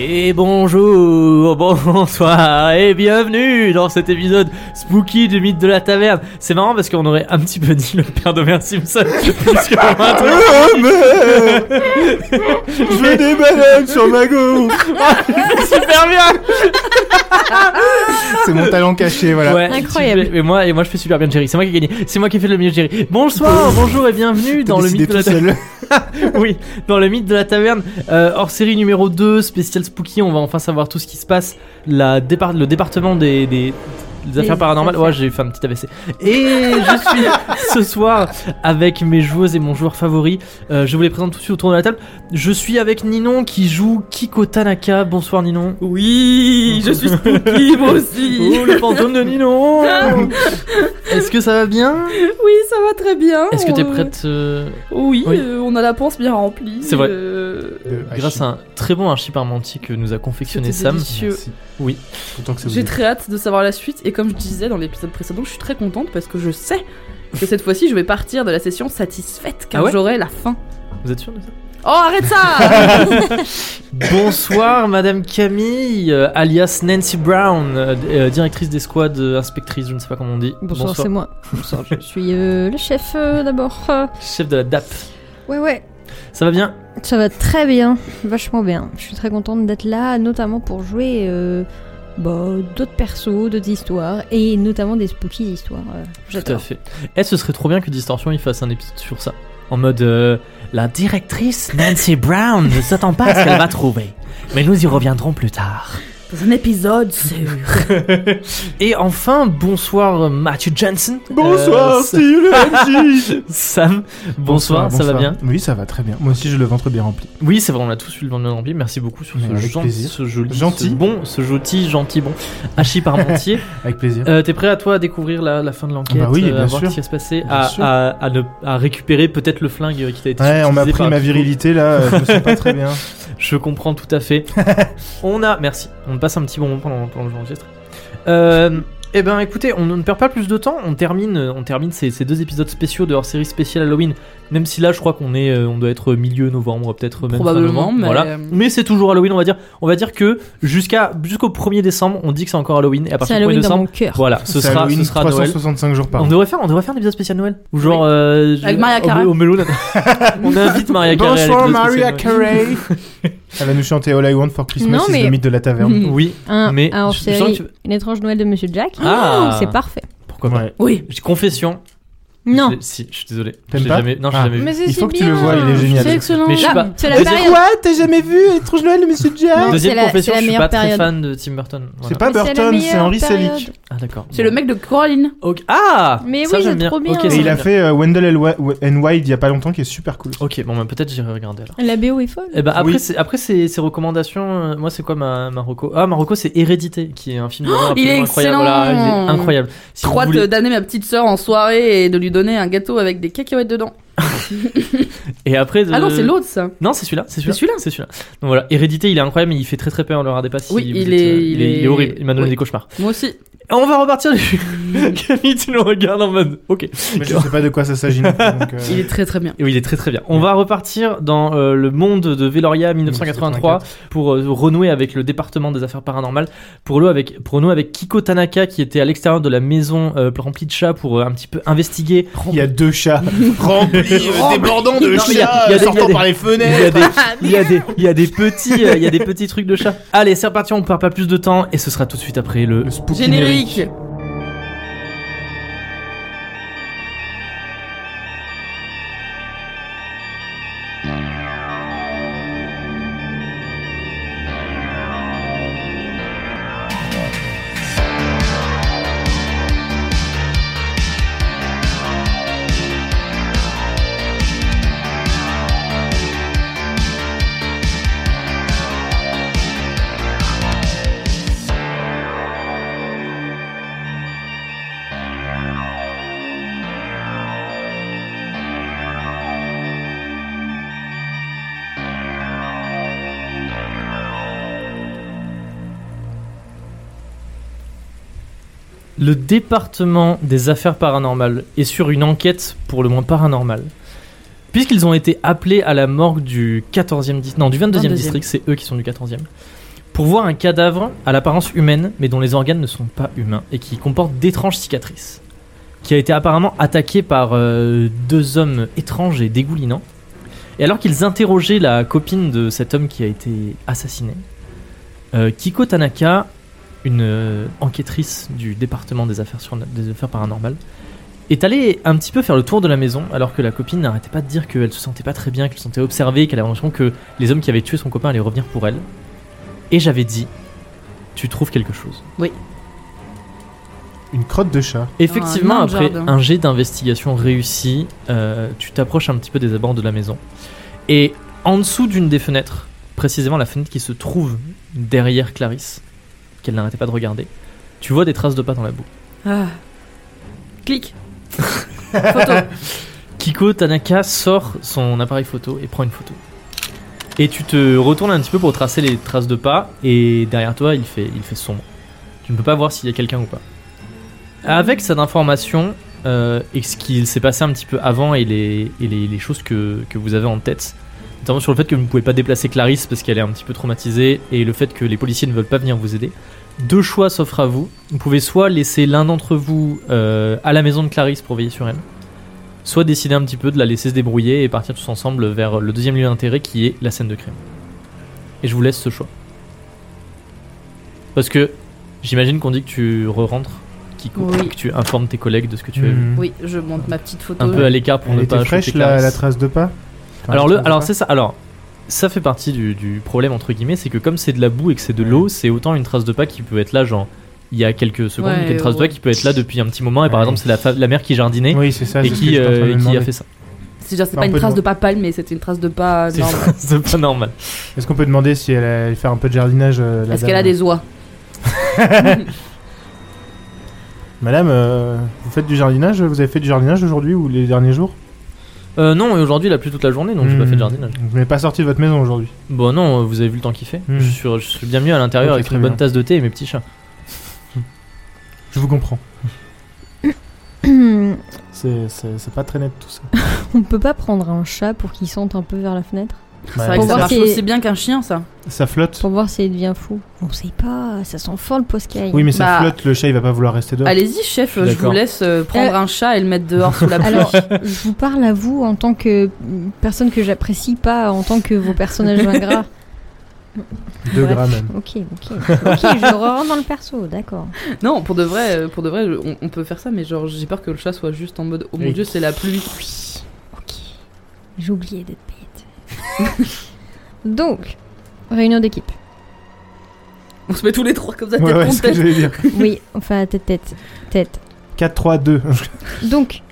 Et bonjour, bonsoir et bienvenue dans cet épisode spooky du mythe de la taverne. C'est marrant parce qu'on aurait un petit peu dit le père d'Homer Simpson plus que un truc. Oh merde Je veux des bananes sur ma go super bien. C'est mon talent caché, voilà. Ouais, Incroyable. tu fais- Et moi, et moi, je fais super bien Jerry. C'est moi qui ai gagné. C'est moi qui ai fait le mieux Jerry. Bonsoir, bonjour et bienvenue T'as dans le décidé mythe de la tout taverne. seul. oui, dans le mythe de la taverne, euh, hors série numéro 2, spécial spooky, on va enfin savoir tout ce qui se passe. La départ, le département des, des- des affaires paranormales. affaires. Ouais, j'ai fait un petit AVC. Et je suis ce soir avec mes joueuses et mon joueur favori. Euh, je vous les présente tout de suite autour de la table. Je suis avec Ninon qui joue Kiko Tanaka. Bonsoir Ninon. Oui, je suis spooky moi aussi. Oh, le fantôme de Ninon Est-ce que ça va bien Oui, ça va très bien. Est-ce que t'es Euh, prête euh, Oui, Oui. euh, on a la panse bien remplie. C'est vrai. Euh, De Grâce à un très bon archi parmentier que nous a confectionné C'était Sam. délicieux. Merci. Oui. Content que ça vous J'ai aide. très hâte de savoir la suite et comme je disais dans l'épisode précédent, je suis très contente parce que je sais que cette fois-ci je vais partir de la session satisfaite car Ah ouais j'aurai la fin. Vous êtes sûr de ça Oh arrête ça Bonsoir Madame Camille, euh, alias Nancy Brown, euh, d- euh, directrice des squads, euh, inspectrice, je ne sais pas comment on dit. Bonsoir, c'est moi. Bonsoir, je suis euh, le chef euh, d'abord. Euh, Chef de la DAP. Ouais, ouais, Ça va bien ça va très bien, vachement bien. Je suis très contente d'être là, notamment pour jouer euh, bah, d'autres persos, d'autres histoires, et notamment des spooky histoires. euh, Tout à J'adore. fait. Eh, ce serait trop bien que Distorsion il fasse un épisode sur ça. En mode euh, la directrice Nancy Brown ne s'attend pas à ce qu'elle va trouver. Mais nous y reviendrons plus tard. Dans un épisode sûr. Et enfin, bonsoir Matthew Jensen. Bonsoir Euh, Steve Lancy. Sam, bonsoir, ça va bien Oui, ça va très bien. Moi aussi, j'ai le ventre bien rempli. Oui, c'est vrai, on a tous eu le vendredi rempli. Merci beaucoup sur Mais ce, avec gen- plaisir. ce joli, Gentil. ce bon, ce gentil, gentil bon. Hachi Parmentier, Avec plaisir. euh, t'es prêt à toi à découvrir la, la fin de l'enquête, Bah oui, euh, à bien voir sûr. ce qui va se passer, Bien à, sûr. à, à ne- à récupérer peut-être le flingue qui t'a été Euh, Ouais, on m'a utilisé pris par ma Pipo. virilité là, je me sens pas très bien. Je comprends tout à fait. on a, merci, on passe un petit bon moment pendant, pendant que j'enregistre. Euh, eh ben écoutez, on ne perd pas plus de temps, on termine, on termine ces, ces deux épisodes spéciaux de hors série spéciale Halloween. Même si là, je crois qu'on est, euh, on doit être milieu novembre, peut-être même fin Probablement, novembre, mais- euh, Voilà. Mais c'est toujours Halloween, on va dire. On va dire que jusqu'à jusqu'au 1er décembre, on dit que c'est encore Halloween, et à C'est partir du 1er Halloween dans mon décembre, cœur. voilà, ce C'est sera, Halloween ce sera Noël. 365 jours par On an. devrait faire, on devrait faire un épisode spécial Noël. Ou genre euh, je- Avec Mariah au- Carey. Au, melon. on invite Maria Carey. à Bonsoir l'épisode spécial Maria Noël. Carey. Elle va nous chanter All I Want for Christmas Non, is the mais- mythe de la taverne. Mm. Oui, Un, Mais un je- je sens hors-série, que tu- une étrange Noël de Monsieur Jack. Ah. c'est parfait. pourquoi pas. Ouais. Oui. J'ai- Confession. Non, Je l'ai- si, je suis désolé. T'aimes Je l'ai pas jamais, non, je l'ai Ah. jamais vu. mais Il faut que tu le vois, il est génial. C'est excellent. Mais je suis Là, pas. c'est la période. T'as jamais vu Étrange Noël de Monsieur Jack Non, Deuxième c'est la- confession, c'est la je suis pas meilleure très période. fan de Tim Burton. Voilà. C'est pas Mais c'est la Burton, c'est meilleure Henry période. Selick. Ah d'accord. C'est Bon. le mec de Coraline. Ok. Ah Mais ça, oui, j'aime c'est trop bien. Ok, Et ça, Et il a j'aime fait euh, Wendell and Wi- and Wild il y a pas longtemps qui est super cool. bien. Ok, bon, bah, peut-être j'irai regarder alors. La BO est folle. Eh ben après, Oui. c'est- après ces, ces recommandations, euh, moi c'est quoi ma Marocco Ah Marocco c'est Hérédité, qui est un film d'horreur il est absolument incroyable. Voilà, excellent. il est incroyable. Si Trop vous hâte voulez- d'amener ma petite sœur en soirée et de lui donner un gâteau avec des cacahuètes dedans. Et après, Ah non, euh, c'est l'autre ça. Non, c'est celui-là. C'est celui-là. C'est celui-là. C'est celui-là. Donc voilà, Hérédité, il est incroyable, mais il fait très très peur. Ne le regardez pas si Oui, vous il êtes, est- euh, il il est est- horrible. Il m'a donné Oui. des cauchemars. Moi aussi. On va repartir du. Camille, tu nous regardes en mode. Ok. Mais je sais pas de quoi ça s'agit. non plus, donc, euh, Il est très très bien. Et oui, il est très très bien. On va repartir dans euh, le monde de Veloria 1983 pour euh, renouer avec le département des affaires paranormales. Pour, le, avec, pour nous, avec Kiko Tanaka qui était à l'extérieur de la maison euh, remplie de chats pour euh, un petit peu investiguer. Il y a deux chats remplis, euh, débordants de Non, mais il y a- chats il y a des- il y a sortant des- par les Il y, fenêtres. a des, il, y a des, il y a des petits, euh, il y a des petits trucs de chats. Allez, c'est reparti, on perd pas plus de temps et ce sera tout de suite après le. Le spooky Générique. Le département des affaires paranormales est sur une enquête pour le moins paranormale. Puisqu'ils ont été appelés à la morgue du 14e dis- non, du 22e, 22e. district, c'est eux qui sont du 14e. pour voir un cadavre à l'apparence humaine, mais dont les organes ne sont pas humains et qui comporte d'étranges cicatrices, qui a été apparemment attaqué par euh, deux hommes étranges et dégoulinants. Et alors qu'ils interrogeaient la copine de cet homme qui a été assassiné, euh, Kiko Tanaka, une euh, enquêtrice du département des affaires, surna- des affaires paranormales, est allée un petit peu faire le tour de la maison alors que la copine n'arrêtait pas de dire qu'elle se sentait pas très bien, qu'elle se sentait observée, qu'elle avait l'impression que les hommes qui avaient tué son copain allaient revenir pour elle. Et j'avais dit, tu trouves quelque chose. Une crotte de chat. Effectivement, nain de après jardin. un jet d'investigation réussi, euh, tu t'approches un petit peu des abords de la maison. Et en dessous d'une des fenêtres, précisément la fenêtre qui se trouve derrière Clarisse, qu'elle n'arrêtait pas de regarder, tu vois des traces de pas dans la boue. Ah. Clic. Photo. Kiko Tanaka sort son appareil photo et prend une photo. Et tu te retournes un petit peu pour tracer les traces de pas, et derrière toi, il fait, il fait sombre. Tu ne peux pas voir s'il y a quelqu'un ou pas. Avec cette information, euh, et ce qu'il s'est passé un petit peu avant, et les, et les, les choses que, que vous avez en tête, notamment sur le fait que vous ne pouvez pas déplacer Clarisse parce qu'elle est un petit peu traumatisée, et le fait que les policiers ne veulent pas venir vous aider, deux choix s'offrent à vous. Vous pouvez soit laisser l'un d'entre vous euh, à la maison de Clarisse pour veiller sur elle, soit décider un petit peu de la laisser se débrouiller et partir tous ensemble vers le deuxième lieu d'intérêt qui est la scène de crime. Et je vous laisse ce choix. Parce que j'imagine qu'on dit que tu re-rentres, Kiko, Oui. que tu informes tes collègues de ce que tu as vu. Oui, je monte ma petite photo. Un peu à l'écart pour Hmm. Elle ne pas était choquer fraîche la, Clarisse. la trace de pas Enfin, Alors, la le, trace de alors pas. c'est ça. Alors, ça fait partie du, du problème entre guillemets, c'est que comme c'est de la boue et que c'est de l'eau, c'est autant une trace de pas qui peut être là, genre il y a quelques secondes, Ouais, qu'une trace de pas ouais. qui peut être là depuis un petit moment. Et par Ouais. exemple, c'est la, fa- la mère qui jardinait Oui, c'est ça. et c'est ce que qui, j'étais en train de euh, me qui a demander. fait ça. C'est-à-dire, c'est Un pas une peu de trace moi. de pas palme, mais c'était une trace de pas. C'est- normale. C'est pas normal. Est-ce qu'on peut demander si elle allait faire un peu de jardinage euh, la Est-ce qu'elle a dame des oies Madame, euh, vous faites du jardinage Vous avez fait du jardinage aujourd'hui ou les derniers jours Euh, non, et aujourd'hui, il a plu toute la journée, donc j'ai pas Hmm. fait de jardinage. Vous n'êtes pas sorti de votre maison aujourd'hui. Bon, non, vous avez vu le temps qu'il fait. Hmm. Je, suis, je suis bien mieux à l'intérieur Ok, avec très une bien. bonne tasse de thé et mes petits chats. Je vous comprends. Eh. Hum, C'est- C'est c'est pas très net tout ça. On peut pas prendre un chat pour qu'il sente un peu vers la fenêtre C'est Ouais, vrai que ça Pour voir marche si- aussi bien qu'un chien, ça. Ça flotte. pour voir s'il devient fou. On sait pas, ça sent fort le poscaille. Oui, mais ça Bah- flotte. Le chat, il va pas vouloir rester dehors. Allez-y, chef, Je suis je vous d'accord. laisse euh, prendre un chat et le mettre dehors sous la pluie. Alors, je vous parle à vous en tant que mm, personne que j'apprécie pas, en tant que vos personnages ingrats. Deux bref. gras même. Ok, ok, ok, je rentre dans le perso, d'accord. Non, pour de vrai, euh, pour de vrai on, on peut faire ça, mais genre, j'ai peur que le chat soit juste en mode Oh mon Oui. dieu, c'est la pluie. Oui, ok. J'ai oublié d'être bête. Donc, réunion d'équipe. On se met tous les trois comme ça, Ouais, tête ouais, contre ce que tête. j'allais dire. Oui, enfin, tête, tête, tête. 4, 3, 2. Donc,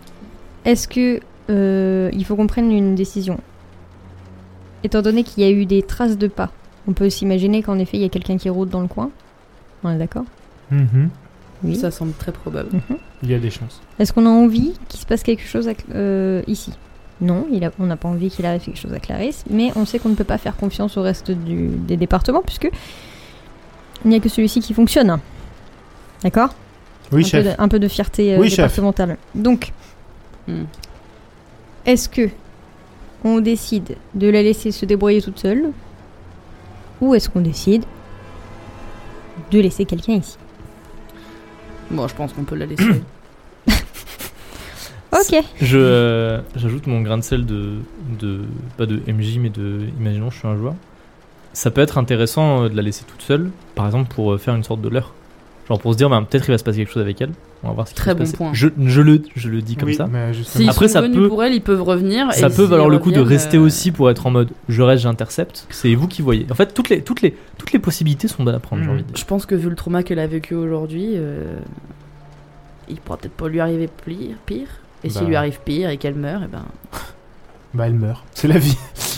est-ce que euh, il faut qu'on prenne une décision Étant donné qu'il y a eu des traces de pas, on peut s'imaginer qu'en effet, il y a quelqu'un qui rôde dans le coin. On est d'accord Mhm. Oui. Ça semble très probable. Il y a des chances. Est-ce qu'on a envie qu'il se passe quelque chose à Cl- euh, ici Non, il a- on n'a pas envie qu'il arrive quelque chose à Clarisse, mais on sait qu'on ne peut pas faire confiance au reste du- des départements puisque il n'y a que celui-ci qui fonctionne. D'accord Oui, un, peu chef. de, un peu de fierté euh, Oui, chef. départementale. Donc, Hmm. est-ce que on décide de la laisser se débrouiller toute seule ou est-ce qu'on décide de laisser quelqu'un ici Bon, je pense qu'on peut la laisser. Ok. Je, euh, j'ajoute mon grain de sel de, de. Pas de MJ, mais de. Imaginons, je suis un joueur. Ça peut être intéressant euh, de la laisser toute seule, par exemple pour euh, faire une sorte de leurre. Genre pour se dire, bah, peut-être il va se passer quelque chose avec elle. On va voir ce qui Très va bon se passer. point. Je, je le, je le dis comme Oui, ça. mais S'ils justement. Après, sont ça venus peut- pour elle, ils peuvent revenir. Ça et peut s'ils valoir le coup de reviennent, rester euh, aussi pour être en mode je reste, j'intercepte. C'est vous qui voyez. En fait, toutes les, toutes les, toutes les possibilités sont bonnes à prendre, j'ai Mhm. envie de dire. Je pense que vu le trauma qu'elle a vécu aujourd'hui, euh, il pourra peut-être pas lui arriver pire. pire. Et s'il Bah. lui arrive pire et qu'elle meurt, et ben. Bah, elle meurt. C'est la vie.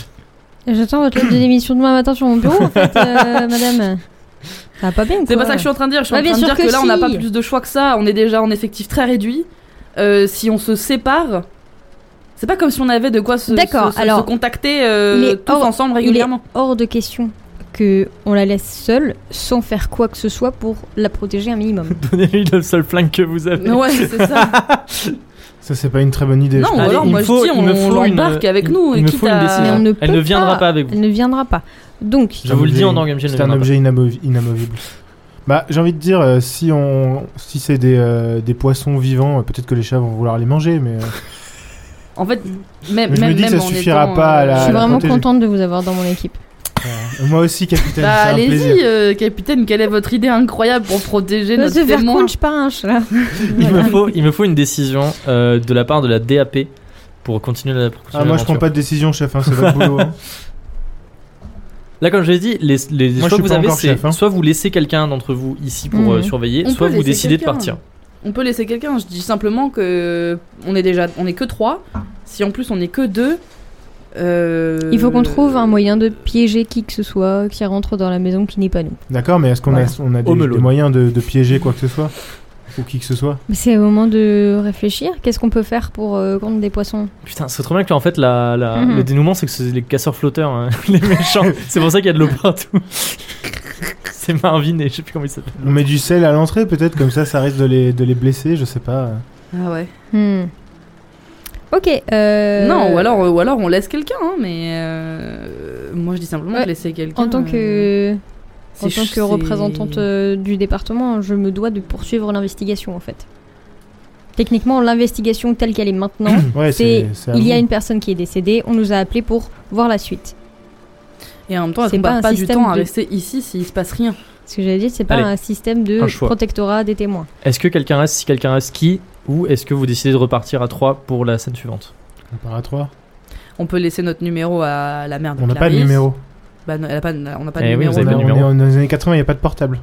J'attends votre lettre de démission demain matin sur mon bureau, en fait, euh, madame. Ça va pas bien, C'est quoi. pas ça que je suis en train de dire. Je suis Bah, en bien train de sûr dire que, que là, on n'a si. pas plus de choix que ça. On est déjà en effectif très réduit. Euh, si on se sépare, c'est pas comme si on avait de quoi se, D'accord, se- se- alors, oh, se contacter euh, il est tous hors- ensemble Il est régulièrement. hors de question que on la laisse seule sans faire quoi que ce soit pour la protéger un minimum. Donnez-lui le seul flingue que vous avez. Ouais, c'est ça. Ça, c'est pas une très bonne idée. Non, je ou pense. Allez, alors il moi me faut- je dis il me on faut l'embarque une- avec il- nous. il et me quitte faut une à- décision. Mais on ne peut Elle ne viendra pas avec Elle vous. ne viendra pas. Donc, Je vous le dis en Game Jam. C'est un objet inamovi- inamovible. Bah, j'ai envie de dire, euh, si on, si c'est des, euh, des poissons vivants, euh, peut-être que les chats vont vouloir les manger, mais euh, En fait, même, Mais je me même, dis que ça même en suffira étant, pas à euh, la- je suis la vraiment protéger. contente de vous avoir dans mon équipe. euh, moi aussi, capitaine, Bah c'est un plaisir. allez-y, euh, capitaine, quelle est votre idée incroyable pour protéger Euh, notre The témoin Verkunsch par un chat. Il me faut, il me faut une décision euh, de la part de la DAP pour continuer la. Pour continuer Ah, moi, je prends l'aventure. pas de décision, chef, hein, c'est votre boulot. hein. Là, comme je l'ai dit, les, les Moi, choix je suis que vous pas avez, encore c'est chef, hein. Mm-hmm. soit vous laissez quelqu'un d'entre vous ici pour Mhm. euh, surveiller, On soit peut vous laisser décidez de quelqu'un. hein. partir. On peut laisser quelqu'un, je dis simplement que on est déjà on est que trois. Si en plus on est que deux euh, Il faut qu'on trouve un moyen de piéger qui que ce soit qui rentre dans la maison qui n'est pas nous. D'accord, mais est-ce qu'on Voilà. a, on a des, Home Alone. des moyens de, de piéger quoi que ce soit Ou qui que ce soit Mais c'est au moment de réfléchir. Qu'est-ce qu'on peut faire pour euh, contre des poissons Putain, c'est trop bien que là, en fait, la, la- Mm-hmm. Mhm. le dénouement, c'est que c'est les casseurs flotteurs, hein, les méchants. c'est pour ça qu'il y a de l'eau partout. c'est Marvin et je sais plus comment il s'appelle. On met du sel à l'entrée, peut-être, comme ça, ça risque de les, de les blesser, je sais pas. Ah ouais. Hmm. Ok. euh, Non, ou alors ou alors on laisse quelqu'un hein, mais euh, moi je dis simplement Ouais. que laisser quelqu'un En tant euh, que, c'est en tant ch- que c'est- représentante euh, du département, je me dois de poursuivre l'investigation en fait. Techniquement, l'investigation telle qu'elle est maintenant, Ouais, c'est c'est. c'est à il y a vous. une personne qui est décédée, on nous a appelé pour voir la suite. Et en même temps, C'est elle ne pas pas, un pas du système temps à de- rester ici s'il se passe rien. Ce que j'avais dit, c'est pas Allez. un système de Un choix. protectorat des témoins. Est-ce que quelqu'un reste, si quelqu'un reste, qui Ou est-ce que vous décidez de repartir à 3 pour la scène suivante On part à trois. On peut laisser notre numéro à la mère de On n'a pas de Clarisse. numéro. Bah, non, elle a pas, on n'a pas Eh de oui, numéro. vous avez on, pas a- de on numéro. est en- dans les années 80, il n'y a pas de portable.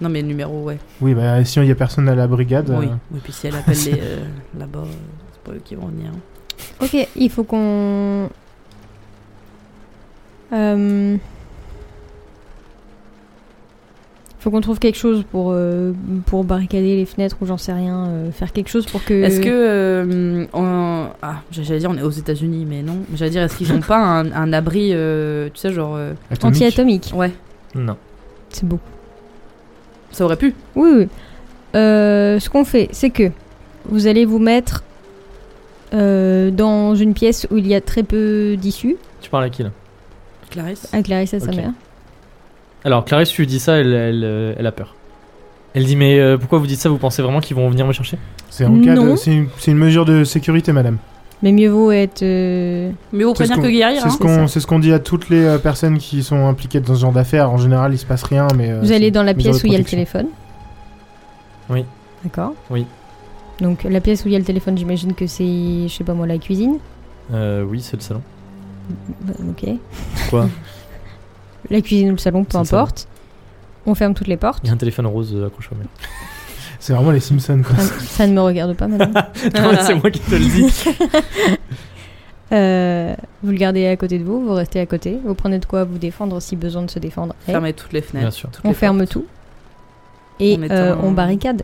Non, mais le numéro, ouais. Oui, bah si il n'y a personne à la brigade. Oui. euh, oui, puis si elle appelle les, euh, là-bas, euh, c'est pas eux qui vont venir. Ok, il faut qu'on. Euh, Faut qu'on trouve quelque chose pour, euh, pour barricader les fenêtres ou j'en sais rien, euh, faire quelque chose pour que. Est-ce que. euh, on- Ah, j'allais dire, on est aux États-Unis, mais non. J'allais dire, est-ce qu'ils ont pas un, un abri, euh, tu sais, genre. euh, atomique. Anti-atomique. Ouais, Non. C'est beau. ça aurait pu. Oui, oui. Euh, ce qu'on fait, c'est que vous allez vous mettre euh, dans une pièce où il y a très peu d'issues, Tu parles à qui là Clarisse à Clarisse et sa Ok. mère. Alors, Clarisse, tu lui dis ça, elle, elle, euh, elle a peur. Elle dit Mais euh, pourquoi vous dites ça Vous pensez vraiment qu'ils vont venir me chercher C'est en cas de- Non. c'est une, c'est une mesure de sécurité, madame. Mais mieux vaut être. euh, Mais au C'est ce prévenir que qu'on- guérir, C'est hein. ce qu'on c'est ce qu'on dit à toutes les euh, personnes qui sont impliquées dans ce genre d'affaires. En général, il se passe rien, mais. euh, Vous c'est allez dans la une mesure pièce de où il y a le protection. téléphone. Oui. D'accord. Oui. Donc la pièce où il y a le téléphone, j'imagine que c'est, je sais pas moi, la cuisine. Euh, oui, c'est le salon. Bah, ok. Quoi La cuisine ou le salon, peu C'est le salon. importe. On ferme toutes les portes. Il y a un téléphone rose euh, accroché au mur. C'est vraiment les Simpsons, quoi. Ça, ça ne me regarde pas madame. Non, mais c'est moi qui te le dis. Euh, vous le gardez à côté de vous, vous restez à côté, vous prenez de quoi vous défendre si besoin de se défendre. est. Fermer toutes les fenêtres. Bien sûr. toutes on les ferme portes. tout et On euh, est on, en- barricade.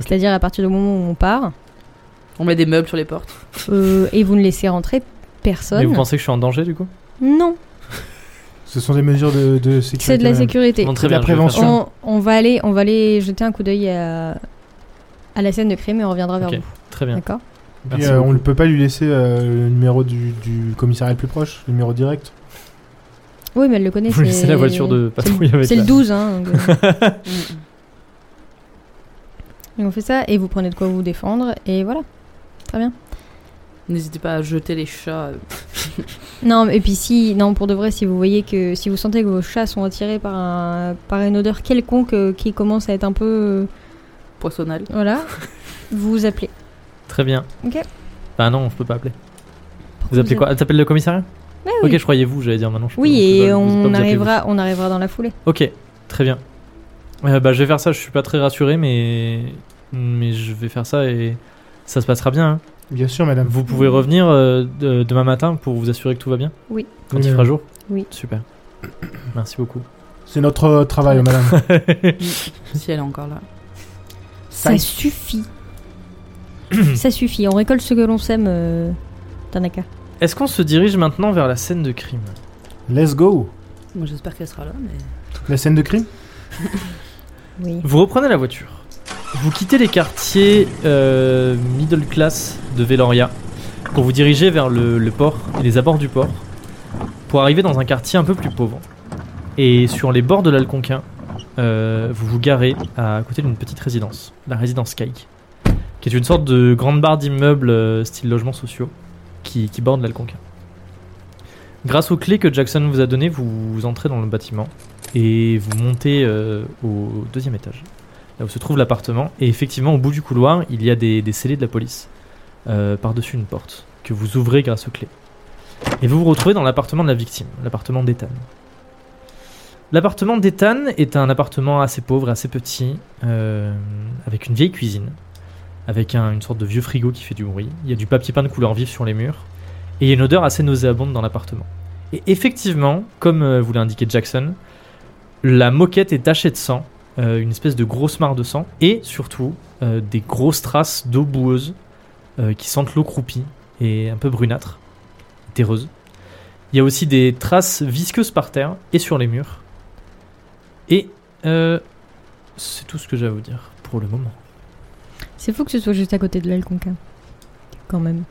C'est-à-dire à partir du moment où on part, On met des meubles sur les portes. euh, et vous ne laissez rentrer Mais vous personne. pensez que je suis en danger du coup Non, Ce sont des mesures de, de sécurité. c'est de la madame. sécurité. Bon, très C'est de la bien, je vais faire ça. prévention. On, on va aller, on va aller jeter un coup d'œil à, à la scène de crime et on reviendra vers Ok, vous. Très bien. D'accord Puis, Merci euh, beaucoup. on ne peut pas lui laisser euh, le numéro du, du commissariat le plus proche, le numéro direct. Oui, mais elle le connaît. Vous laissez c'est- la voiture de c'est le- patrouille avec C'est le la- 12, hein. donc, euh, Mm. et on fait ça et vous prenez de quoi vous défendre et voilà. Très bien. N'hésitez pas à jeter les chats. euh, Non, et puis si, non, pour de vrai, si vous voyez que, si vous sentez que vos chats sont attirés par, un, par une odeur quelconque euh, qui commence à être un peu, euh, poissonnales. voilà, vous appelez. Très bien. Ok. Bah non, je peux pas appeler. Pourquoi Vous appelez quoi Ah, T'appelles le commissariat oui. Ok, je croyais vous, j'allais dire maintenant. je peux- Oui, je peux et pas- vous- pas vous on appeler, arrivera, on arrivera dans la foulée. vous. Ok, très bien. Euh, bah je vais faire ça, je suis pas très rassuré, mais. Mais je vais faire ça et. Ça se passera bien. hein. Bien sûr, madame. Vous pouvez revenir euh, de- demain matin pour vous assurer que tout va bien Oui. Quand Oui, il fera madame. jour Oui. Super. Merci beaucoup. C'est notre euh, travail, madame. Si elle est encore là. Ça suffit. ça suffit. On récolte ce que l'on sème, euh, Tanaka. Est-ce qu'on se dirige maintenant vers la scène de crime Let's go. Moi j'espère qu'elle sera là, mais. La scène de crime Oui. Vous reprenez la voiture. Vous quittez les quartiers euh, middle class de Veloria pour vous diriger vers le, le port et les abords du port pour arriver dans un quartier un peu plus pauvre. Et sur les bords de l'Alconquin, euh, vous vous garez à côté d'une petite résidence, la résidence Cake, qui est une sorte de grande barre d'immeubles euh, style logements sociaux qui, qui borde l'Alconquin. Grâce aux clés que Jackson vous a données, vous, vous entrez dans le bâtiment et vous montez euh, au deuxième étage, là où se trouve l'appartement. Et effectivement, au bout du couloir, il y a des, des scellés de la police euh, par-dessus une porte que vous ouvrez grâce aux clés. Et vous vous retrouvez dans l'appartement de la victime, l'appartement d'Ethan. L'appartement d'Ethan est un appartement assez pauvre, assez petit, euh, avec une vieille cuisine, avec un- une sorte de vieux frigo qui fait du bruit. Il y a du papier peint de couleur vive sur les murs, et il y a une odeur assez nauséabonde dans l'appartement. Et effectivement, comme euh, vous l'a indiqué Jackson, la moquette est tachée de sang, euh, une espèce de grosse mare de sang, et surtout euh, des grosses traces d'eau boueuse euh, qui sentent l'eau croupie et un peu brunâtre, terreuse. Il y a aussi des traces visqueuses par terre et sur les murs. Et euh, c'est tout ce que j'ai à vous dire pour le moment. C'est fou que ce soit juste à côté de l'Alconquin. Quand même.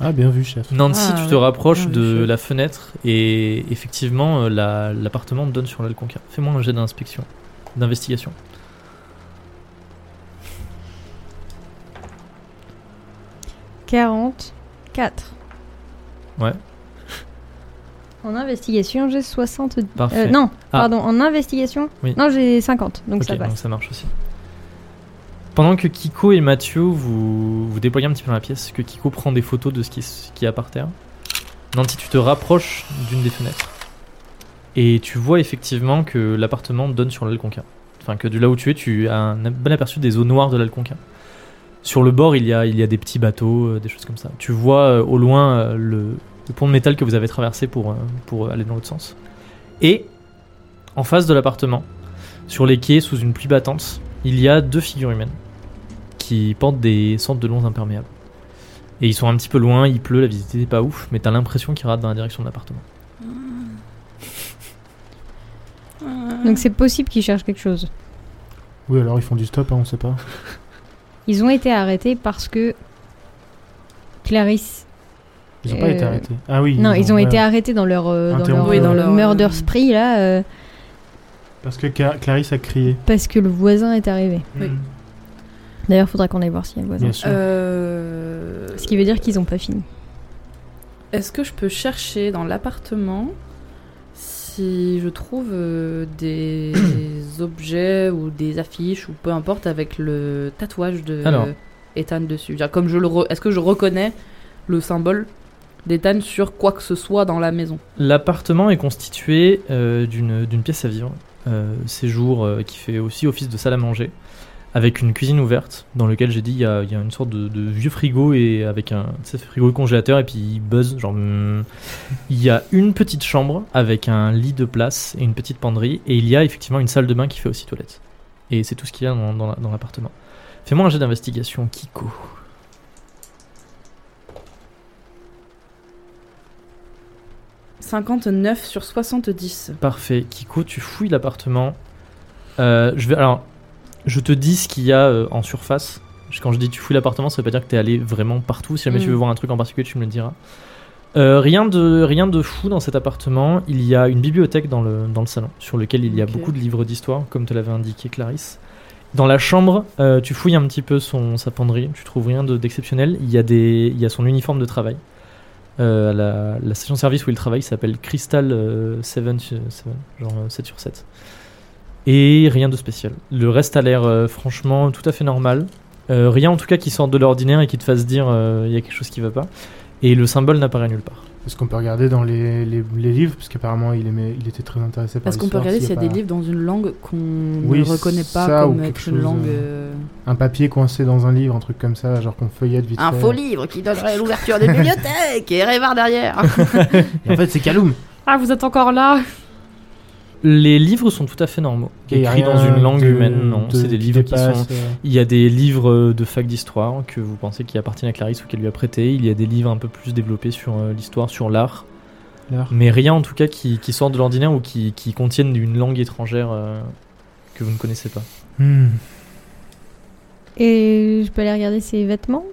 Ah, bien vu, chef. Nancy, Ah, tu te ouais. rapproches Ah, de je- la fenêtre et effectivement, euh, la- l'appartement donne sur l'Alconquin. Fais-moi un jet d'inspection, d'investigation. Quatre. Ouais. En investigation, j'ai 60. euh, Parfait. non, Ah. pardon, en investigation, Oui. non, j'ai 50, donc Ok, ça passe. donc ça marche aussi. Pendant que Kiko et Mathieu vous, vous déployez un petit peu dans la pièce, que Kiko prend des photos de ce qui, ce qu'il y a par terre, Nancy, tu te rapproches d'une des fenêtres. Et tu vois effectivement que l'appartement donne sur l'Alconquin. Enfin, que de là où tu es, tu as un bon aperçu des eaux noires de l'Alconquin. Sur le bord, il y a, il y a des petits bateaux, euh, des choses comme ça. Tu vois euh, au loin euh, le, le pont de métal que vous avez traversé pour, euh, pour aller dans l'autre sens. Et en face de l'appartement, sur les quais, sous une pluie battante, il y a deux figures humaines qui portent des sortes de longs imperméables. Et ils sont un petit peu loin, il pleut, la visite n'est pas ouf, mais t'as l'impression qu'ils ratent dans la direction de l'appartement. Ah. Ah. Donc c'est possible qu'ils cherchent quelque chose. Oui, alors ils font du stop, hein, on sait pas. Ils ont été arrêtés parce que Clarisse. Ils ont pas été Euh, arrêtés. Ah oui. non, ils ont ouais, été ouais. arrêtés dans leur, euh, dans leur, Interrompus. Oui, dans euh, leur, murder euh, spree là, euh, Parce que Ca- Clarisse a crié. parce que le voisin est arrivé. Oui. Mm. D'ailleurs, faudra qu'on aille voir s'il y a le voisin. Bien sûr. Euh, Ce qui veut dire qu'ils ont pas fini. Est-ce que je peux chercher dans l'appartement si je trouve euh, des objets ou des affiches ou peu importe avec le tatouage de Alors. Ethan dessus Je veux dire, Comme je le, re- est-ce que je reconnais le symbole d'Ethan sur quoi que ce soit dans la maison L'appartement est constitué euh, d'une d'une pièce à vivre, euh, séjour euh, qui fait aussi office de salle à manger, avec une cuisine ouverte, dans lequel j'ai dit il y, a il y a une sorte de, de vieux frigo et avec un tu sais, frigo et congélateur, et puis il buzz, genre. mm. Il y a une petite chambre avec un lit de place et une petite penderie, et il y a effectivement une salle de bain qui fait aussi toilette. Et c'est tout ce qu'il y a dans, dans la- dans l'appartement. Fais-moi un jet d'investigation, Kiko. « 59 sur 70. Parfait. Kiko, tu fouilles l'appartement. Euh, je vais, alors, je te dis ce qu'il y a euh, en surface. Je- Quand je dis tu fouilles l'appartement, ça veut pas dire que t'es allé vraiment partout. Si jamais tu Mm. veux voir un truc en particulier, tu me le diras. Euh, rien, de, rien de fou dans cet appartement. Il y a une bibliothèque dans le, dans le salon, sur lequel il y a Ok. beaucoup de livres d'histoire, comme te l'avait indiqué Clarisse. Dans la chambre, euh, tu fouilles un petit peu son, sa penderie, tu trouves rien de- d'exceptionnel. Il, y a des- il y a son uniforme de travail. Euh, la, la station service où il travaille s'appelle Crystal euh, 7, euh, 7, genre euh, 7 sur 7. Et rien de spécial. Le reste a l'air euh, franchement tout à fait normal. Euh, rien en tout cas qui sorte de l'ordinaire et qui te fasse dire euh, il y a quelque chose qui va pas. Et le symbole n'apparaît nulle part. Est-ce qu'on peut regarder dans les, les, les livres Parce qu'apparemment, il, aimait- il était très intéressé par Est-ce qu'on peut Bah, l'histoire, regarder s'il y a des pas livres dans une langue qu'on Oui, ne reconnaît pas ça, ou comme quelque être chose, une euh, langue euh, Un papier coincé dans un livre, un truc comme ça, genre qu'on feuillette vite Un fait. faux livre qui donnerait l'ouverture des bibliothèques et Révar derrière. Et en fait, c'est Kaloum ah, vous êtes encore là Les livres sont tout à fait normaux. Et y a Écrits dans rien une langue de- humaine, non. de- C'est des livres qui sont dépasse, euh, Il y a des livres euh, de fac d'histoire que vous pensez qui appartiennent à Clarisse ou qu'elle lui a prêté. Il y a des livres un peu plus développés sur euh, l'histoire, sur l'art. l'art. Mais rien en tout cas qui, qui sort de l'ordinaire ou qui, qui contiennent une langue étrangère euh, que vous ne connaissez pas. Hmm. Et je peux aller regarder ses vêtements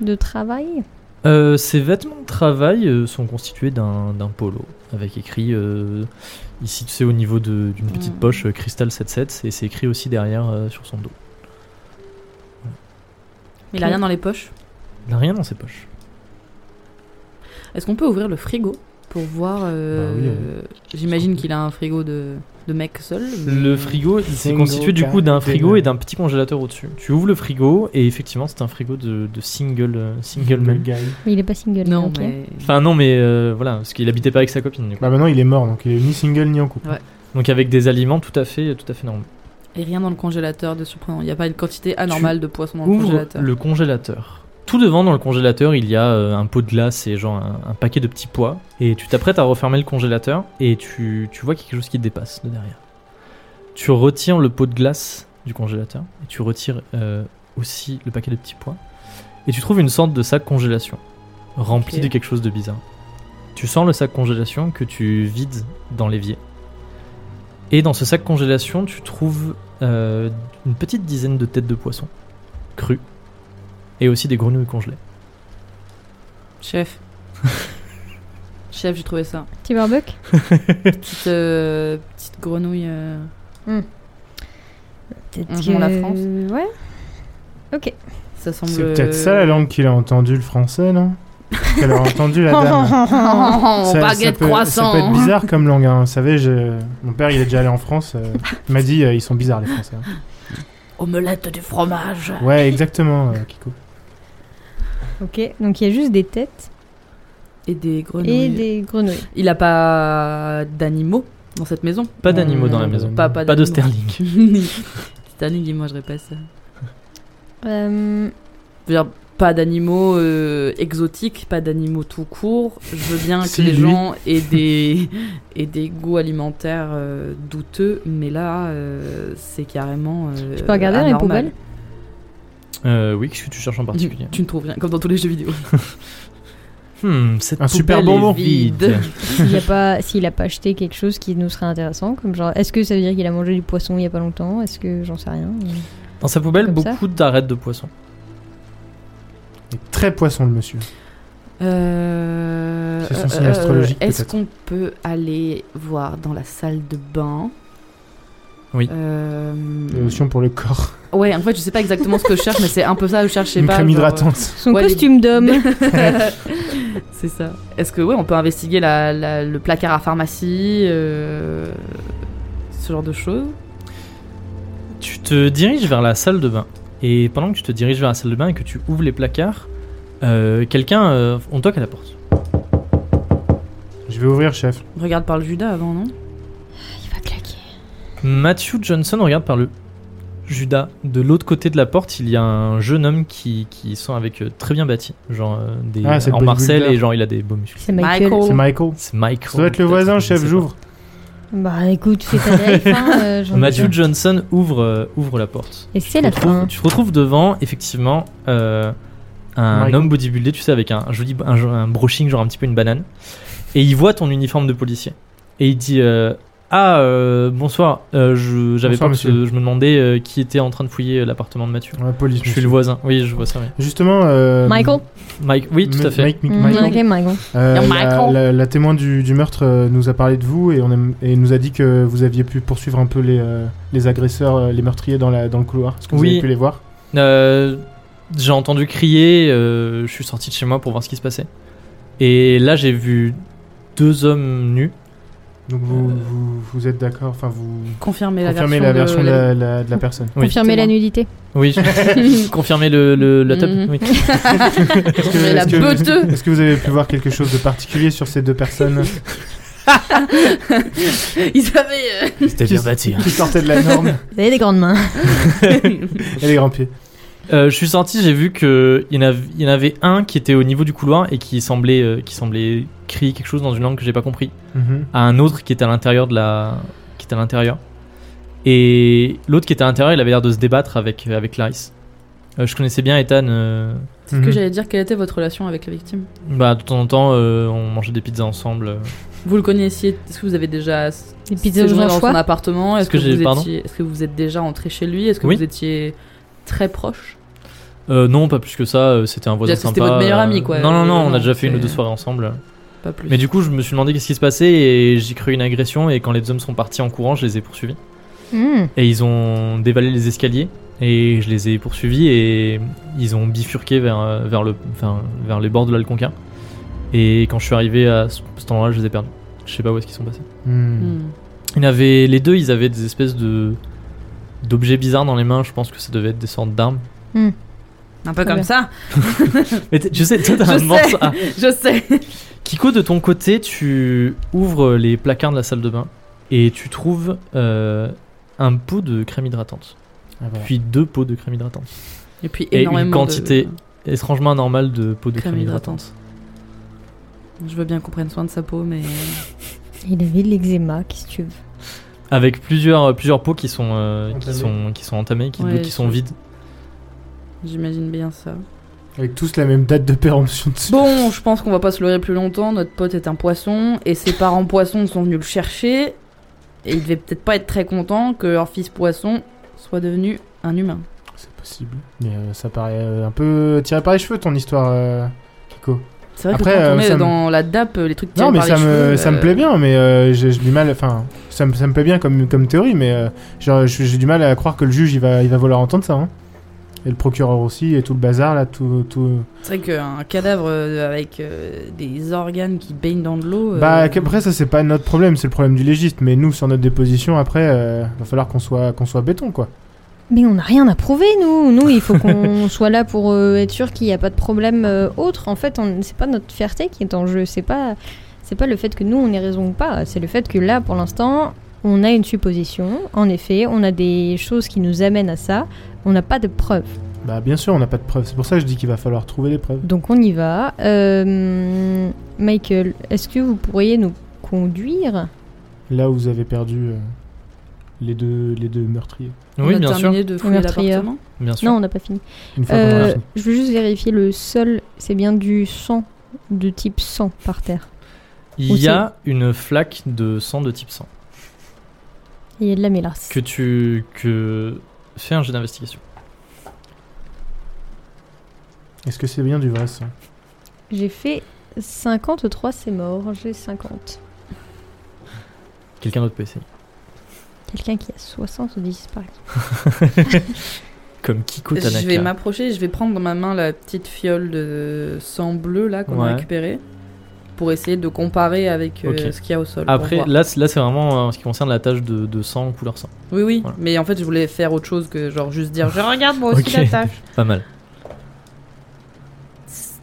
de travail. Euh, ses vêtements de travail euh, sont constitués d'un d'un polo avec écrit euh, ici, tu sais, au niveau de- d'une petite Mm. poche euh, Crystal 77 et c'est écrit aussi derrière euh, sur son dos. Il a rien dans les poches. Il n'a rien dans ses poches. Est-ce qu'on peut ouvrir le frigo pour voir euh, Bah oui, J'imagine qu'il a un frigo de, de mec seul. mais- Le frigo, il s'est Single constitué du coup d'un car- frigo et d'un petit congélateur au-dessus. Tu ouvres le frigo et effectivement, c'est un frigo de, de single, euh, single man. guy. Mais il est pas single. Non, ok. mais. Enfin, non, mais euh, voilà, parce qu'il habitait pas avec sa copine. du coup. Bah maintenant il est mort, donc il est ni single ni en couple. Donc, avec des aliments tout à fait, tout à fait normaux. Et rien dans le congélateur de surprenant. Il n'y a pas une quantité anormale de poissons dans le Ouvre congélateur. le congélateur. Tout devant dans le congélateur, il y a euh, un pot de glace et genre un, un paquet de petits pois. Et tu t'apprêtes à refermer le congélateur et tu, tu vois quelque chose qui dépasse de derrière. Tu retires le pot de glace du congélateur et tu retires euh, aussi le paquet de petits pois. Et tu trouves une sorte de sac congélation rempli Ok. de quelque chose de bizarre. Tu sens le sac congélation que tu vides dans l'évier. Et dans ce sac congélation, tu trouves euh, une petite dizaine de têtes de poisson crues et aussi des grenouilles congelées. Chef. Chef, j'ai trouvé ça. Petit barbuck Petite, euh, petite grenouille. euh, Peut-être On vend la France. euh, Ouais. Ok. ça semble. C'est peut-être ça la langue qu'il a entendu le français, non Qu'elle a entendu la dame. Oh, Ça- ça baguette peut- Ça croissant. peut être bizarre comme langue. hein. Vous savez, je- mon père, il est déjà allé en France. euh, il m'a dit, euh, ils sont bizarres les Français. hein. Omelette du fromage. Ouais, exactement, euh, Kiko. Ok. Donc il y a juste des têtes Et des grenouilles. et des grenouilles. Il a pas d'animaux dans cette maison. Pas d'animaux dans la Mm. maison. Pas, pas, Pas de d'animaux. sterling. Sterling, il mangerait pas ça. Euh, Je veux dire, pas d'animaux euh, exotiques, pas d'animaux tout court. Je veux bien que Si, les lui. gens aient des, aient des goûts alimentaires euh, douteux, mais là, euh, c'est carrément. euh, Tu peux regarder dans les anormal. poubelles Euh, oui, qu'est-ce que tu cherches en particulier Tu ne trouves rien, comme dans tous les jeux vidéo. Hmm, cette Un super poubelle est bonbon. vide. S'il y a pas, s'il a pas acheté quelque chose qui nous serait intéressant, comme genre, est-ce que ça veut dire qu'il a mangé du poisson il y a pas longtemps Est-ce que j'en sais rien Dans sa poubelle, Comme ça. beaucoup d'arêtes de poisson. Il est très poisson le monsieur. Euh, C'est son signe astrologique, Est-ce peut-être. qu'on peut aller voir dans la salle de bain Oui. Euh, Lotion pour le corps. Ouais, en fait, je sais pas exactement ce que je cherche, mais c'est un peu ça, je cherche, je sais Une pas. crème genre, hydratante. Son Ouais, les- costume d'homme. euh, c'est ça. Est-ce que, ouais, on peut investiguer la- la- le placard à pharmacie, euh, ce genre de choses Tu te diriges vers la salle de bain. Et pendant que tu te diriges vers la salle de bain et que tu ouvres les placards, euh, quelqu'un, euh, on toque à la porte. Je vais ouvrir, chef. Regarde par le Judas avant, non Il va claquer. Matthew Johnson regarde par le Judas. De l'autre côté de la porte, il y a un jeune homme qui, qui sont avec euh, très bien bâti, genre euh, des, Ah, c'est le en Marcel bodybuilder. et genre il a des beaux muscles. C'est Michael. Michael. C'est Michael. C'est Mike. Ça doit être le peut-être, voisin, je sais chef, pas. j'ouvre. Bah écoute, fais ta life, hein, euh, j'en ai Matthew besoin. Johnson ouvre, euh, ouvre la porte. Et c'est la Tu te retrouves- fin. Tu te retrouves devant, effectivement, euh, un Michael. homme bodybuildé, tu sais, avec un joli un, un brushing, genre un petit peu une banane. Et il voit ton uniforme de policier. Et il dit euh, Ah, euh, bonsoir, euh, je, j'avais Bonsoir, pas que- monsieur. je me demandais euh, qui était en train de fouiller euh, l'appartement de Mathieu. La police. Je suis monsieur. le voisin, oui, je vois ça. oui. Justement. euh, Michael. Mike, oui, tout M- à fait. Mike- Mike- Mm, Michael. ok, Michael. Euh, Yeah, la, Michael. la- la témoin du, du meurtre euh, nous a parlé de vous et, on aime- et nous a dit que vous aviez pu poursuivre un peu les, euh, les agresseurs, euh, les meurtriers dans, la, dans le couloir. Est-ce que vous Oui. avez pu les voir Euh, j'ai entendu crier, euh, je suis sorti de chez moi pour voir ce qui se passait. Et là, j'ai vu deux hommes nus. Donc vous, Euh. vous, vous êtes d'accord Enfin, vous Confirmer la confirmez version, la version de, de- la, la- de la personne. Oui. Confirmer la nudité. Oui, je- confirmer le, le- la table. Mhm. oui. Est-ce que, Mais la est-ce que- beuteuse. est-ce que vous avez pu voir quelque chose de particulier sur ces deux personnes Ils avaient. C'était bien hein. bâti. qui sortaient de la norme Vous avez des grandes mains. euh, et les grands pieds Euh, je suis sorti, j'ai vu qu'il y, en av- il y en avait un qui était au niveau du couloir et qui semblait, euh, qui semblait crier quelque chose dans une langue que j'ai pas compris. Mhm. À un autre qui était à l'intérieur de la, qui était à l'intérieur. Et l'autre qui était à l'intérieur, il avait l'air de se débattre avec avec Clarisse. Euh, je connaissais bien Ethan. euh, C'est ce que Mhm. j'allais dire, quelle était votre relation avec la victime bah de temps en temps, euh, on mangeait des pizzas ensemble. euh. Vous le connaissiez Est-ce que vous avez déjà Des pizzas aux séjourné dans son anchois. appartement Est-ce Est-ce que, que j'ai- vous pardon étiez... Est-ce que vous êtes déjà entré chez lui Est-ce que Oui. vous étiez très proches Euh, non, pas plus que ça, euh, c'était un voisin Déjà, sympa. c'était votre meilleur euh, ami, quoi. Non, non, non, on a Non, déjà fait une ou c'est- deux soirées ensemble. Pas plus. Mais du coup, je me suis demandé qu'est-ce qui se passait et j'ai cru une agression. Et quand les hommes sont partis en courant, je les ai poursuivis. Hmm. Et ils ont dévalé les escaliers et je les ai poursuivis et ils ont bifurqué vers, euh, vers, le, enfin, vers les bords de l'Alconquin. Et quand je suis arrivé à ce cet endroit-là, je les ai perdus. Je sais pas où est-ce qu'ils sont passés. Hmm. Hmm. Il avait, les deux, ils avaient des espèces de d'objets bizarres dans les mains. Je pense que ça devait être des sortes d'armes. Un peu Très comme bien. ça, Mais t'es- je sais, toi, t'as un Je morceau- sais. ah. je sais. Kiko, de ton côté, tu ouvres les placards de la salle de bain et tu trouves euh, un pot de crème hydratante, Ah, voilà. puis deux pots de crème hydratante. Et puis Et une énormément de quantité Étrangement anormal de pots de crème, crème hydratante. hydratante. Je veux bien qu'on prenne soin de sa peau, mais euh, Il avait de l'eczéma, qu'est-ce que tu veux Avec plusieurs, plusieurs pots qui sont, euh, qui, Entamés. sont, qui sont entamés, qui, Ouais, qui sont je- vides. j'imagine bien ça. Avec tous la même date de péremption dessus. Bon, je pense qu'on va pas se leurrer plus longtemps. Notre pote est un poisson et ses parents poissons sont venus le chercher. Et il devait peut-être pas être très content que leur fils poisson soit devenu un humain. C'est possible. Mais euh, ça paraît euh, un peu tiré par les cheveux ton histoire, euh, Kiko. C'est vrai Après, que quand euh, on est ça me- dans la DAP, euh, les trucs tirés Non, mais par ça les me, cheveux, ça me euh, plaît bien, mais euh, j'ai j'ai du mal. Enfin, ça me, ça me plaît bien comme, comme théorie, mais euh, genre, j'ai j'ai du mal à croire que le juge il va, il va vouloir entendre ça. hein. Et le procureur aussi, et tout le bazar là, tout. tout... C'est vrai qu'un cadavre euh, avec euh, des organes qui baignent dans de l'eau. euh, Bah, après, ça c'est pas notre problème, c'est le problème du légiste, mais nous sur notre déposition, après, euh, va falloir qu'on soit, qu'on soit béton quoi. Mais on n'a rien à prouver, nous. Nous, il faut qu'on soit là pour euh, être sûr qu'il n'y a pas de problème euh, autre. En fait, on- c'est pas notre fierté qui est en jeu. C'est pas, c'est pas le fait que nous on ait raison ou pas. C'est le fait que là, pour l'instant, on a une supposition. En effet, on a des choses qui nous amènent à ça. On n'a pas de preuves. Bah, bien sûr, on n'a pas de preuves, c'est pour ça que je dis qu'il va falloir trouver des preuves. Donc on y va. Euh, Michael, est-ce que vous pourriez nous conduire Là où vous avez perdu euh, les, deux, les deux meurtriers. on Oui, a bien sûr, terminé de fouiller meurtrière. l'appartement. bien sûr. Non, on n'a pas fini. Une fois qu'on Euh, a fini. je veux juste vérifier le sol. C'est bien du sang, de type sang par terre. Il y a une flaque de sang de type sang Il y a de la mélasse. que tu que fais un jeu d'investigation. Est-ce que c'est bien du vrai sang J'ai fait 53, c'est mort. J'ai 50. Quelqu'un d'autre peut essayer. Quelqu'un qui a 70 par exemple. Comme Kiko Tanaka. Je vais m'approcher, je vais prendre dans ma main la petite fiole de sang bleu là qu'on Ouais. a récupérée pour essayer de comparer avec euh, Ok. ce qu'il y a au sol. pour Après, voir. là, c'est- là c'est vraiment euh, en ce qui concerne la tâche de, de sang, couleur sang. oui, oui, voilà. mais en fait, je voulais faire autre chose que genre juste dire je regarde moi aussi Ok. la tâche. Pas mal.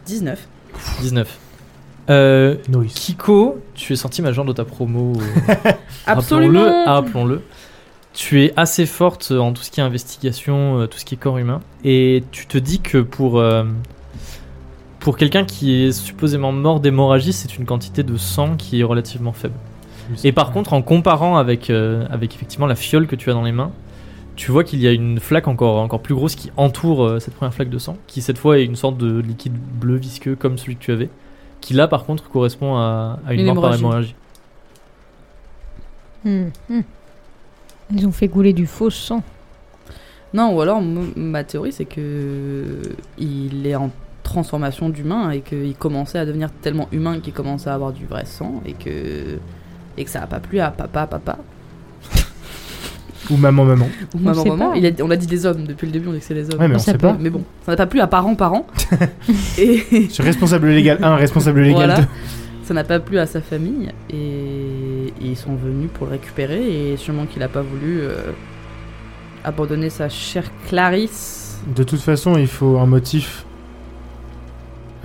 19. 19. Euh, Noise. Kiko, tu es sorti major de ta promo. euh, Absolument. Rappelons-le. rappelons-le. Tu es assez forte euh, en tout ce qui est investigation, euh, tout ce qui est corps humain. Et tu te dis que pour, euh, pour quelqu'un qui est supposément mort d'hémorragie, c'est une quantité de sang qui est relativement faible. Et par contre, en comparant avec, euh, avec effectivement la fiole que tu as dans les mains, tu vois qu'il y a une flaque encore, encore plus grosse qui entoure euh, cette première flaque de sang, qui cette fois est une sorte de liquide bleu visqueux comme celui que tu avais, qui là par contre correspond à, à une, Une mort par hémorragie. hémorragie. Hmm, hmm. Ils ont fait gouler du faux sang. Non, ou alors m- ma théorie c'est que il est en transformation d'humain et qu'il commençait à devenir tellement humain qu'il commençait à avoir du vrai sang et que et que ça a pas plu à papa, papa. Ou maman, maman. Ou On maman, sait maman. pas. Il a- on a dit des hommes depuis le début, on dit que c'est les hommes. Ouais, mais on Euh, Ça sait peut. pas. Mais bon, ça n'a pas plu à parents, parents. et Je suis responsable légal 1, responsable légal voilà, 2. ça n'a pas plu à sa famille. Et, et ils sont venus pour le récupérer. Et sûrement qu'il n'a pas voulu euh, abandonner sa chère Clarisse. De toute façon, il faut un motif,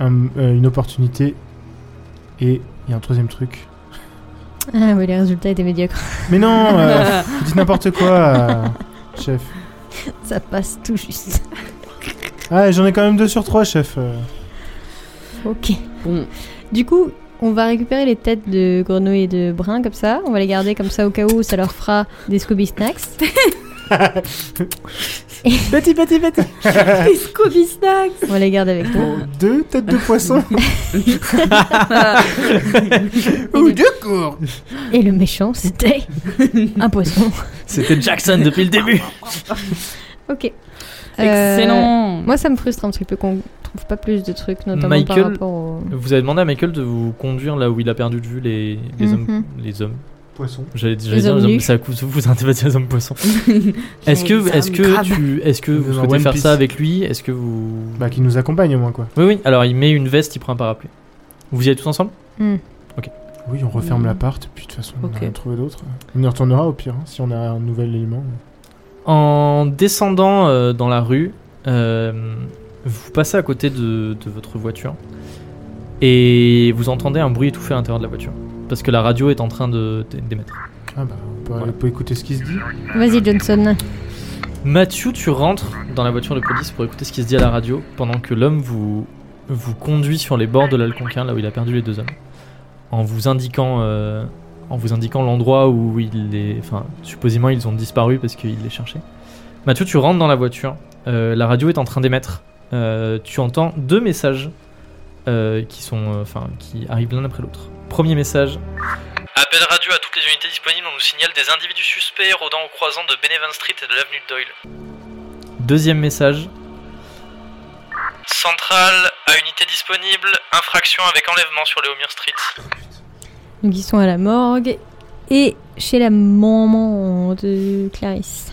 un- euh, une opportunité et il y a un troisième truc. Ah oui, les résultats étaient médiocres. Mais non, euh, vous dites n'importe quoi, euh, chef. Ça passe tout juste. Ah, j'en ai quand même deux sur trois, chef. euh. Ok. Bon, Du coup, on va récupérer les têtes de grenouilles et de brins comme ça. On va les garder comme ça au cas où ça leur fera des Scooby Snacks. Petit, petit, petit. les Scooby Snacks On va les garder avec nous. Pour deux têtes de poisson Et ou le, deux cours. et le méchant, c'était un poisson. C'était Jackson depuis le début Ok. Euh, Excellent. Moi, ça me frustre un petit peu qu'on trouve pas plus de trucs, notamment Michael- par rapport au. Vous avez demandé à Michael de vous conduire là où il a perdu de vue les, les hommes. Mhm. Les hommes. Poisson. J'allais j'allais Les dire hommes les hommes, nus. mais ça vous- vous intéresse les hommes poissons. Est-ce que, est-ce que, tu, est-ce que vous Dans souhaitez One faire Piece. ça avec lui Est-ce que vous. Bah, qui nous accompagne au moins, quoi. Oui, oui, alors il met une veste, il prend un parapluie. Vous y allez tous ensemble Hmm. Oui, on referme Mm. l'appart, puis de toute façon, on Ok. va en trouver d'autres. On y retournera au pire, hein, si on a un nouvel élément. En descendant euh, dans la rue, euh, vous passez à côté de, de votre voiture et vous entendez un bruit étouffé à l'intérieur de la voiture parce que la radio est en train de d'é- d'émettre. Ah bah, on peut, Voilà. on peut écouter ce qui se dit. Vas-y, Johnson. Mathieu, tu rentres dans la voiture de police pour écouter ce qui se dit à la radio pendant que l'homme vous, vous conduit sur les bords de l'Alconquin, là où il a perdu les deux hommes, en vous indiquant, euh, en vous indiquant l'endroit où il les, enfin, supposément ils ont disparu parce qu'il les cherchait. Mathieu, tu rentres dans la voiture. Euh, la radio est en train d'émettre. Euh, tu entends deux messages euh, qui sont, euh, enfin, qui arrivent l'un après l'autre. Premier message. Appel radio à toutes les unités disponibles. On nous signale des individus suspects rôdant au croisant de Benevent Street et de l'avenue Doyle. Deuxième message. Centrale à unité disponible, infraction avec enlèvement sur les Homir Street. Donc, ils sont à la morgue et chez la maman de Clarisse.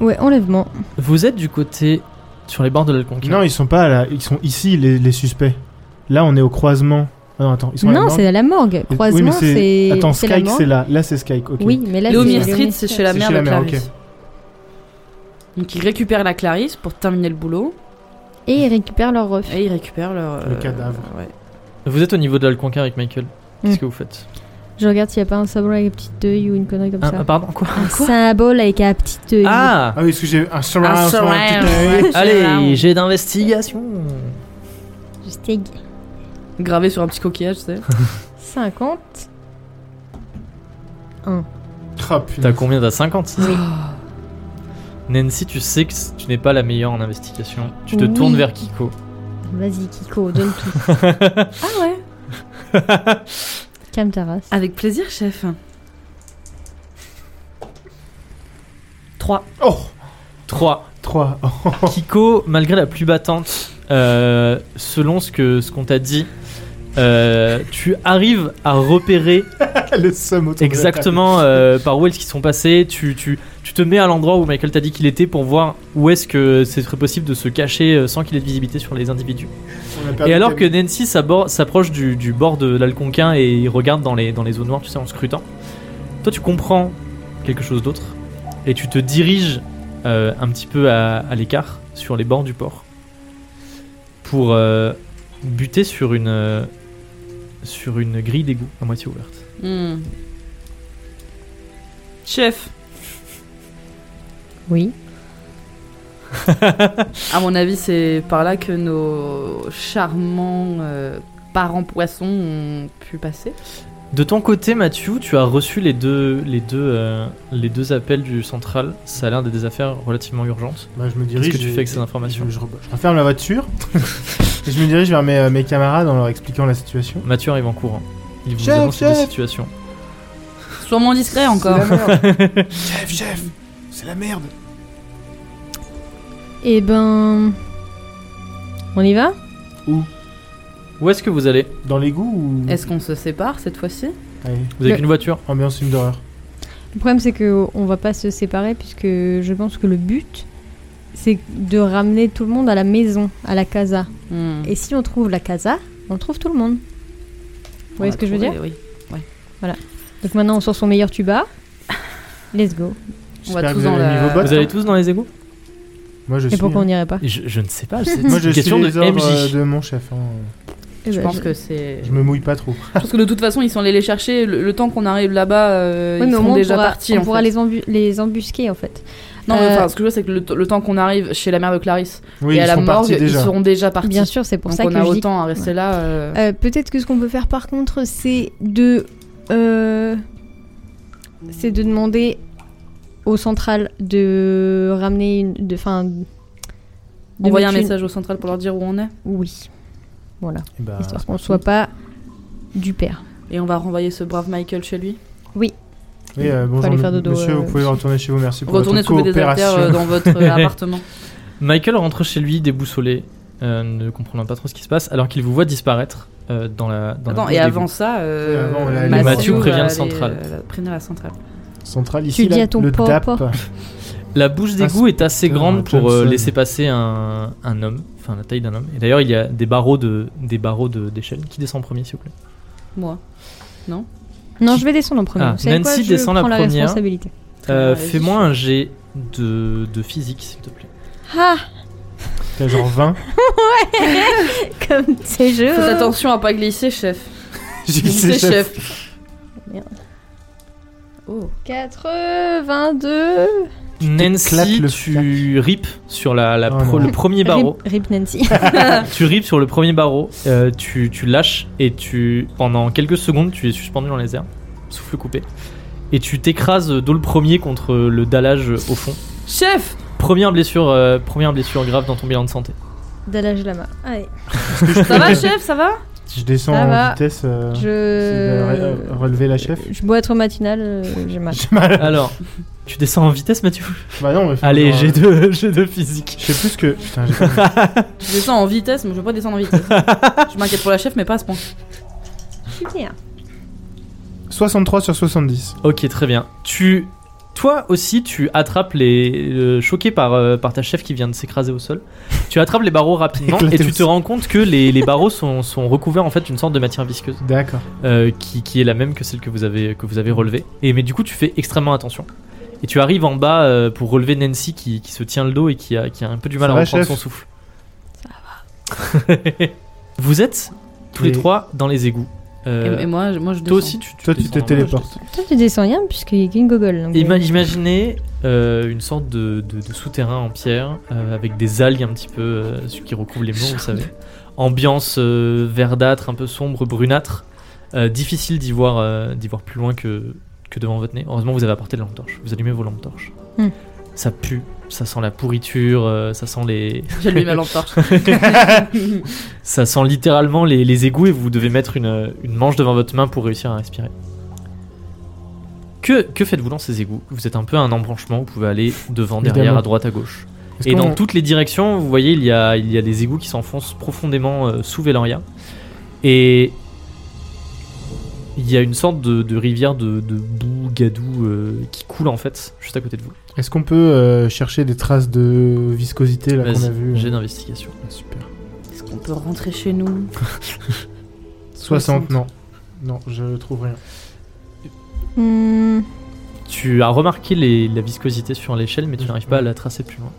Ouais, enlèvement. Vous êtes du côté sur les bords de l'Algonquin. Non, ils sont pas là, ils sont ici, les, les suspects. Là, on est au croisement. Ah non, attends, ils sont à la non, banque. c'est à la morgue. Oui, Croisement, mais c'est. Attends, c'est la Skyke, morgue. c'est là. Là, c'est Skyke, ok. Oui, mais là, Léo c'est- Mir Street, c'est chez la C'est mère chez de la mère, Clarisse. Donc ils récupèrent la Clarisse pour terminer le boulot Et ils récupèrent leur ref. et ils récupèrent leur. euh, Le cadavre. ouais. Vous êtes au niveau de l'Algonquin avec Michael. Qu'est-ce Mm. que vous faites Je regarde s'il n'y a pas un symbole avec un petit deuil ou une connerie comme Ah, ça. ah, Pardon, quoi Un symbole avec un petit deuil. Ah Ah oui, parce que j'ai un surround. Un surround, surround, tout ouais. Allez, j'ai d'investigation Je stag. Gravé sur un petit coquillage, tu sais. 50. à- Oh, putain. T'as combien T'as 50 Oui. Nancy, tu sais que tu n'es pas la meilleure en investigation. Tu te Oui. tournes vers Kiko. Vas-y, Kiko, donne tout. Ah ouais. Calme ta race. Avec plaisir, chef. 3. Oh 3. 3. Kiko, malgré la pluie battante, euh, selon ce que ce qu'on t'a dit, euh, tu arrives à repérer le seum autour de la exactement euh, par où est-ce qu'ils sont passés. Tu, tu, tu te mets à l'endroit où Michael t'a dit qu'il était pour voir où est-ce que ce serait possible de se cacher euh, sans qu'il ait de visibilité sur les individus. table. On a perdu Et alors que Camille. Nancy s'abor- s'approche du, du bord de l'Alconquin et regarde dans les, dans les eaux noires, tu sais, en scrutant, toi tu comprends quelque chose d'autre et tu te diriges euh, un petit peu à, à l'écart sur les bords du port pour euh, buter sur une, euh, sur une grille d'égout à moitié ouverte. Hmm. Chef, Oui. à mon avis, c'est par là que nos charmants euh, parents poissons ont pu passer. De ton côté, Mathieu, tu as reçu les deux, les deux, euh, les deux appels du central. Ça a l'air d'être des affaires relativement urgentes. Bah, je me dirige. Qu'est-ce que tu et- fais avec ces je, informations je, re- je referme la voiture. et je me dirige vers mes, euh, mes camarades en leur expliquant la situation. Mathieu arrive en courant. Il vous Chef, annonce les deux chef. situations. Sois moins discret encore. C'est la merde. chef, chef C'est la merde Eh ben. On y va Où est-ce que vous allez Dans l'égout ou. Est-ce qu'on se sépare cette fois-ci Allez, Vous avez Le- qu'une voiture ambiance film d'horreur. Le problème, c'est que on va pas se séparer puisque je pense que le but, c'est de ramener tout le monde à la maison, à la casa. Hmm. Et si on trouve la casa, on trouve tout le monde. Vous voyez On ce a que je veux trouvé, dire Oui. Donc maintenant, on sort son meilleur tuba. Let's go. va J'espère que tous vous dans avez la- mis vos bottes. Vous allez tous dans les égouts hein. Moi, je Et suis. pourquoi on n'irait pas je, je ne sais pas, c'est Moi, je une question suis de les ordres, euh, MJ. de mon chef. hein. Eh Je ben, pense que c'est. Je me mouille pas trop. Je pense que de toute façon, ils sont allés les chercher. Le, le temps qu'on arrive là-bas, euh, Oui, ils mais au sont moins, on déjà pourra, partis. on en pourra fait. les, embu- les embusquer en fait. Non, mais Euh, enfin, ce que je veux, c'est que le, t- le temps qu'on arrive chez la mère de Clarisse Oui, et à ils la sont morgue, partis déjà. ils seront déjà partis. Bien sûr, c'est pour Donc ça on que a je dis. autant à rester là. euh, Euh, Peut-être que ce qu'on peut faire par contre, c'est de. euh, c'est de demander au central de ramener une. De, fin, de envoyer un mettre une- message au central pour leur dire où on est. Oui. Voilà. Eh Ah. ben, Histoire qu'on soit pas du père. Et on va renvoyer ce brave Michael chez lui. Et, euh, bonjour, aller faire dodo, monsieur, euh, vous pouvez monsieur. retourner chez vous, merci pour Retournez votre trouver des haltères euh, coopération. dans votre euh, appartement. Michael rentre chez lui déboussolé, euh, ne comprenant pas trop ce qui se passe, alors qu'il vous voit disparaître euh, dans la. Dans la Attends, bouche et des- avant ça, euh, Et avant, là, Mathieu prévient le va aller, central. euh, prévenir la centrale. Centrale Tu ici, dis là, à ton le papa. DAP. La bouche d'égout est assez Inspecteur grande pour euh, Ah, Johnson. laisser passer un, un homme, enfin la taille d'un homme. Et d'ailleurs, il y a des barreaux de des barreaux de- d'échelle. Qui descend en premier, s'il vous plaît Moi. Non, je vais descendre en premier. Ah, Vous savez quoi Nancy Je descend la prends première. responsabilité. Très Euh, bien, Fais-moi un jet de, de physique, s'il te plaît. Ah, T'as genre 20. comme ces jeux. Faites attention à pas glisser, chef. J'ai Glissez, chef. chef. Merde. Oh. 82. Nancy, t'éclates le tu ripes sur la, la Oh pro- non. le premier barreau. Rip, rip Nancy. tu ripes sur le premier barreau, euh, tu, tu lâches et tu pendant quelques secondes, tu es suspendu dans les airs, souffle coupé. Et tu t'écrases euh, d'où le premier contre le dallage euh, au fond. Chef Première blessure, euh, première blessure grave dans ton bilan de santé. Dalaj Lama. Allez, Ça va, chef Ça va Je descends Ça en va. vitesse. Ah. euh, c'est de re- je. euh, relever la chef. Je bois être matinale, euh, j'ai mal. J'ai mal. Alors, tu descends en vitesse, Mathieu Bah non, mais faut Allez, genre, j'ai de, j'ai de physique. Je sais plus ce que. Putain, j'ai pas- Je descends en vitesse, mais je veux pas descendre en vitesse. je m'inquiète pour la chef, mais pas à ce point. Super. 63 sur 70. Ok, très bien. Tu, toi aussi, tu attrapes les, euh, choqué par euh, par ta chef qui vient de s'écraser au sol. Tu attrapes les barreaux rapidement et Éclaté tu au te sol. rends compte que les, les barreaux sont, sont recouverts en fait d'une sorte de matière visqueuse D'accord. euh, qui, qui est la même que celle que vous avez que vous avez relevée. Et mais du coup, tu fais extrêmement attention. Et tu arrives en bas euh, pour relever Nancy qui, qui se tient le dos et qui a, qui a un peu du mal Ça à va, reprendre chef son souffle. Ça va. vous êtes tous les Et- trois dans les égouts. Euh, Et, et moi, je- moi, je descends. toi aussi, tu, Toi, tu descends te dans les- téléportes. Toi, tu descends rien puisqu'il y a qu'une gogole. donc, Ima- euh, imaginez euh, une sorte de, de- de souterrain en pierre euh, avec des algues un petit peu euh, ce qui recouvre les murs, vous savez. Ambiance euh, verdâtre, un peu sombre, brunâtre. Euh, difficile d'y voir, euh, d'y voir plus loin que, que devant votre nez. Heureusement, vous avez apporté de lampes torches. Vous allumez vos lampes torches. Hmm. Ça pue, ça sent la pourriture, euh, ça sent les, J'allume ma lampe torche. ça sent littéralement les, les égouts et vous devez mettre une, une manche devant votre main pour réussir à respirer. Que, que faites-vous dans ces égouts Vous êtes un peu à un embranchement, vous pouvez aller devant, derrière, Évidemment. à droite, à gauche. Est-ce Et qu'on- dans toutes les directions, vous voyez, il y a, il y a des égouts qui s'enfoncent profondément euh, sous Veloria. Et il y a une sorte de, de rivière de, de boue, gadou, euh, qui coule en fait, juste à côté de vous. Est-ce qu'on peut euh, chercher des traces de viscosité là qu'on a vu Vas-y, euh, j'ai d'investigation. ah, Super. Est-ce qu'on peut rentrer chez nous 60, non. Non, je trouve rien. hmm, Tu as remarqué les- la viscosité sur l'échelle, mais tu n'arrives pas à la tracer plus loin.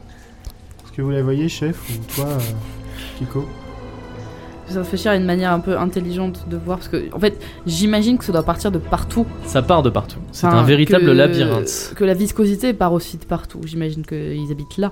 Est-ce que vous la voyez, chef Ou toi, euh, Kiko Je vais réfléchir à une manière un peu intelligente de voir parce que en fait j'imagine que ça doit partir de partout. Ça part de partout. C'est Enfin, un véritable Ah, que- labyrinthe. Que la viscosité part aussi de partout. J'imagine qu'ils habitent là.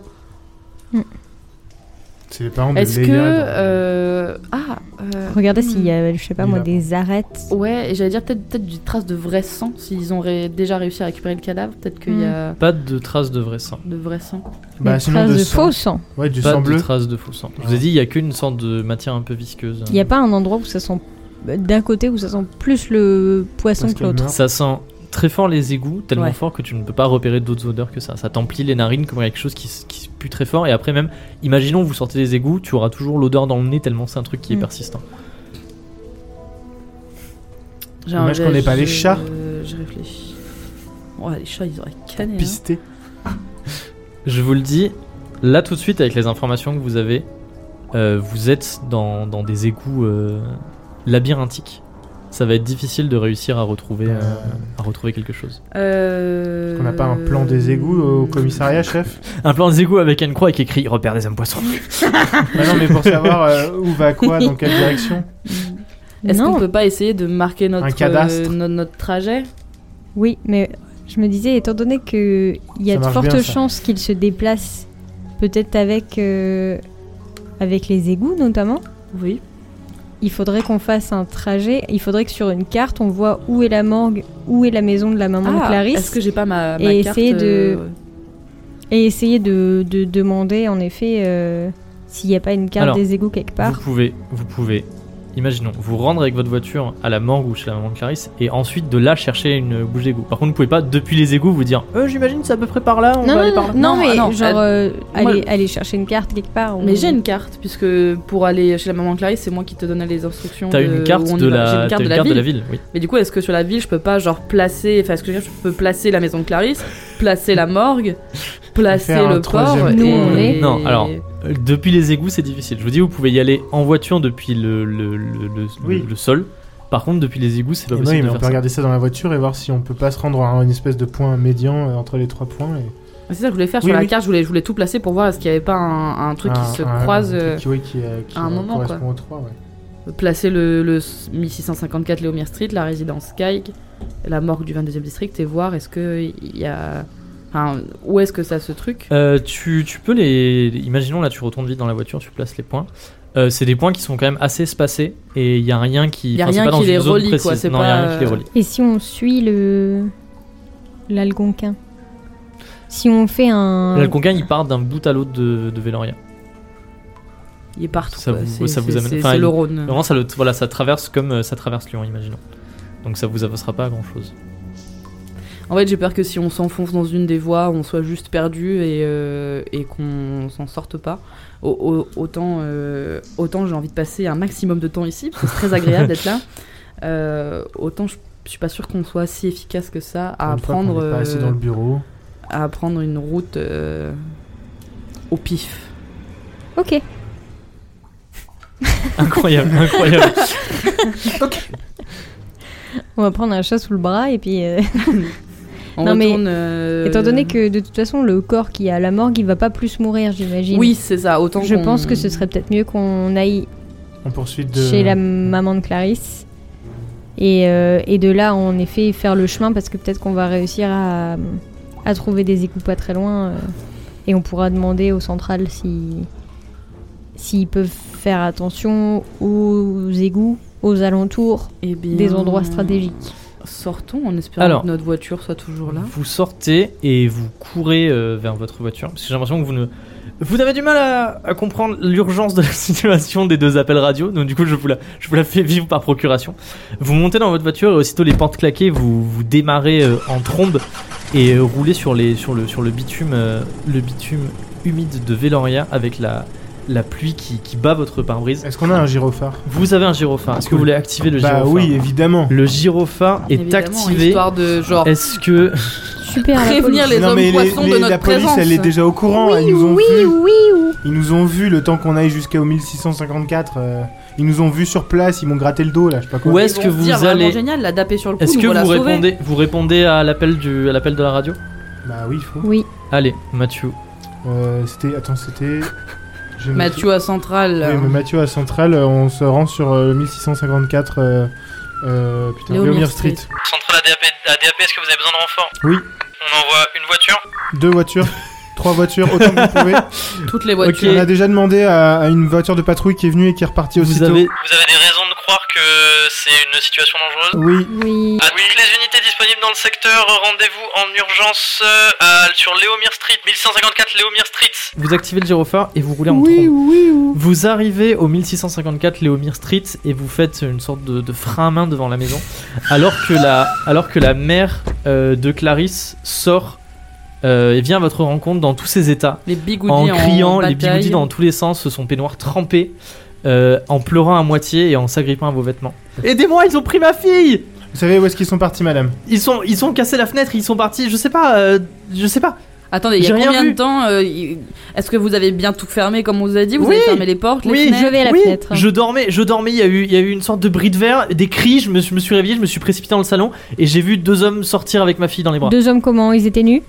C'est les parents de Est-ce Leia. que dans- euh, ah euh, Oh. Regardez s'il y a, je sais pas moi, des arêtes. ouais et j'allais dire peut-être peut-être des traces de vrai sang s'ils ont ré- déjà réussi à récupérer le cadavre. Peut-être qu'il y a Pas de traces de vrai sang. de vrai sang. Bah, des sinon, traces de de, sang. faux sang. Ouais, du pas sang de bleu. traces de faux sang. Je vous ai dit, il n'y a qu'une sorte de matière un peu visqueuse. Euh. Il n'y a pas un endroit où ça sent. D'un côté où ça sent plus le poisson Parce que l'autre. meurt. Ça sent très fort les égouts, tellement Ouais. fort que tu ne peux pas repérer d'autres odeurs que ça. Ça t'emplit les narines comme quelque chose qui, s- qui pue très fort. Et après, même, imaginons vous sortez des égouts, tu auras toujours l'odeur dans le nez tellement c'est un truc qui est Mm. persistant. J'ai Dommage un- qu'on n'ait pas je- les chats. Je réfléchis. Ouais les chats ils auraient cané. hein. Pisté. Je vous le dis, là tout de suite, avec les informations que vous avez, euh, vous êtes dans, dans des égouts euh, labyrinthiques. Ça va être difficile de réussir à retrouver, euh, Euh. à retrouver quelque chose. hein. Euh... On n'a pas un plan des égouts au commissariat, chef Un plan des égouts avec une croix qui écrit repère des hommes poissons. Bah non, mais pour savoir euh, où va quoi, dans quelle direction. Est-ce qu'on Non. peut pas essayer de marquer notre Un cadastre. euh, no- notre trajet Oui, mais je me disais, étant donné qu'il y a Ça de marche fortes bien, ça. chances qu'il se déplace, peut-être avec, euh, avec les égouts notamment, Oui. il faudrait qu'on fasse un trajet. Il faudrait que sur une carte, on voit où est la morgue, où est la maison de la maman de Ah, Clarisse, est-ce que j'ai pas ma, ma Et carte essayer de- euh, et essayer de, de demander en effet euh, s'il n'y a pas une carte Alors, des égouts quelque Vous part. pouvez, vous pouvez imaginons, vous rendre avec votre voiture à la morgue ou chez la maman de Clarisse et ensuite de là chercher une bouche d'égout. Par contre, vous pouvez pas depuis les égouts vous dire euh, j'imagine c'est à peu près par là, on non, va aller non, par là. non, non, Non, mais ah non, genre euh, moi- aller, aller chercher une carte quelque part. ou- Mais j'ai une carte, puisque pour aller chez la maman de Clarisse, c'est moi qui te donnais les instructions. T'as de une carte, où on de y va. la... J'ai une t'as carte une de la carte de ville. la ville, oui. Mais du coup, est-ce que sur la ville, je peux pas genre placer. Enfin, est-ce que je veux dire, je peux placer la maison de Clarisse, placer la morgue, placer Faire un le port troisième Nous, et- on est. Non, alors, Euh, Depuis les égouts, c'est difficile. Je vous dis, vous pouvez y aller en voiture depuis le, le, le, le- Oui. Eh ben, le sol. Par contre, depuis les égouts, c'est pas Et possible oui, de mais on faire peut ça. regarder ça dans la voiture et voir si on peut pas se rendre à un- une espèce de point médian euh, entre les trois points. Et... C'est ça que je voulais faire Oui, sur la oui. carte, je voulais, je voulais tout placer pour voir est-ce qu'il n'y avait pas un, un truc Ah, Un- qui se un- croise. un truc euh, qui, oui, qui, euh, qui, à un euh, moment, quoi. correspond aux trois, ouais. placer le, le 1654 Léomir Street, la résidence Kaig, la morgue du 22e district et voir est-ce qu'il y a. Enfin, où est-ce que ça ce truc Euh, tu, tu peux les. Imaginons là, tu retournes vite dans la voiture, tu places les points. Euh, c'est des points qui sont quand même assez espacés et il y a rien qui. Y a enfin, c'est rien pas dans qui une les zone relie, quoi, précise. c'est Non, y a pas, euh, rien qui les relie. Et si on suit le l'Algonquin Si on fait un. hum. L'Alconquin, il part d'un bout à l'autre de, de Veloria. Il est partout. ça quoi. vous- C'est- ça vous c'est- amène- c'est- enfin, C'est il- le Rhône. Vraiment, ça, le, voilà, ça traverse comme euh, ça traverse Lyon, imaginons. Donc ça vous avancera pas à grand chose. En fait, j'ai peur que si on s'enfonce dans une des voies, on soit juste perdu et, euh, et qu'on s'en sorte pas. Au- au- autant euh, autant j'ai envie de passer un maximum de temps ici, parce que c'est très agréable d'être là. Euh, autant je je suis pas sûr qu'on soit si efficace que ça Pour à une fois qu'on prendre est pas assis euh, dans le bureau. à prendre une route euh, au pif. Ok. Incroyable, incroyable. On va prendre un chat sous le bras et puis. euh, On Non, mais retourne, euh, Étant donné que de toute façon le corps qui est à la morgue, il va pas plus mourir, j'imagine. oui c'est ça autant Je qu'on- pense que ce serait peut-être mieux qu'on aille En poursuite de. chez la maman de Clarisse. Et, euh, et de là, en effet, faire le chemin parce que peut-être qu'on va réussir à, à trouver des égouts pas très loin. euh, et on pourra demander au central si s'ils peuvent faire attention aux égouts, aux alentours, Eh bien, des endroits stratégiques. Sortons en espérant Alors. que notre voiture soit toujours là. Vous sortez et vous courez euh, vers votre voiture. Parce que j'ai l'impression que vous ne. Vous avez du mal à, à comprendre l'urgence de la situation des deux appels radio. Donc, du coup, je vous, la, je vous la fais vivre par procuration. Vous montez dans votre voiture et aussitôt les portes claquées, vous, vous démarrez euh, en trombe et euh, roulez sur, les, sur, le, sur le, bitume, euh, le bitume humide de Veloria avec la, la pluie qui, qui bat votre pare-brise. Est-ce qu'on a un gyrophare Vous avez un gyrophare. Est-ce que vous voulez activer le Bah gyrophare oui, évidemment. Le gyrophare est Évidemment, activé. Histoire de genre Est-ce que. Super. la Prévenir police. les hommes poissons de notre la police, présence. elle est déjà au courant. Oui, ils nous ont oui, vu. oui, oui. Ils nous ont vu le temps qu'on aille jusqu'au 1654. euh, ils nous ont vu sur place. Ils m'ont gratté le dos là. Je sais pas quoi. Où est-ce Ils que vont se vous dire, vraiment allez- génial, la daper sur le cou, Est-ce nous que voilà vous sauvés. répondez, vous répondez à l'appel du à l'appel de la radio Bah oui, il faut. Oui. Allez, Mathieu. Euh, c'était. Attends, c'était. j'ai noté- Mathieu hein. à Centrale, Oui, mais Mathieu à Centrale, euh, on se rend sur euh, 1654. Euh, euh, putain, Léomir Léomir Street. Street. Centrale ADAP, est-ce que vous avez besoin de renfort Oui. On envoie une voiture Deux voitures. Trois voitures, autant que vous pouvez. toutes les voitures. Ok. On a déjà demandé à, à une voiture de patrouille qui est venue et qui est repartie vous aussitôt. avez... vous avez des raisons de croire que c'est une situation dangereuse Oui, Oui. à toutes les unités disponibles dans le secteur, rendez-vous en urgence euh, sur Léomir Street, 1154 Léomir Street. Vous activez le gyrophare et vous roulez en trombe. Oui, oui, oui. Vous arrivez au 1654 Léomir Street et vous faites une sorte de, de frein à main devant la maison, alors que la, alors que la mère euh, de Clarisse sort euh, et vient à votre rencontre dans tous ses états, Les bigoudis en criant, les bataille. bigoudis dans tous les sens, son peignoir trempé, euh, en pleurant à moitié et en s'agrippant à vos vêtements. Aidez-moi, ils ont pris ma fille vous savez où est-ce qu'ils sont partis, madame Ils sont, ils ont cassé la fenêtre, ils sont partis, je sais pas, euh, je sais pas. Attendez, il y J'ai a rien combien vu. de temps euh, y- Est-ce que vous avez bien tout fermé comme on vous a dit Vous Oui. avez fermé les portes, les Oui, Je fenêtres vais à la oui, fenêtre. je dormais, je dormais. Il y a eu, il y a eu une sorte de bris de verre, des cris. Je me, je me suis réveillé, je me suis précipité dans le salon et j'ai vu deux hommes sortir avec ma fille dans les bras. Deux hommes comment Ils étaient nus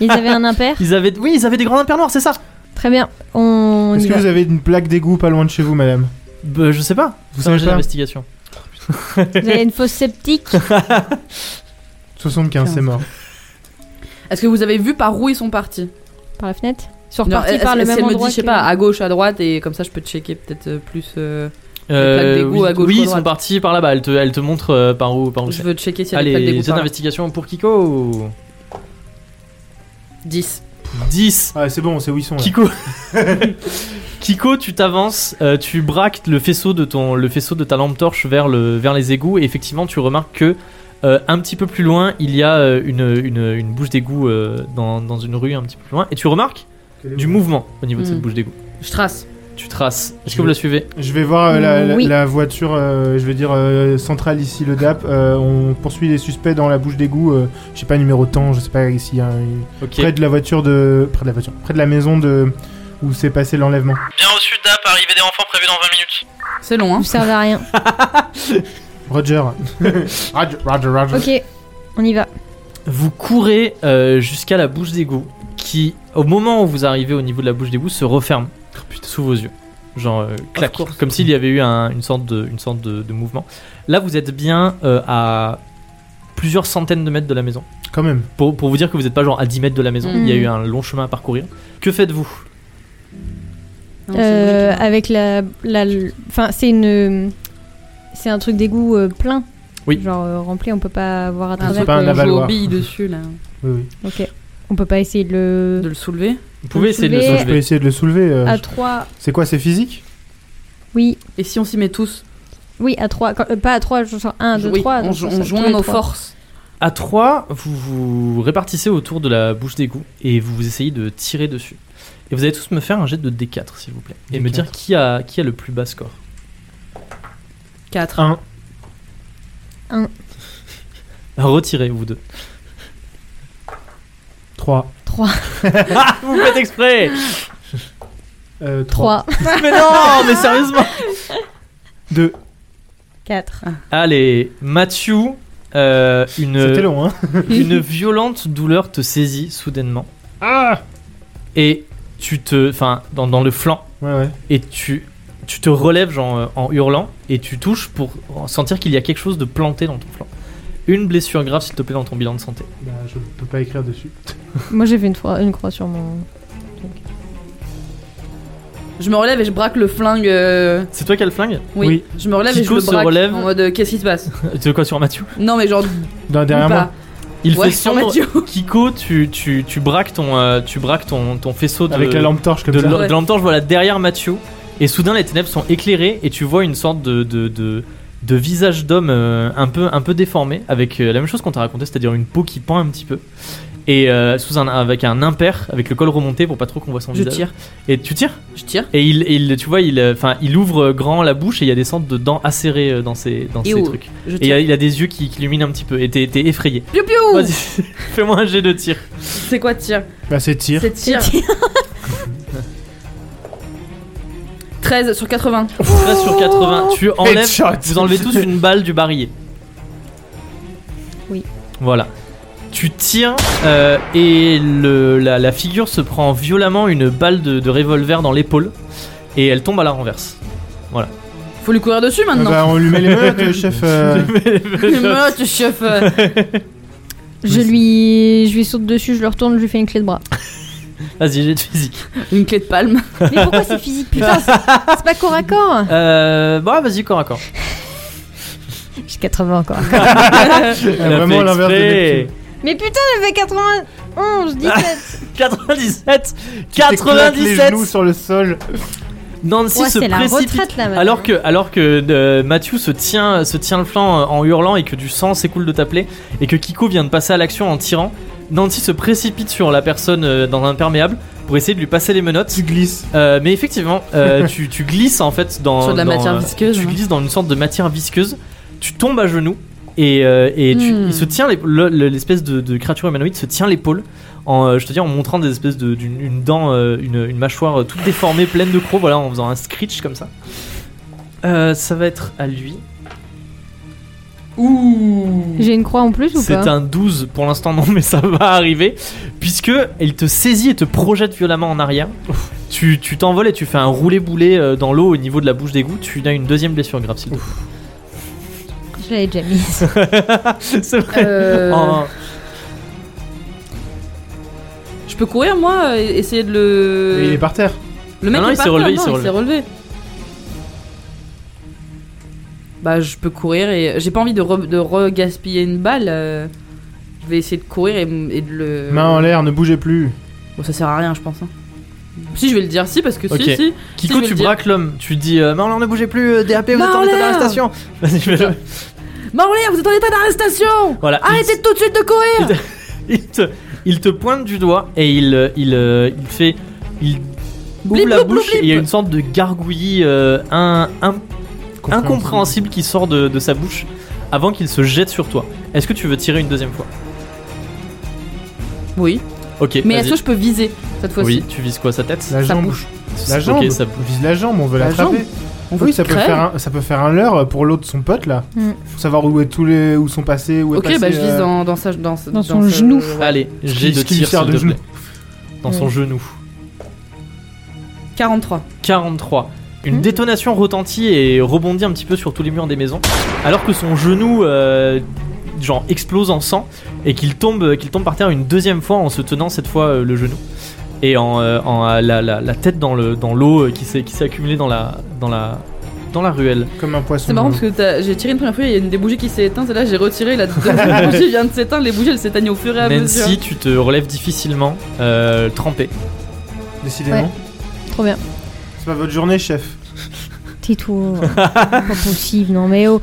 Ils avaient un impair Ils avaient, oui, ils avaient des grands impairs noirs, c'est ça. Très bien. On Est-ce y que va. vous avez une plaque d'égout pas loin de chez vous, madame Bah, je sais pas. Vous Ça, savez j'ai pas l'investigation. Vous avez une fosse septique 75, c'est mort. Est-ce que vous avez vu par où ils sont partis par la fenêtre Sur Non, reparti est-ce- par le est-ce même qu'elle me endroit dit, je sais que- pas, à gauche, à droite, et comme ça je peux checker peut-être euh, plus. euh, plaques d'égout oui, à gauche oui, ou à ils sont droite. partis par là-bas. Elle te, elle te montre euh, par où, par où. Je c'est. veux checker s'il y a des hein. plaques Allez, d'égout. jet par là. d'investigation pour Kiko. 10. 10 Ah, c'est bon, c'est où ils sont là. Kiko. Kiko, tu t'avances, euh, tu braques le faisceau de ton, le faisceau de ta lampe torche vers le, vers les égouts et effectivement tu remarques que euh, un petit peu plus loin il y a euh, une, une, une bouche d'égout euh, dans, dans une rue un petit peu plus loin et tu remarques du mouvement au niveau de Mm. cette bouche d'égout. Je trace. Tu traces. Est-ce que vous la suivez Je vais voir euh, la, la- Oui. la voiture, euh, je vais dire euh, centrale ici, le DAP. euh, on poursuit les suspects dans la bouche d'égout. euh, je sais pas numéro de temps, je sais pas s'il y a un- Ok. près de la voiture de près de la voiture, près de la maison de où s'est passé l'enlèvement. Bien reçu, DAP, arrivée des enfants prévue dans 20 minutes. C'est long, hein. Vous servez à rien. Roger. Roger, Roger, Roger. Ok, on y va. Vous courez euh, jusqu'à la bouche d'égout qui, au moment où vous arrivez au niveau de la bouche d'égout, se referme sous vos yeux. Genre, euh, clac, Oh, Of course. comme s'il y avait eu un- une sorte, de, une sorte de, de mouvement. Là, vous êtes bien euh, à plusieurs centaines de mètres de la maison. Quand même. Pour, pour vous dire que vous n'êtes pas genre à 10 mètres de la maison, Mm. il y a eu un long chemin à parcourir. Que faites-vous Non, c'est Euh, logique. avec la, la, enfin c'est une, c'est un truc d'égout euh, plein. Oui. Genre euh, rempli, on peut pas voir à Un travers. truc pas un où on joue aux avaloir. billes dessus, là. Oui, oui. Ok. On peut pas essayer de De le. le soulever. Vous pouvez essayer de le soulevez- Je peux soulever. essayer de le soulever. euh, À Ah. je- 3 C'est quoi, c'est physique Oui, Et si on s'y met tous oui à 3 pas à 3 genre 1, 2, Oui, 3 On, jo- on joint nos forces. À 3, vous vous répartissez autour de la bouche d'égout et vous essayez de tirer dessus. Et vous allez tous me faire un jet de D4, s'il vous plaît. Et me D4. dire qui a, qui a le plus bas score. 4. Un. Retirez, vous deux. 3. 3 Ah, vous faites exprès Euh, 3 Mais non, mais sérieusement 2. 4 Allez, Mathieu, euh, C'était une, long, hein une violente douleur te saisit soudainement. Ah Et tu te... Enfin, dans, dans le flanc. Ouais, ouais. Et tu, tu te relèves genre, euh, en hurlant. Et tu touches pour sentir qu'il y a quelque chose de planté dans ton flanc. Une blessure grave, s'il te plaît, dans ton bilan de santé. Bah, je peux pas écrire dessus. Moi j'ai fait une croix, une croix sur mon. Je me relève et je braque le flingue. euh, C'est toi qui as le flingue Oui. Oui. Je me relève et je Kiko le se braque. relève. En mode euh, qu'est-ce qui se passe Tu veux quoi sur Mathieu Non, mais genre. D'un derrière pas. moi. Il Ouais, fait sur sombre. Mathieu. Kiko, tu, tu, tu braques ton, euh, tu braques ton, ton faisceau de, Avec la lampe torche comme de, ça. l- Ouais. de lanterne, je vois là derrière Mathieu. Et soudain, les ténèbres sont éclairées et tu vois une sorte de, de, de, de visage d'homme euh, un, peu, un peu déformé, avec euh, la même chose qu'on t'a raconté, c'est-à-dire une peau qui pend un petit peu. Et euh, sous un, avec un impair, avec le col remonté pour pas trop qu'on voit son Je visage. tire. Et tu tires Je tire. Et il, il- tu vois, il, euh, 'fin, il ouvre euh, grand la bouche et il y a des sortes de dents acérées euh, dans ses, dans Et ses où trucs. Je Et il y tire. a, il a des yeux qui, qui illuminent un petit peu. Et t'es t'es effrayé. Piou piou Vas-y, fais-moi un jet de tir. C'est quoi tir Bah, c'est tir. C'est tir. 13 sur 80. 13 sur 80. Tu enlèves. Headshot. Vous enlevez tous une balle du barillet. Oui. Voilà. Tu tires euh, et le, la, la figure se prend violemment une balle de, de revolver dans l'épaule et elle tombe à la renverse. Faut lui courir dessus Ah maintenant. Bah, on lui met les mains, le chef. euh, bah, Meute, chef. euh. Je lui, je lui saute dessus, je le retourne, je lui fais une clé de bras. Vas-y, j'ai de physique. Une clé de palme. Mais pourquoi c'est physique putain C'est c'est pas corps à corps Euh, bah vas-y, corps à corps. J'ai 80 encore. Elle a vraiment fait l'inverse de exprès. Neptune. Mais putain j'ai fait 91, Ah, 17 97 T'éclates les 97 genoux sur le sol. Nancy Ouais, se c'est la précipite retraite là maintenant. Alors que, alors que euh, Mathieu se tient, se tient le flanc euh, en hurlant et que du sang s'écoule de ta plaie et que Kiko vient de passer à l'action en tirant, Nancy se précipite sur la personne euh, dans l'imperméable pour essayer de lui passer les menottes. Tu glisses. Euh, mais effectivement, euh, tu, tu glisses en fait dans, Sur de la dans, matière euh, visqueuse, Tu hein. glisses dans une sorte de matière visqueuse. Tu tombes à genoux et, euh, et tu- Hmm. il se tient l'ép- le- le- l'espèce de, de créature humanoïde se tient l'épaule. En, euh, je te dis en montrant des espèces de- d'une une dent, euh, une, une mâchoire euh, toute déformée, pleine de crocs, voilà, en faisant un screech comme ça. Euh, ça va être à lui. Ouh. J'ai une croix en plus ou C'est pas un 12 pour l'instant, non, mais ça va arriver. Puisque il te saisit et te projette violemment en arrière. Tu tu t'envoles et tu fais un roulé-boulet euh, dans l'eau au niveau de la bouche d'égout. Tu as une deuxième blessure grave, s'il te Je l'avais déjà mise. plaît. C'est vrai. Euh, En- Je peux courir moi et essayer de le. Et il est par terre. Le mec Non, non, est il pas s'est mort, relevé, il non, s'est il s'est relevé. Bah, je peux courir et j'ai pas envie de, re- de regaspiller une balle. euh. Je vais essayer de courir et, m- et de le. Bah, Main en l'air, ne bougez plus. Bon, ça sert à rien, je pense. hein. Si, je vais le dire si, parce que Ok. si, si. Kiko, je vais tu le dire. braques l'homme. Tu dis, euh, Marlon, ne bougez plus, euh, DAP, vous êtes en Marlon état d'arrestation. Vas-y, fais-le. Marley, vous êtes en état d'arrestation Voilà. il- Arrêtez tout de suite de courir il te, il te pointe du doigt et il, euh, il, euh, il fait. Il ouvre Blip, la blip, bouche blip, et il y a blip. une sorte de gargouillis euh, un, un- incompréhensible qui sort de, de sa bouche avant qu'il se jette sur toi. Est-ce que tu veux tirer une deuxième fois Oui, Ok, mais vas-y. est-ce que je peux viser cette fois-ci Oui, tu vises quoi Sa tête La Ça jambe. bouge. La jambe. Ok, ça- On vise la jambe, on veut La l'attraper. jambe. On veut Oui, ça qu'il peut, crève. faire un, ça peut faire un leurre pour l'autre, son pote là. Mm. Faut savoir où, est tous les, où sont passés, où est Ok, passé. bah je vise euh, dans, dans, sa, dans, Dans son genou. Allez, j'ai qui- de ce qui lui tir, s'il sert te de genou. plaît. Dans son Ouais. genou. 43. 43. Une Hmm. détonation retentit et rebondit un petit peu sur tous les murs des maisons, alors que son genou, euh, genre, explose en sang et qu'il tombe, euh, qu'il tombe par terre une deuxième fois en se tenant cette fois euh, le genou et en, euh, en, euh, la, la- la tête dans le dans l'eau euh, qui s'est qui s'est accumulée dans la dans la dans la ruelle. Comme un poisson. C'est marrant parce que t'as- j'ai tiré une première fois, il y a une des bougies qui s'est éteinte, celle-là j'ai retiré, la deuxième bougie vient de s'éteindre, les bougies elles s'éteignent au fur et à mesure. Nancy, tu te relèves difficilement, euh, trempée. Décidément. Ouais. Trop bien. C'est pas votre journée, chef. Tais-toi. pas possible, non mais oh.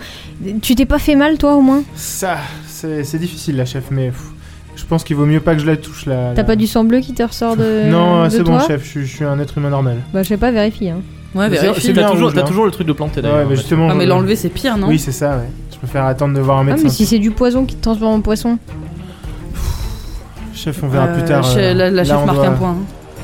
Tu t'es pas fait mal toi au moins Ça, c'est c'est difficile la chef, mais pff, je pense qu'il vaut mieux pas que je la touche là. T'as pas du sang bleu qui te ressort de. Non, de c'est bon, toi chef, je, suis- je suis un être humain normal. Bah, je sais pas, vérifie. Hein. Ah, Ouais, vérifie. c'est bien T'as toujours, rouge, t'as là. toujours le truc de planter Ouais, d'ailleurs. mais justement. Ah, mais je- l'enlever c'est pire, non Oui, c'est ça, ouais. Je préfère attendre de voir un Ah, médecin. mais si c'est du poison qui te transforme en poisson. Chef, on verra Euh, plus tard. che- euh, La, la là, chef on marque doit- un point. hein.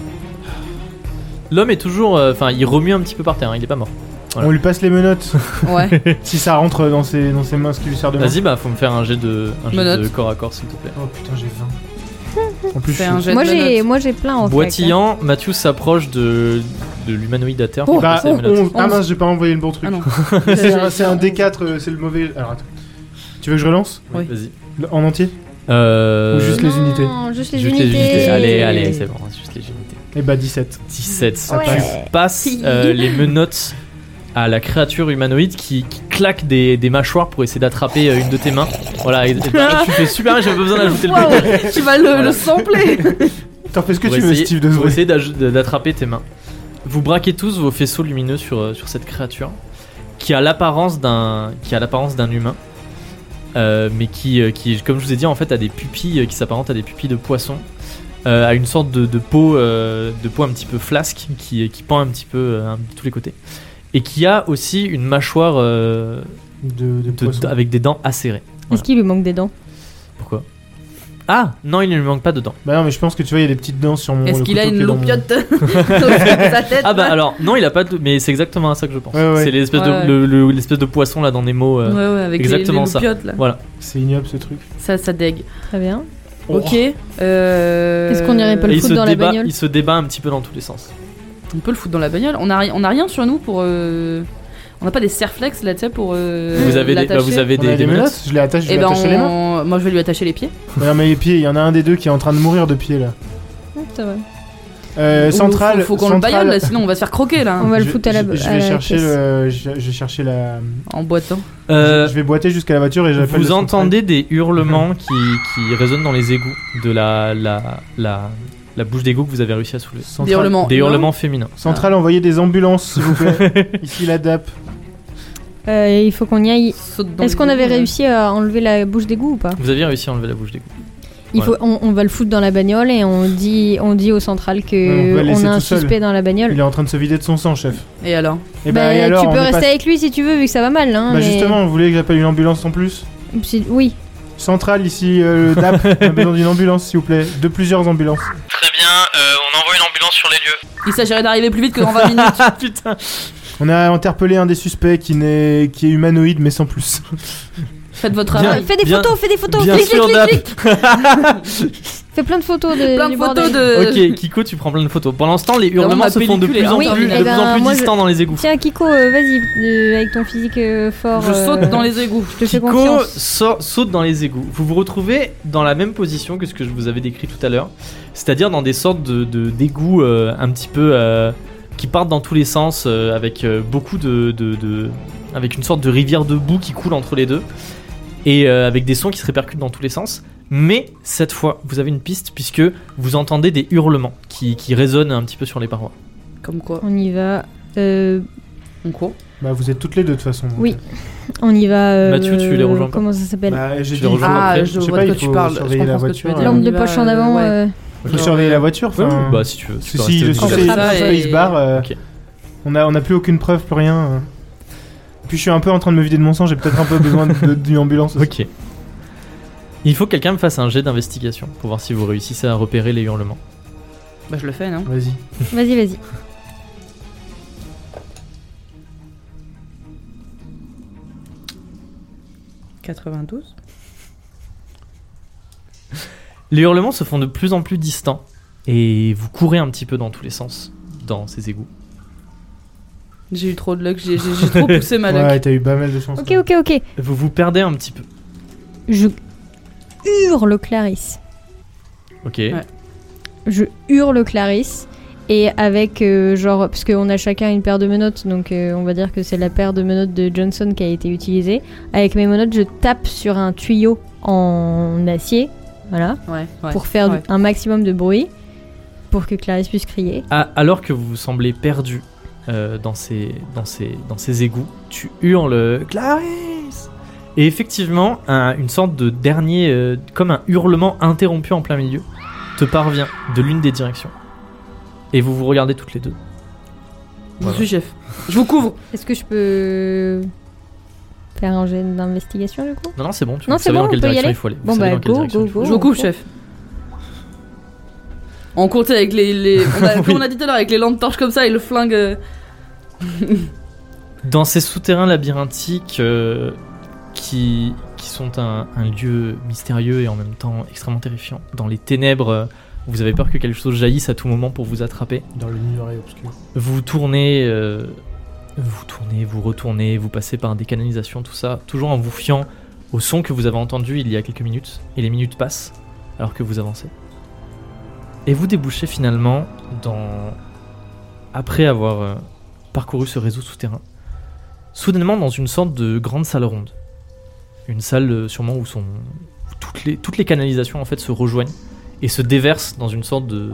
L'homme est toujours, euh, enfin, il remue un petit peu par terre. hein, il est pas mort. Voilà. On lui passe les menottes. Ouais. si ça rentre dans ses, dans ses mains, ce qui lui sert de main. Vas-y, bah, faut me faire un jet de, un jet Menottes. de corps à corps, s'il te plaît. Oh putain, j'ai 20. En plus, je Fais suis- un jet Moi de j'ai, menottes. moi j'ai plein en hein. Boitillant, Mathieu s'approche de, de l'humanoïde à terre. qui Oh, a bah, passé les on- menottes. on- Ah mince, j'ai pas envoyé le bon truc. Ah non. c'est un, c'est un D4, euh, c'est le mauvais. Alors attends. Tu veux que je relance oh, Ouais, Oui. Vas-y. Le- En entier Euh, Ou juste fait. les unités. Non, juste les juste unités. Allez, allez, c'est bon, juste les unités. Et bah 17. 17. Ça Ouais. passe. Tu passes euh, les menottes à la créature humanoïde qui, qui claque des, des mâchoires pour essayer d'attraper euh, une de tes mains. Voilà, et- et- tu fais super, j'avais pas besoin Ah, d'ajouter le Waouh, bouton. tu vas le, Voilà. le sampler T'en fais ce que Pour tu veux, essayer- Steve, de Pour vrai. essayer d'aj- de- d'attraper tes mains. Vous braquez tous vos faisceaux lumineux sur, euh, sur cette créature qui a l'apparence d'un qui a l'apparence d'un humain, euh, mais qui, euh, qui, comme je vous ai dit, en fait, a des pupilles euh, qui s'apparentent à des pupilles de poisson, euh, à une sorte de, de peau euh, de peau un petit peu flasque qui, qui pend un petit peu euh, un- de tous les côtés, et qui a aussi une mâchoire euh, De, de- de poisson. de- avec des dents acérées. Est-ce qu'il lui manque des dents Pourquoi Ah non, il ne lui manque pas de dents. Bah non, mais je pense que tu vois, il y a des petites dents sur mon. Est-ce le qu'il a couteau qui une est dans mon- loupiote de sa tête Ah bah là alors non il a pas de mais c'est exactement à ça que je pense. Ouais, ouais. C'est l'espèce de Ouais. le- le- l'espèce de poisson là dans Nemo. euh. Ouais, ouais, avec les- exactement les, ça. loupiottes, là. C'est ignoble ce truc. Oh, Ça, ça dégue. Très bien. Ok. Euh... Est-ce qu'on irait pas le Et il foutre se dans la débat bagnole il se débat un petit peu dans tous les sens. On peut le foutre dans la bagnole. On a, ri- on a rien sur nous pour. euh, On n'a pas des serflex là, tu sais, pour. euh, Vous avez des bah, l'attacher. vous avez On des, a des des menottes. menottes Je les attache, je Eh les ben, attache sur les mains. on- moi je vais lui attacher les pieds. Non, mais les pieds, il y en a un des deux qui est en train de mourir de pied là. Hum, ça va. Euh, Ou- centrale. Faut, faut qu'on le centrale- bagnole là, sinon on va se faire croquer là. On va le Je- foutre à la- je- Je à vais la chercher caisse. le. Je je vais chercher la. En boitant. Euh, Je vais boiter jusqu'à la voiture et j'appelle. vous le entendez des hurlements qui, qui résonnent dans les égouts de la la la, la bouche d'égout que vous avez réussi à soulever. central. Des hurlements. Des Non. hurlements féminins. Centrale, envoyez des ambulances, s'il vous plaît. Ici, la DAP. Euh, il faut qu'on y aille. Saute dans Est-ce le qu'on goût, avait là. réussi à enlever la bouche d'égout ou pas Vous aviez réussi à enlever la bouche d'égout. Il Voilà. faut, on, on va le foutre dans la bagnole et on dit, on dit au central Ouais, on que va le laisser on a un tout seul. suspect dans la bagnole. Il est en train de se vider de son sang, chef. Et alors Et Bah, bah, et alors, tu on peux est rester pas- avec lui si tu veux, vu que ça va mal. Hein, Bah mais- justement, vous voulez que j'appelle une ambulance en plus C'est- Oui. Centrale, ici, euh, le DAP. On a besoin d'une ambulance, s'il vous plaît. De plusieurs ambulances. Très bien, euh, on envoie une ambulance sur les lieux. Il s'agirait d'arriver plus vite que dans 20 minutes. Ah putain. On a interpellé un des suspects qui, n'est... qui est humanoïde, mais sans plus. Faites votre Bien. travail. Ah, Fais des Bien- photos, fais des photos. Bien clique, sûr, clique, Dap. clique, clique. Fais plein de photos de. Plein du de photos bordel. de. Ok, Kiko, tu prends plein de photos. Pendant ce temps, les Vraiment, hurlements ma se font de pellicule est plus en oui, plus, de eh plus ben, en plus moi, je- distants dans les égouts. Tiens, Kiko, euh, vas-y, euh, avec ton physique euh, fort. Je euh, saute dans les égouts. Je te fais Kiko confiance. sa- saute dans les égouts. Vous vous retrouvez dans la même position que ce que je vous avais décrit tout à l'heure, c'est-à-dire dans des sortes de de- d'égouts euh, un petit peu euh, qui partent dans tous les sens, euh, avec euh, beaucoup de, de- de- avec une sorte de rivière de boue qui coule entre les deux, et euh, avec des sons qui se répercutent dans tous les sens. Mais cette fois, vous avez une piste puisque vous entendez des hurlements qui qui, qui résonne un petit peu sur les parois. Comme quoi, On y va. euh, on court. Bah, vous êtes toutes les deux de toute façon. donc. Oui. on y va. euh, Mathieu, tu les rejoins pas Comment ça s'appelle Bah, j'ai Tu dit, les rejoins ah, après. je sais pas, il faut surveiller la comprends ce que tu veux voiture, dire. euh, L'angle de On y va, poche en avant. ouais. euh, il faut surveiller la voiture. Ouais, enfin, Bah, si tu veux. tu si, peux si, rester le au niveau sujet- de la- ça suspect et- il se barre. euh, Ok. On n'a on a plus aucune preuve, plus rien. euh. Puis je suis un peu en train de me vider de mon sang, j'ai peut-être un peu besoin de- d'une ambulance. aussi. Ok. Il faut que quelqu'un me fasse un jet d'investigation pour voir si vous réussissez à repérer les hurlements. Bah, je le fais, non Vas-y. Vas-y, vas-y. Ouais. 92. Les hurlements se font de plus en plus distants et vous courez un petit peu dans tous les sens dans ces égouts. J'ai eu trop de luck, j'ai j'ai- j'ai trop poussé ma luck. Ouais, t'as eu pas mal de chance. Ok, toi. ok, ok. Vous vous perdez un petit peu. Je hurle Clarisse. Ok. Je hurle Clarisse. Et avec, euh, genre, parce qu'on a chacun une paire de menottes, donc euh, on va dire que c'est la paire de menottes de Johnson qui a été utilisée. Avec mes menottes, je tape sur un tuyau en acier, voilà, Ouais, ouais. pour faire du- ouais. un maximum de bruit, pour que Clarisse puisse crier. A- alors que vous vous semblez perdu euh, dans, ces, dans, ces, dans ces égouts, tu hurles Clarisse Et effectivement, un- une sorte de dernier, euh, comme un hurlement interrompu en plein milieu, te parvient de l'une des directions. Et vous vous regardez toutes les deux. Je suis chef. Je vous couvre. Est-ce que je peux faire un jet d'investigation du coup Non, non, c'est bon, tu Non, vous c'est savez bon, dans on quelle peut y direction aller. il faut aller. Vous Bon, savez bah, dans quelle go, direction go, il faut go. aller. Oh, je vous couvre, chef. On compte avec les. les- On a, Oui. Comme on a dit tout à l'heure, avec les lampes torches comme ça et le flingue. euh, Dans ces souterrains labyrinthiques euh, qui, qui sont un, un lieu mystérieux et en même temps extrêmement terrifiant, dans les ténèbres, euh, vous avez peur que quelque chose jaillisse à tout moment pour vous attraper. Dans l'univers obscur. Vous tournez, euh, vous tournez, vous retournez, vous passez par des canalisations, tout ça, toujours en vous fiant au son que vous avez entendu il y a quelques minutes, et les minutes passent alors que vous avancez. Et vous débouchez finalement dans... Après avoir euh, parcouru ce réseau souterrain, soudainement dans une sorte de grande salle ronde. Une salle euh, sûrement où sont... où Toutes les, toutes les canalisations en fait se rejoignent et se déversent dans une sorte de,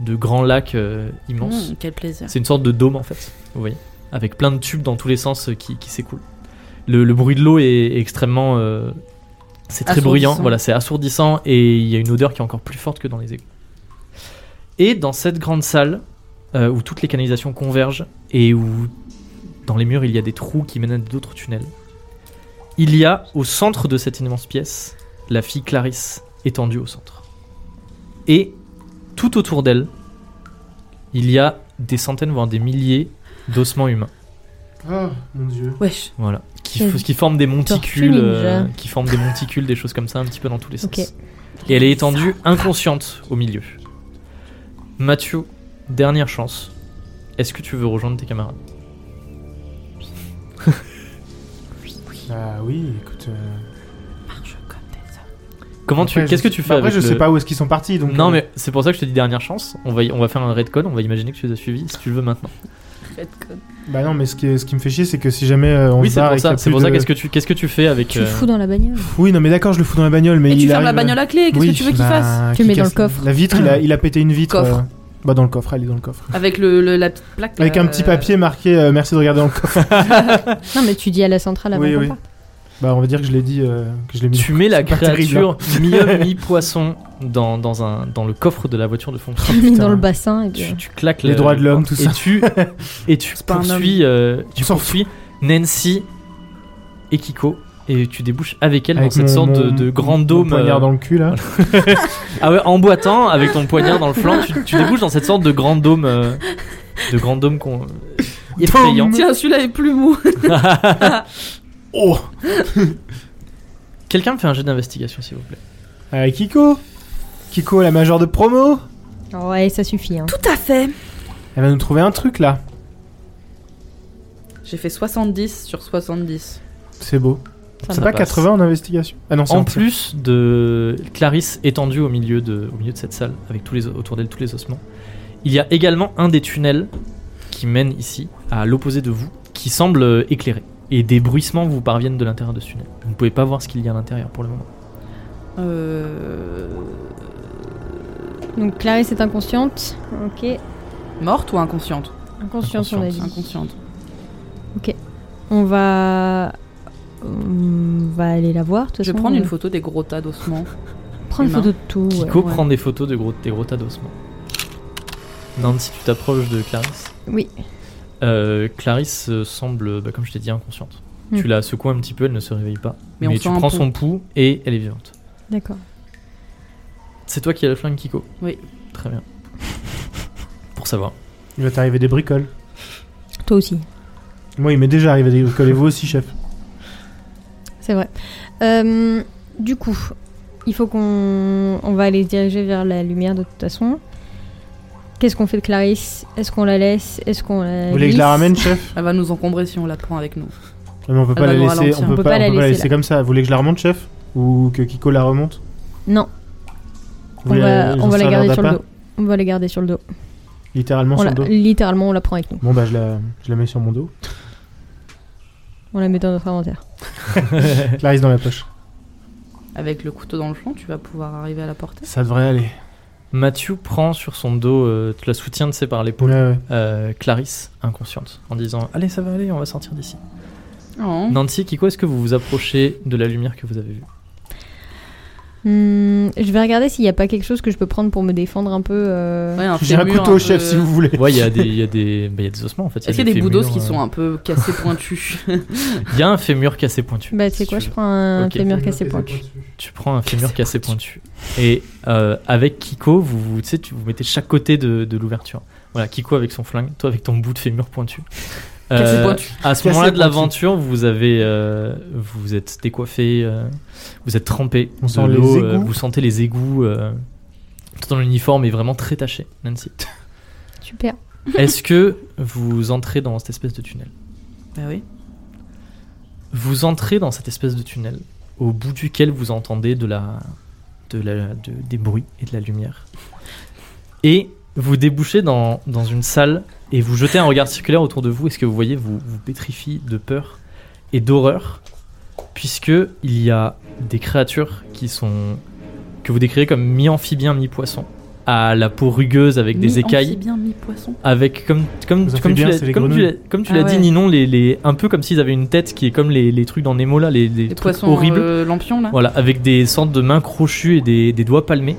de grand lac euh, immense. mmh, quel plaisir. C'est une sorte de dôme en fait, vous voyez, avec plein de tubes dans tous les sens euh, qui, qui s'écoulent. Le, le bruit de l'eau est, est extrêmement. euh, c'est très Assourdissant. bruyant, voilà, c'est assourdissant et il y a une odeur qui est encore plus forte que dans les égouts. Et dans cette grande salle euh, où toutes les canalisations convergent et où dans les murs il y a des trous qui mènent à d'autres tunnels, il y a au centre de cette immense pièce la fille Clarisse étendue au centre. Et tout autour d'elle, il y a des centaines, voire des milliers d'ossements humains. Oh mon dieu. Wesh. Voilà. Qui, Quelle f- qui forment des monticules, tortue ninja. euh, qui forment des monticules, des choses comme ça, un petit peu dans tous les sens. Ok. Et elle est étendue inconsciente au milieu. Mathieu, dernière chance. Est-ce que tu veux rejoindre tes camarades Ah oui, écoute. euh, Marche comme des hommes. Comment après, tu, je- bah, qu'est-ce que tu fais Après, avec je le- sais pas où est-ce qu'ils sont partis. Donc, Non, euh, mais c'est pour ça que je te dis dernière chance. On va, y- on va faire un redcon. On va imaginer que tu les as suivis si tu le veux maintenant. Redcon. Bah non, mais ce qui, ce qui me fait chier, c'est que si jamais euh, on oui, se c'est barre pour et qu'il y ça. a C'est plus pour ça. de- Qu'est-ce que tu, qu'est-ce que tu fais avec Tu le euh, fous dans la bagnole. Oui, non, mais d'accord, je le fous dans la bagnole, mais Et il tu fermes arrive- euh, la bagnole à clé, qu'est-ce Oui, que tu veux qu'il bah, fasse Tu le mets qu'il dans casse- le coffre. La vitre, il a, il a pété une vitre. Coffre. euh, Bah dans le coffre, elle est dans le coffre. Avec le, le- la petite plaque. Avec là, un petit euh, papier marqué euh, merci de regarder dans le coffre. Non, mais tu dis à la centrale avant Oui, qu'on oui. parte. Bah on va dire que je l'ai dit, euh, que je l'ai mis. Tu mets la pas créature mi-homme, mi-poisson dans, dans, un, dans le coffre de la voiture de fonction. Tu le mets putain. dans le bassin et puis- Tu, tu claques Les le- droits de l'homme, le- tout et ça. Tu, et tu C'est pas un poursuis, euh, tu On s'en poursuis Nancy et Kiko et tu débouches avec elle Avec dans cette mon- sorte de, mon- de grand mon dôme. poignard euh, dans le cul là. Ah ouais, en boitant avec ton poignard dans le flanc, tu, tu débouches dans cette sorte de grand dôme. euh, de grand dôme qu'on. euh, effrayant. Tiens, celui-là est plus mou. Oh Quelqu'un me fait un jet d'investigation, s'il vous plaît. Ah, Kiko Kiko, la majeure de promo Ouais, ça suffit. Hein. Tout à fait. Elle va nous trouver un truc là. J'ai fait 70 sur 70. C'est beau. Ça C'est pas passe. 80 en investigation Ah non, c'est En en plus de Clarisse étendue au milieu de, au milieu de cette salle, avec tous les, autour d'elle tous les ossements, il y a également un des tunnels qui mène ici, à l'opposé de vous, qui semble euh, éclairé. Et des bruissements vous parviennent de l'intérieur de ce tunnel. Vous ne pouvez pas voir ce qu'il y a à l'intérieur pour le moment. Euh... Donc Clarisse est inconsciente. Ok. Morte ou inconsciente Inconsciente, on a dit. Inconsciente. On va. On va aller la voir. de toute Je vais façon, prendre une on- photo des gros tas d'ossements. prendre une humain. photo de tout. ouais. Kiko prend des photos de gros, des gros tas d'ossements. Nancy, tu t'approches de Clarisse. Oui. Euh, Clarisse euh, semble, bah, comme je t'ai dit, inconsciente. Hmm. Tu la secoues un petit peu, elle ne se réveille pas. Mais Mais, on tu sent un prends pouls. son pouls et elle est vivante. D'accord. C'est toi qui as la flingue, Kiko Oui. Très bien. Pour savoir. Il va t'arriver des bricoles. Toi aussi. Moi, il m'est déjà arrivé des bricoles. Et vous aussi, chef. C'est vrai. Euh, du coup, il faut qu'on on va aller se diriger vers la lumière de toute façon. Qu'est-ce qu'on fait de Clarisse Est-ce qu'on la laisse Est-ce qu'on la Vous voulez que je glisse la ramène, chef Elle va nous encombrer si on la prend avec nous. Non, mais on peut Ah pas bah, la nous laisser. On ralentir. peut pas on peut pas la laisser là. comme ça. Vous voulez que je la remonte, chef Ou que Kiko la remonte Non, Vous on voulez va, j'en on va sais la un garder verre sur le d'appât dos. On va la garder sur le dos. Littéralement On sur la, le dos. littéralement, on la prend avec nous. Bon, bah, je la, je la mets sur mon dos. On la met dans notre inventaire. Clarisse dans la poche. Avec le couteau dans le flanc, tu vas pouvoir arriver à la porter. Ça devrait aller. Mathieu prend sur son dos, euh, tu la soutiens de ses par l'épaule, Ouais, ouais. euh, Clarisse, inconsciente, en disant Allez, ça va aller, on va sortir d'ici. Oh. Nancy, Kiko, est-ce que vous vous approchez de la lumière que vous avez vue Hmm, je vais regarder s'il n'y a pas quelque chose que je peux prendre pour me défendre un peu. euh. Ouais, un J'ai un fémur couteau, peu- chef, si vous voulez. Ouais, il y, a des- il y, a des- bah, il y a des ossements en fait. Est-ce qu'il y a des bouts fémurs, d'os qui euh, sont un peu cassés pointus Il y a un fémur cassé pointu. Bah, tu sais si quoi, tu je veux. prends un Ok. fémur cassé pointu. Euh, Tu prends un fémur cassé pointu. Et euh, avec Kiko, vous vous, tu sais, tu vous mettez de chaque côté de, de l'ouverture. Voilà, Kiko avec son flingue, toi avec ton bout de fémur pointu. Cassé Euh, pointu. À ce Cassé moment-là de pointu. l'aventure, vous avez, euh, vous êtes décoiffé, euh, vous êtes trempé. On de sent les l'eau, euh, égouts. vous sentez les égouts. euh, tout dans l'uniforme est vraiment très taché, Nancy. Super. Est-ce que vous entrez dans cette espèce de tunnel Bah oui. Vous entrez dans cette espèce de tunnel, au bout duquel vous entendez de la, de la, de- des bruits et de la lumière. Et vous débouchez dans, dans une salle et vous jetez un regard circulaire autour de vous. Et ce que vous voyez vous, vous pétrifie de peur et d'horreur, puisque il y a des créatures qui sont que vous décrivez comme mi-amphibien, mi-poisson, à la peau rugueuse avec des écailles bien mi poisson. avec comme comme Les comme tu amphibiens, l'as c'est les comme tu l'as grenouilles. comme tu Ah l'as dit ouais. Ninon les, les un peu comme s'ils avaient une tête qui est comme les, les trucs dans Nemo là les, les Les trucs poissons horribles euh, lampions là. voilà avec des sortes de mains crochues et des, des doigts palmés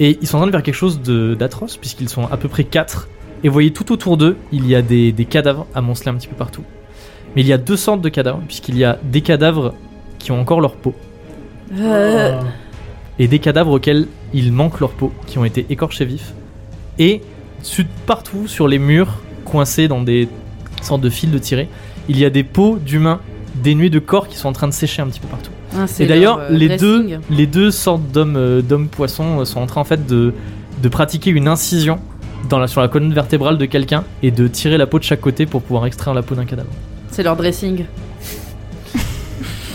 et ils sont en train de faire quelque chose de- d'atroce puisqu'ils sont à peu près quatre et vous voyez tout autour d'eux il y a des, des cadavres amoncelés un petit peu partout mais il y a deux sortes de cadavres puisqu'il y a des cadavres qui ont encore leur peau Euh, et des cadavres auxquels il manque leur peau, qui ont été écorchés vifs, et su- partout sur les murs, coincés dans des sortes de fils de tirés, il y a des peaux d'humains dénuées de corps qui sont en train de sécher un petit peu partout. ah, Et c'est d'ailleurs, leur, euh, les deux, dressing. les deux sortes d'hommes euh, d'hommes poissons euh, sont en train en fait de, de pratiquer une incision dans la, sur la colonne vertébrale de quelqu'un et de tirer la peau de chaque côté pour pouvoir extraire la peau d'un cadavre. C'est leur dressing.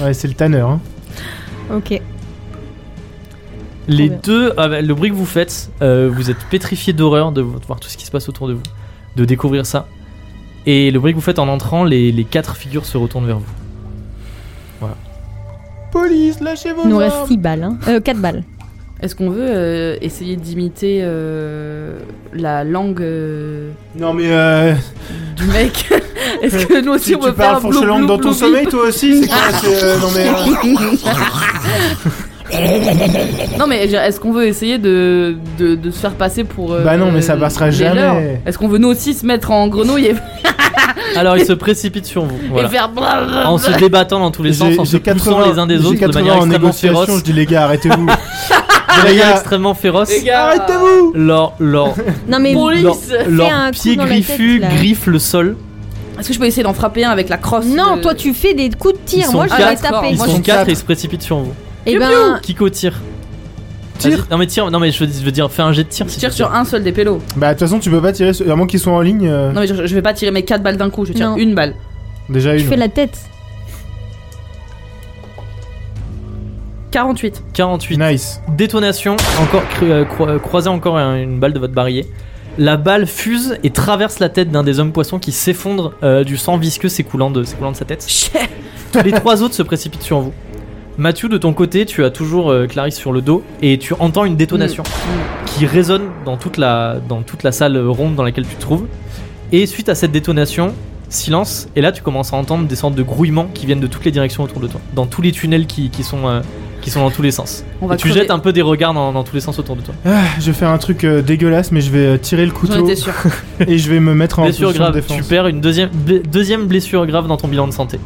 Ouais, c'est le tanner. Hein. Ok. Les bien. deux, ah bah, le bruit que vous faites, euh, vous êtes pétrifié d'horreur de voir tout ce qui se passe autour de vous, de découvrir ça. Et le bruit que vous faites en entrant, les, les quatre figures se retournent vers vous. Police, lâchez vos Il nous armes. reste 6 balles. Hein. Euh, 4 balles. Est-ce qu'on veut euh, essayer d'imiter euh, la langue euh, Non, mais euh, du mec Est-ce que nous aussi tu, on peut tu faire parles fourche langue dans ton sommeil, toi aussi C'est Ah. quoi c'est, euh, Non, mais. euh, Non mais je- est-ce qu'on veut essayer de, de, de se faire passer pour euh, Bah non, mais ça passera les jamais. leurs Est-ce qu'on veut nous aussi se mettre en grenouille et, Alors ils se précipitent sur vous, et voilà. faire en se débattant dans tous les sens, j'ai- en se j'ai poussant 80 les uns des j'ai autres de 80 manière en extrêmement négociation, féroce. Je dis, les gars, De arrêtez-vous. les manière gars, extrêmement féroce. Les gars. arrêtez-vous. Leur, leur, Non mais Police leur, Fais leur un coup pied dans la griffu tête, là. griffe le sol. Est-ce que je peux essayer d'en frapper un avec la crosse Non, de- toi tu fais des coups de Ils tir, sont moi je vais les quatre, taper. Ils Moi, je sont tape. quatre et ils se précipitent sur vous. Et ben, Kiko tire. Tire. Vas-y. Non mais tire, non mais je veux, je veux dire, fais un jet de tir. Je si tire tu sur un seul des pélos. Bah, de toute façon, tu peux pas tirer. sur- À moins qu'ils soient en ligne, euh, Non mais je, je vais pas tirer mes 4 balles d'un coup, je tire Non. une balle. déjà tu une. fais la tête. 48. 48. Nice. Détonation, encore cru- euh, cro- euh, croisez encore un- une balle de votre barillet. La balle fuse et traverse la tête d'un des hommes poissons qui s'effondre euh, du sang visqueux s'écoulant de, s'écoulant de sa tête. Chef Les trois autres se précipitent sur vous. Mathieu, de ton côté, tu as toujours euh, Clarisse sur le dos et tu entends une détonation qui résonne dans toute, la, dans toute la salle ronde dans laquelle tu te trouves. Et suite à cette détonation, silence, et là tu commences à entendre des sortes de grouillements qui viennent de toutes les directions autour de toi, dans tous les tunnels qui, qui sont, euh, qui sont dans tous les sens. On Et va tu crever. jettes un peu des regards dans, dans tous les sens autour de toi. Je vais faire un truc euh, dégueulasse, mais je vais euh, tirer le J'en couteau étais sûr. et je vais me mettre en blessure position de grave, tu défense. perds une deuxième, ble- deuxième blessure grave dans ton bilan de santé.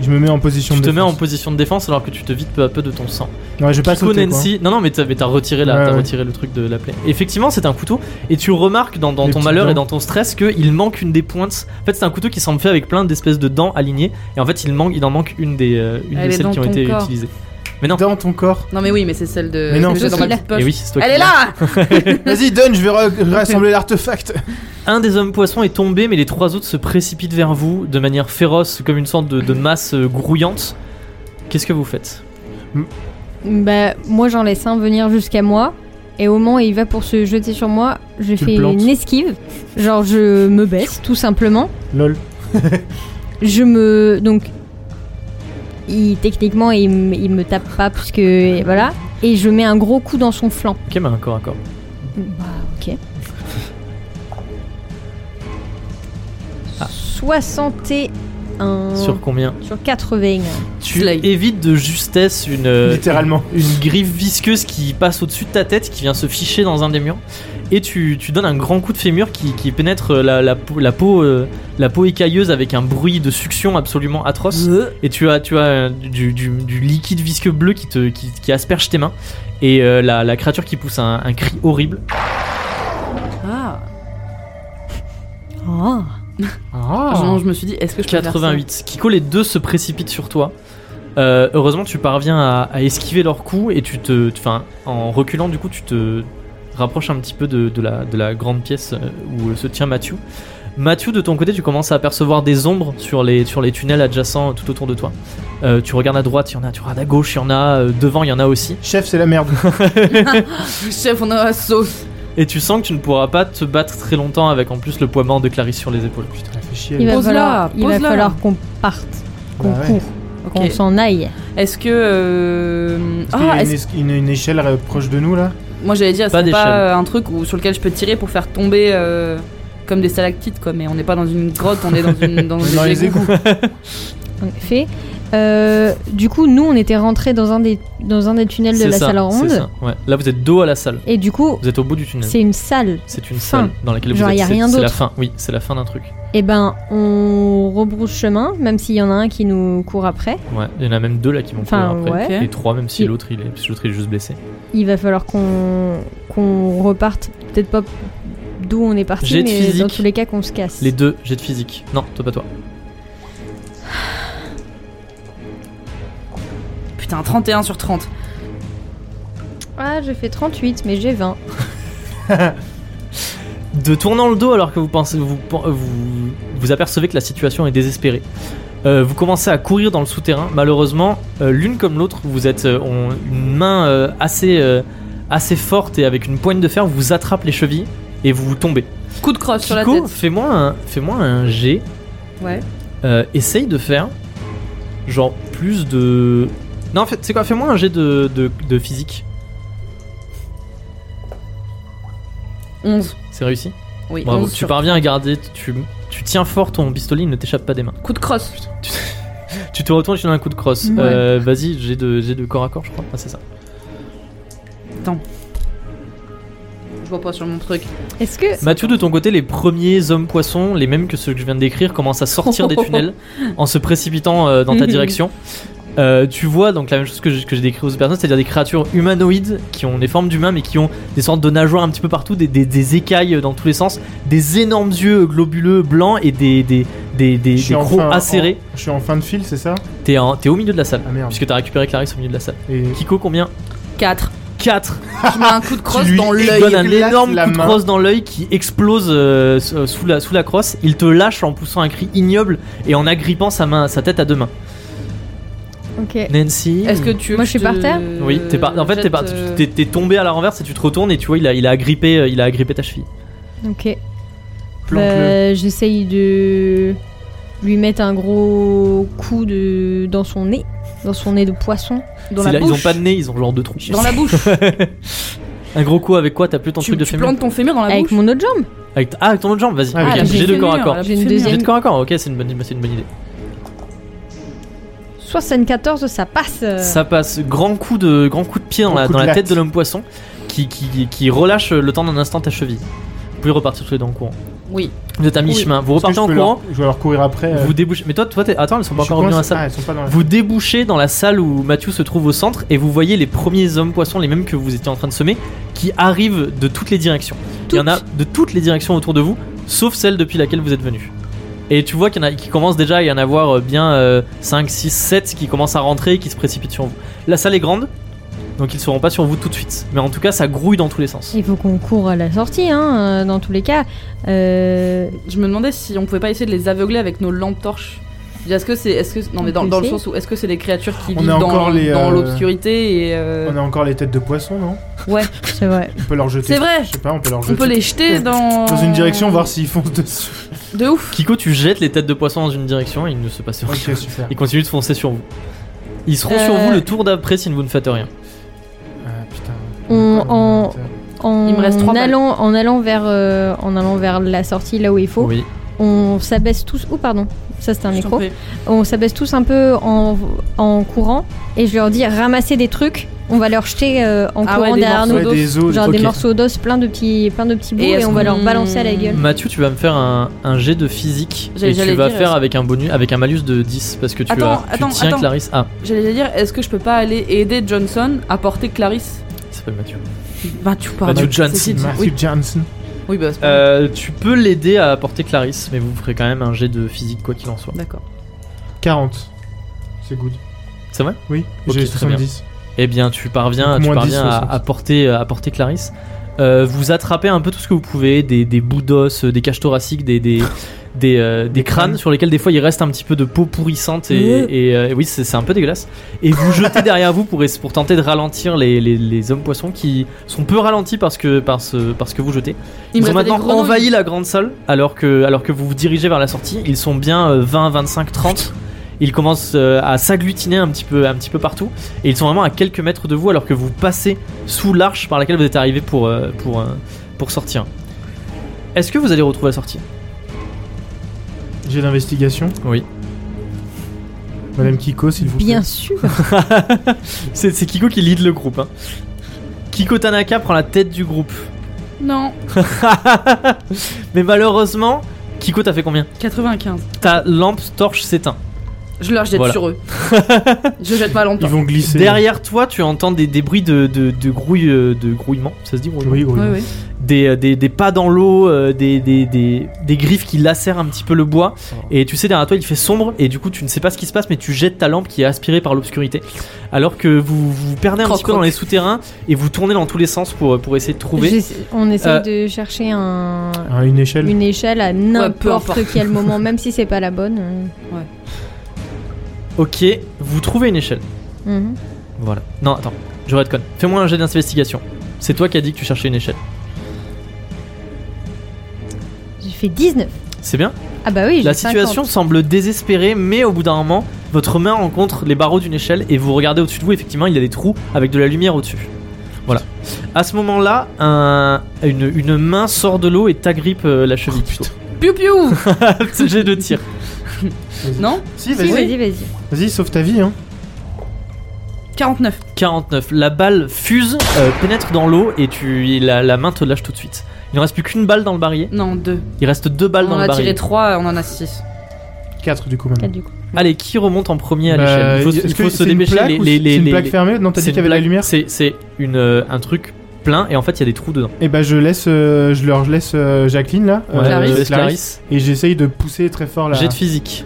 Je me mets en position Tu de te mets en défense. position de défense alors que tu te vides peu à peu de ton sang. Ouais, je vais pas Kiko sauter, quoi. Nancy- non non mais t'as mais t'as retiré la, Ouais, t'as ouais. retiré le truc de la plaie. Effectivement c'est un couteau et tu remarques dans, dans Les ton petites malheur et dents. dans ton stress que il manque une des pointes. En fait c'est un couteau qui semble fait avec plein d'espèces de dents alignées et en fait il manque il en manque une des euh, une Elle de est celles dans qui ont ton été corps. utilisées. Mais non. Dans ton corps. Non, mais oui, mais c'est celle de. Mais non, celle que j'ai c'est dans ma celle-là. petite Et poche. oui c'est toi. qui Elle l'as. est là Vas-y, donne, je vais re- rassembler l'artefact. Un des hommes poissons est tombé mais les trois autres se précipitent vers vous de manière féroce comme une sorte de, de masse euh, grouillante. Qu'est-ce que vous faites Bah, moi j'en laisse un venir jusqu'à moi. Et au moment où il va pour se jeter sur moi, je Tu fais le plantes. une esquive. Genre, je me baisse, tout simplement. Lol. Je me. Donc. Il, techniquement, il, me- il me tape pas, puisque. Voilà. Et je mets un gros coup dans son flanc. Ok mais encore encore. Bah, ok. Ah. 61 Sur combien sur 80. Tu Slay. évites de justesse une euh, Littéralement. une griffe visqueuse qui passe au-dessus de ta tête, qui vient se ficher dans un des murs. Et tu, tu donnes un grand coup de fémur qui, qui pénètre la, la, peau- la peau, euh, la peau écailleuse avec un bruit de succion absolument atroce. Et tu as, tu as euh, du, du- du liquide visqueux bleu qui, te, qui, qui asperge tes mains. Et euh, la, la créature qui pousse un, un cri horrible. Ah Oh. Ah. Genre, Je me suis dit, est-ce que je peux faire ça 88. Kiko, les deux se précipitent sur toi. Euh, heureusement, tu parviens à, à esquiver leur coup et tu te. tu- Enfin, en reculant, du coup, tu te rapproches un petit peu de, de la, de la grande pièce euh, où se tient Mathieu. Mathieu, de ton côté, tu commences à apercevoir des ombres sur les, sur les tunnels adjacents tout autour de toi. Euh, tu regardes à droite, il y en a, tu regardes à gauche, il y en a, euh, devant, il y en a aussi. Chef, c'est la merde. Chef, on a la sauce Et tu sens que tu ne pourras pas te battre très longtemps avec en plus le poids mort de Clarisse sur les épaules. Putain, elle fait chier. Il va Pose-la, falloir, il va pose-la. falloir qu'on parte, qu'on Bah ouais. court, Ok. qu'on s'en aille. Est-ce que. euh, Est-ce qu'il y Ah, a une, est-ce- es- une- une échelle euh, proche de nous là moi j'allais dire, Pas c'est d'échelle. pas euh, un truc où, sur lequel je peux tirer pour faire tomber euh, comme des stalactites, quoi. Mais on n'est pas dans une grotte, on est dans, une, dans, Dans des les égouts. En effet. Euh, du coup, nous, on était rentrés dans un des, dans un des tunnels de C'est la ça, salle c'est ronde. ça, ouais. Là, vous êtes dos à la salle. Et du coup, Vous êtes au bout du tunnel. c'est une salle. C'est une Fin. salle dans laquelle Genre, vous êtes. y a c'est- rien C'est la d'autre. fin, oui, c'est la fin d'un truc. Eh ben, on rebrousse chemin, même s'il y en a un qui nous court après. Ouais, il y en a même deux là qui vont Enfin, courir après. ouais. Et trois, même si Il- l'autre il est, parce que l'autre il est juste blessé. Il va falloir qu'on qu'on reparte, peut-être pas d'où on est Jet parti, de mais physique. dans tous les cas qu'on se casse. Les deux, jet de physique. Non, toi pas toi. Putain, 31 sur 30. Ah, je fais 38, mais j'ai 20. De tournant le dos alors que vous pensez, vous pen- vous, vous apercevez que la situation est désespérée. Euh, vous commencez à courir dans le souterrain. Malheureusement, euh, l'une comme l'autre, vous êtes euh, ont une main euh, assez euh, assez forte et avec une poigne de fer, vous attrape les chevilles et vous tombez. Coup de crosse sur la Kiko, tête. fais-moi un, fais-moi un jet Ouais. Euh, essaye de faire genre plus de. Non, en fait, c'est quoi Fais-moi un jet de, de, de physique. 11. C'est réussi. Oui, Bravo. 11 Tu sur- parviens à garder. Tu, tu tiens fort ton pistolet, il ne t'échappe pas des mains. Coup de crosse. Tu te retournes, tu donnes un coup de crosse. Ouais. Euh, Vas-y, j'ai de, j'ai de corps à corps, je crois. Ah, c'est ça. Je vois pas sur mon truc. Est-ce que Mathieu, de ton côté, les premiers hommes poissons, les mêmes que ceux que je viens de décrire, commencent à sortir des tunnels en se précipitant euh, dans ta direction. Euh, tu vois donc la même chose que j'ai que j'ai décrit aux autres personnes, c'est-à-dire des créatures humanoïdes qui ont des formes d'humains mais qui ont des sortes de nageoires un petit peu partout, des, des- des écailles dans tous les sens, des énormes yeux globuleux blancs et des, des, des, des, Je suis des crocs enfin en- acérés. Je suis en fin de fil, c'est ça T'es en- T'es au milieu de la salle, Ah merde. puisque t'as récupéré Clarisse au milieu de la salle. Et Kiko, combien 4. 4 Je mets un coup de crosse lui dans il éclates l'œil. donne un glace énorme la coup de main. crosse dans l'œil qui explose euh, s- euh, sous, la, sous la crosse. Il te lâche en poussant un cri ignoble et en agrippant sa, main, sa tête à deux mains. Bah. Ok. Nancy. Est-ce que tu. veux Moi, que je suis par te- terre Euh, Oui, t'es pas. En fait, t'es pas. jette, euh, T'es t'es tombé à la renverse et tu te retournes et tu vois, il a, il a agrippé, euh, il a agrippé ta cheville. Ok. planque-le. Bah, J'essaye de lui mettre un gros coup de... dans son nez. dans son nez de poisson. euh, Dans C'est la là, ils ont bouche. pas de nez, ils ont genre deux trous. Dans la bouche. Un gros coup avec quoi T'as plus ton tu truc de tu fémur plantes ton fémur dans la Avec bouche. mon autre jambe. Avec ta- Ah, avec ton autre jambe, vas-y. Ah, ok, avec j'ai le deux corps à fémur, corps. la J'ai une fémur. J'ai deuxième. de corps à corps, ok, c'est une bonne, c'est une bonne idée. 74, ça passe. euh. Ça passe, grand coup de, grand coup de pied dans, Grand la, coup dans de la latte. tête de l'homme poisson qui, qui, qui relâche le temps d'un instant ta cheville. Vous pouvez repartir tous les deux en courant. Oui. Vous êtes à mi-chemin, vous repartez en courant, Je vais leur courir après. euh, vous débouchez. Mais toi, toi t'es- attends, ils sont je pas suis encore revenus coincé- à ça. Ah, elles sont pas dans la- Vous débouchez dans la salle où Mathieu se trouve au centre et vous voyez les premiers hommes poissons, les mêmes que vous étiez en train de semer, qui arrivent de toutes les directions. Il y en a de toutes les directions autour de vous, sauf celle depuis laquelle vous êtes venu. Et tu vois qu'il y en a qui commencent déjà à y en avoir euh, bien 5, 6, 7 qui commencent à rentrer et qui se précipitent sur vous. La salle est grande, donc ils ne seront pas sur vous tout de suite. Mais en tout cas, ça grouille dans tous les sens. Il faut qu'on court à la sortie, hein, euh, dans tous les cas. Euh, Je me demandais si on pouvait pas essayer de les aveugler avec nos lampes torches. Je veux dire, Est-ce que c'est, est-ce que non mais On dans, peut dans le essayer. sens où est-ce que c'est des créatures qui On vivent a dans, encore les, dans euh, l'obscurité et euh, On a encore les têtes de poisson, non ouais, c'est vrai. On peut leur jeter. c'est vrai. Je sais pas, on peut leur On jeter. peut les jeter dans Dans une direction, voir s'ils foncent dessus. De ouf. Kiko, tu jettes les têtes de poisson dans une direction et il ne se passe rien. Ok, super. Ils continuent de foncer sur vous. Ils seront sur Euh. vous le tour d'après si vous ne faites rien. Ah, putain. On- Encore on- une minute. En, Il me reste trois balles. allant, en, allant vers, euh, en allant vers la sortie, là où il faut, Oui. on s'abaisse tous. Ou pardon, ça c'était un Je t'en micro. prie. On s'abaisse tous un peu en, en courant et je leur dis ramasser des trucs. On va leur jeter euh, en Ah courant ouais, des derrière morceaux. nous. Ouais, des os. Genre Ok. des morceaux d'os, plein de petits, plein de petits bouts, Et et, est-ce on va leur qu'on- balancer à la gueule. Mathieu, tu vas me faire un, un jet de physique J'allais- et tu j'allais vas dire, faire est-ce- avec un bonus, avec un malus de 10 parce que tu, Attends, as, tu attends, tiens attends. Clarisse. Ah, J'allais dire, est-ce que je peux pas aller aider Johnson à porter Clarisse il s'appelle Mathieu. Mathieu, Matthew pardon. Johnson, C'est qui Matthew Oui, Johnson. oui, bah c'est pas grave. Euh, tu peux l'aider à apporter Clarisse, mais vous ferez quand même un jet de physique quoi qu'il en soit. D'accord. 40. C'est good. C'est vrai Oui, Ok, j'ai très bien. 70. Eh bien, tu parviens, Donc, tu moins 10, parviens à, 60. à porter, à porter Clarisse. Euh, vous attrapez un peu tout ce que vous pouvez, des, des bouts d'os, euh, des caches thoraciques, des, des, des, euh, des crânes sur lesquels des fois il reste un petit peu de peau pourrissante et, et, euh, et oui c'est c'est un peu dégueulasse. Et vous jetez derrière vous pour, es- pour tenter de ralentir les, les, les hommes poissons qui sont peu ralentis parce que, par ce- parce que vous jetez. Il me Ils ont restait des maintenant grenouilles. envahi la grande salle alors que, alors que vous vous dirigez vers la sortie. Ils sont bien euh, 20, 25, 30. Ils commencent euh, à s'agglutiner un petit peu, un petit peu partout. Et ils sont vraiment à quelques mètres de vous alors que vous passez sous l'arche par laquelle vous êtes arrivé pour, euh, pour, euh, pour sortir. Est-ce que vous allez retrouver la sortie J'ai l'investigation. Oui. Madame Kiko, s'il vous plaît. Bien sûr. C'est c'est Kiko qui lead le groupe. hein. Kiko Tanaka prend la tête du groupe. Non. Mais malheureusement, Kiko t'as fait combien 95. Ta lampe torche s'éteint. Je leur jette Voilà. sur eux. je jette pas Ils longtemps. vont glisser. Derrière toi, tu entends des, des bruits de, de, de grouille, euh, de grouillement, ça se dit grouillement Oui, oui. Ouais, ouais. Des, euh, des, des pas dans l'eau, euh, des, des, des, des griffes qui lacèrent un petit peu le bois. Et tu sais, derrière toi, il fait sombre, et du coup, tu ne sais pas ce qui se passe, mais tu jettes ta lampe qui est aspirée par l'obscurité. Alors que vous vous perdez un Croc, petit peu croc. dans les souterrains, et vous tournez dans tous les sens pour, pour essayer de trouver. J'essa- On essaie Euh, de chercher un, À une échelle. une échelle à n'importe importe. quel moment, même si c'est pas la bonne. euh, Ok, vous trouvez une échelle. mhm. Voilà. Non, attends, je redconne. Fais-moi un jet d'investigation. C'est toi qui as dit que tu cherchais une échelle. J'ai fait 19. C'est bien Ah bah oui, j'ai La situation 50. semble désespérée, mais au bout d'un moment, votre main rencontre les barreaux d'une échelle et vous regardez au-dessus de vous, effectivement, il y a des trous avec de la lumière au-dessus. Voilà. À ce moment-là, un- une, une main sort de l'eau et t'agrippe euh, la cheville. Oh, Piu piu. J'ai de tir. non. Si, Si, vas-y. vas-y, vas-y. Vas-y, sauve ta vie, hein. 49. 49. La balle fuse, euh, pénètre dans l'eau et tu, et la, la main te lâche tout de suite. Il ne reste plus qu'une balle dans le barillet. Non, 2. Il reste deux balles On dans en le a barillet. tiré 3, on en a 6. 4 du coup, maintenant. Quatre, du coup. Allez, qui remonte en premier à Bah, l'échelle Il faut, il est-ce faut que se c'est une dépêcher. plaque les- ou les- C'est les- c'est une les- plaque fermée Non, t'as dit c'est qu'il une y avait de la plaque- lumière C'est c'est une, euh, un truc plein et en fait il y a des trous dedans. Et bah, je laisse. euh, Je leur laisse euh, Jacqueline, là. Ouais, euh, je Clarisse. laisse Clarisse. Clarisse. Et j'essaye de pousser très fort, là. Jet de physique.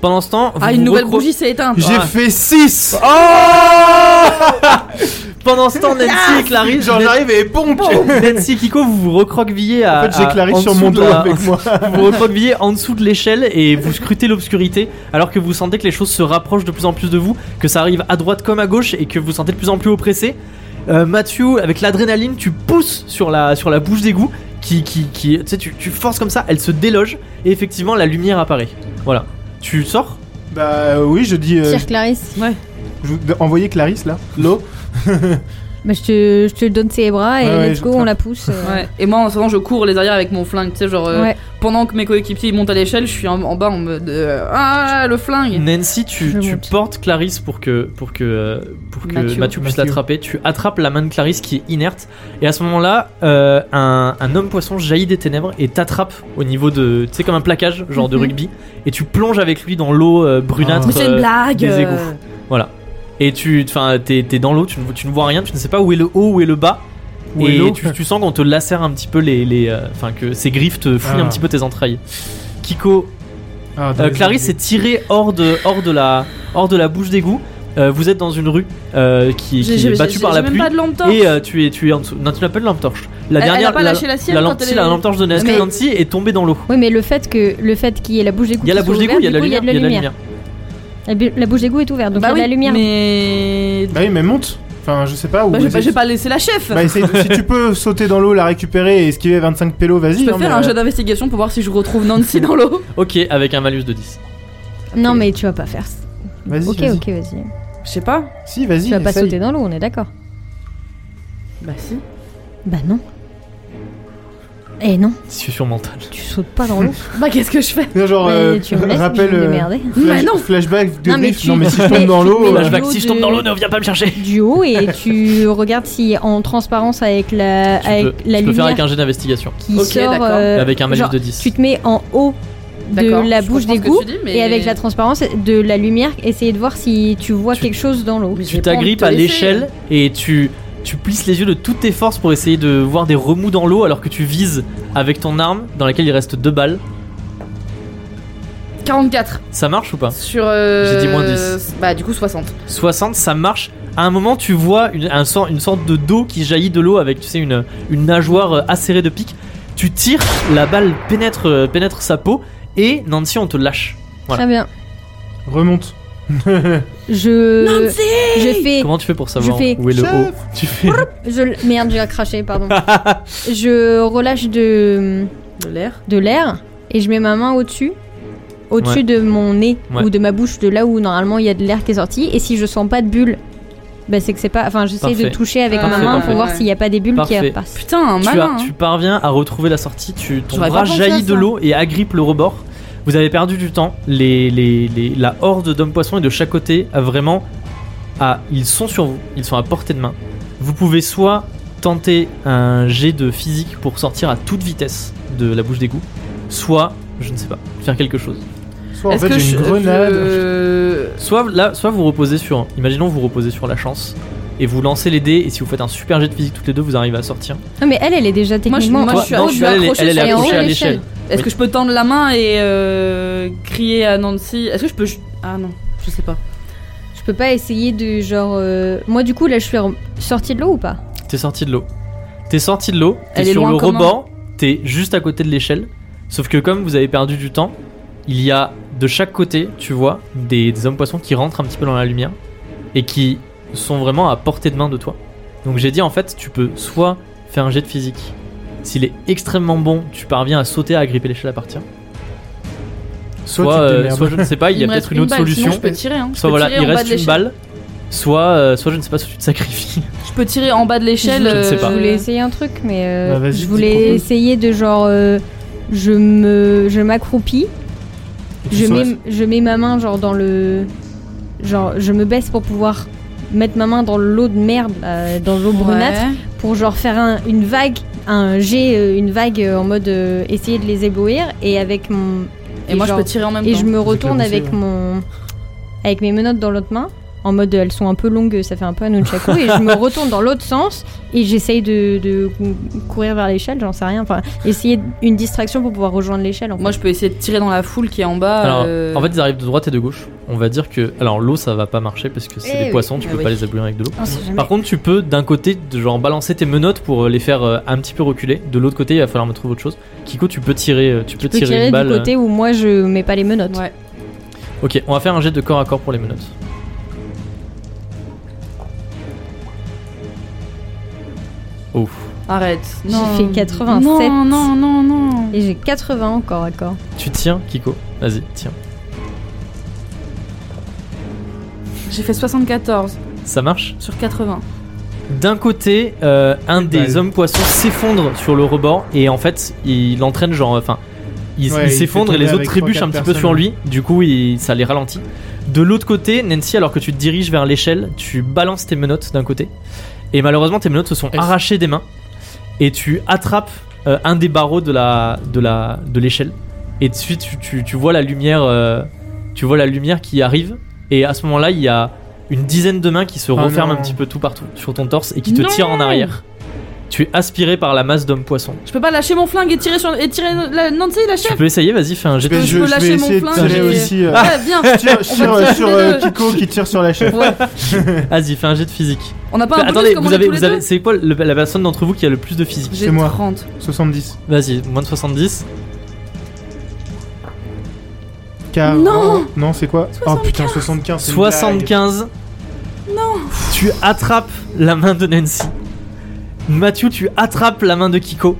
Pendant ce temps, Ah, vous une vous nouvelle recro- bougie s'est éteinte. J'ai Ah. Oh fait 6 Pendant ce temps, Ah, Nancy et Clarisse, J'en Nan- arrive et pompe Nancy et Kiko, vous vous recroquevillez à. En fait, j'ai à- Clarisse Ah, en sur dessous mon de dos la- avec moi. Vous vous recroquevillez en dessous de l'échelle et vous scrutez l'obscurité, alors que vous sentez que les choses se rapprochent de plus en plus de vous, que ça arrive à droite comme à gauche et que vous vous sentez de plus en plus oppressé. Euh, Mathieu, avec l'adrénaline, tu pousses sur la, sur la bouche d'égout, qui, qui, qui, tu sais, tu, tu forces comme ça, elle se déloge et effectivement la lumière apparaît. Voilà. Tu sors Bah oui, je dis. euh, Tire Clarisse. Ouais. je- je- envoyez Clarisse là, l'eau. Bah, je, te, je te donne ses bras et Ouais, ouais, let's je go, te- on la pousse. euh, Ah, Ouais. Et moi, en ce moment, je cours les arrières avec mon flingue. Tu sais, genre, euh, ouais. pendant que mes coéquipiers ils montent à l'échelle, je suis en, en bas en mode euh, Ah, le flingue Nancy, tu, Je tu monte. portes Clarisse pour que, pour que, euh, pour que Mathieu, Mathieu. puisse Mathieu. l'attraper. Tu attrapes la main de Clarisse qui est inerte. Et à ce moment-là, euh, un, un homme poisson jaillit des ténèbres et t'attrape au niveau de. Tu sais, comme un plaquage, genre de Mhm. rugby. Et tu plonges avec lui dans l'eau euh, brunâtre. Mais C'est une euh, blague des égouts. euh. Voilà. Et tu, enfin, t'es t'es dans l'eau, tu, ne- tu ne vois rien, tu ne sais pas où est le haut, où est le bas. Où est et l'eau Ah, tu, tu sens qu'on te lacère un petit peu les, les, euh, enfin que ces griffes te fouillent Ah. un petit peu tes entrailles. Kiko, Ah, euh, attendez, Clarisse j'ai- s'est tirée hors de, hors de la, hors de la bouche d'égout. Euh, vous êtes dans une rue euh, qui, J'ai- qui j'ai- est battue j'ai- par j'ai la même pluie. pas de lampe torche. Et euh, tu es, tu es en dessous. Non, tu n'as pas de lampe torche. La Elle- elle, dernière, a pas la, lâché la sienne la quand lampe, elle si, est- la lampe torche de Nancy, Mais- Nancy est tombée dans l'eau. Oui, mais le fait que le fait qu'il y ait la bouche d'égout, Il y a la qui bouche soit d'égout, il y a de la lumière, ouverte, du coup, il y a de la lumière. lumière. La bu- la bouche d'égout est ouverte, donc il Bah y a de la oui, lumière. Mais. Bah oui, mais monte. Enfin, je sais pas où. Bah, j'ai essaye- pas, j'ai pas laissé la chef Bah, essaye- si tu peux sauter dans l'eau, la récupérer et esquiver 25 pélos, vas-y. Je peux hein, faire mais, un euh, jeu d'investigation pour voir si je retrouve Nancy dans l'eau. Ok, avec un malus de 10. Non, mais tu vas pas faire. ça. Vas-y, Ok, vas-y. ok, vas-y. Je sais pas. Si, vas-y. Tu vas pas essaye. sauter dans l'eau, on est d'accord. Bah si. Bah non. Eh non, Discussion mentale. tu sautes pas dans l'eau. Bah qu'est-ce que je fais Genre, Bah, euh, tu me laisses, rappel, je vais me euh, démerder. flash- Mais non. flashback de Non, mais Riff. tu- Non, mais si je mais tombe dans tu- l'eau. mais euh, Flashback, l'eau si je de- tombe dans l'eau, ne viens pas me chercher. du haut et tu regardes si est en transparence avec la, Tu avec peux, la tu peux lumière faire avec un jet d'investigation. qui Ok, sort. d'accord. euh, avec un malus genre, de 10. Tu te mets en haut D'accord, de la je bouche comprends ce que d'égout tu dis, mais- et avec la transparence de la lumière, essayer de voir si tu vois Tu- quelque chose dans l'eau. Mais j'ai Tu pas envie de t'agrippes te à laisser. l'échelle et tu, tu plisses les yeux de toutes tes forces pour essayer de voir des remous dans l'eau alors que tu vises avec ton arme dans laquelle il reste deux balles. 44 Ça marche ou pas sur. euh, J'ai dit moins 10. Bah du coup 60. 60, ça marche. À un moment, tu vois une, un sort- une sorte de dos qui jaillit de l'eau avec, tu sais, une, une nageoire euh, acérée de pique. Tu tires, la balle pénètre, euh, pénètre sa peau et Nancy, on te lâche. voilà. Très bien. Remonte. Je Ah, je fais Comment tu fais pour savoir Je fais- où est le Chef haut Tu fais. je merde j'ai craché pardon. je relâche de De l'air. de l'air et je mets ma main au-dessus au-dessus Ouais. de mon nez Ouais. ou de ma bouche de là où normalement il y a de l'air qui est sorti et si je sens pas de bulle bah c'est que c'est pas enfin j'essaie de Parfait. toucher avec Parfait, ma main parfait. pour voir Ouais. s'il n'y a pas des bulles qui Parfait. repassent. Putain, un tu, as- malin. hein. tu parviens à retrouver la sortie, tu, ton J'aurais pas bras pensé à jaillit de ça. l'eau et agrippe le rebord. Vous avez perdu du temps, les, les- les- la horde d'hommes poissons est de chaque côté, à vraiment, à, ils sont sur vous, ils sont à portée de main. Vous pouvez soit tenter un jet de physique pour sortir à toute vitesse de la bouche d'égout, soit, je ne sais pas, faire quelque chose. Soit en Est-ce fait, que j'ai je- euh, une grenade. je- Soit, là, soit vous reposez sur, imaginons vous reposez sur la chance, et vous lancez les dés, et si vous faites un super jet de physique toutes les deux, vous arrivez à sortir. Non mais elle elle est déjà Moi, je- techniquement moi, Toi- je suis- non, oh, je suis elle, elle est- accrochée elle, elle est sur- accrochée et à en haut l'échelle. de l'échelle. Est-ce Oui. que je peux tendre la main et euh, crier à Nancy Est-ce que je peux. ju- Ah non, je sais pas. Je peux pas essayer de genre. euh, Moi, du coup, là, je suis rem- sortie de l'eau ou pas T'es sorti de l'eau. T'es sorti de l'eau, t'es Elle est sur loin le comment rebord, t'es juste à côté de l'échelle. Sauf que comme vous avez perdu du temps, il y a de chaque côté, tu vois, des, des hommes poissons qui rentrent un petit peu dans la lumière et qui sont vraiment à portée de main de toi. Donc j'ai dit en fait, tu peux soit faire un jet de physique. S'il est extrêmement bon, tu parviens à sauter, à agripper l'échelle à partir. Soit, Soit, tu te euh, démerdes. soit je ne sais pas, il y a me reste peut-être une autre balle, solution. sinon je peux tirer. hein. Je Soit peux voilà, tirer il en bas reste une de l'échelle. balle. Soit, euh, soit je ne sais pas, soit tu te sacrifies. Je peux tirer en bas de l'échelle. Je ne sais euh, pas. Je voulais essayer un truc, mais euh, Bah, vas-y, je dis, voulais propose. essayer de genre. euh, je me, je m'accroupis, Et tu je sautes. mets, je mets ma main genre dans le, genre je me baisse pour pouvoir mettre ma main dans l'eau de merde, euh, dans l'eau Ouais. brunâtre, pour genre faire un- une vague, un jet, euh, une vague euh, en mode euh, essayer de les éblouir et avec mon, Et, moi, genre- je peux tirer en même Et temps. je me retourne clair aussi, avec ouais. mon avec mes menottes dans l'autre main, en mode elles sont un peu longues, ça fait un peu un nunchaku, et je me retourne dans l'autre sens et j'essaye de, de cou- courir vers l'échelle, j'en sais rien, enfin essayer une distraction pour pouvoir rejoindre l'échelle. En fait. Moi, je peux essayer de tirer dans la foule qui est en bas. Alors, euh, en fait, ils arrivent de droite et de gauche. On va dire que. Alors, l'eau, ça va pas marcher parce que c'est Eh des oui, poissons, tu ah peux oui. pas les aboulir avec de l'eau. On sait jamais. Par contre, tu peux d'un côté, de genre balancer tes menottes pour euh, les faire euh, un petit peu reculer. De l'autre côté, il va falloir me trouver autre chose. Kiko, tu peux tirer, euh, tu peux je peux tirer, tirer une balle. du côté où moi je mets pas les menottes. Ouais. euh. Ok, on va faire un jet de corps à corps pour les menottes. Ouf. Arrête. J'ai Non. fait 87. Non, non, non, non. Et j'ai 80 encore, encore. Tu tiens, Kiko. Vas-y, tiens. J'ai fait 74 Ça marche sur 80. D'un côté, euh, un Une des balle. hommes poissons s'effondre sur le rebord et en fait, il entraîne genre, euh, enfin, il, il Ouais, il s'effondre fait et les tomber autres avec trébuchent trois, un petit quatre peu sur personnes. lui. Du coup, il- ça les ralentit. De l'autre côté, Nancy, alors que tu te diriges vers l'échelle, tu balances tes menottes d'un côté et malheureusement, tes menottes se sont Est-ce- arrachées des mains et tu attrapes euh, un des barreaux de la de la de l'échelle et de suite, tu, tu- tu vois la lumière, euh, tu vois la lumière qui arrive et à ce moment-là, il y a une dizaine de mains qui se Oh referment non. un petit peu tout partout sur ton torse et qui te Non tirent en arrière. Tu es aspiré par la masse d'hommes poissons. Je peux pas lâcher mon flingue et tirer sur et tirer la Nancy la Tu chef. peux essayer, vas-y, fais un jet. peux- je peux lâcher mon essayer de flingue tirer et- aussi. Ah. euh, Ouais, viens. Tire, On va tire, tirer euh, tous sur les euh, deux. Kiko qui tire sur la chef. Ouais. Vas-y, fais un jet de physique. Bah, On n'a pas un bonus attendez, comme on vous est avez, tous les vous avez, deux c'est quoi le- la personne d'entre vous qui a le plus de physique J'ai C'est moi. 30. 70. Vas-y, moins de 70. Car... Non Non, c'est quoi Oh putain, 75. c'est une blague. 75. Non Tu attrapes la main de Nancy. Mathieu, tu attrapes la main de Kiko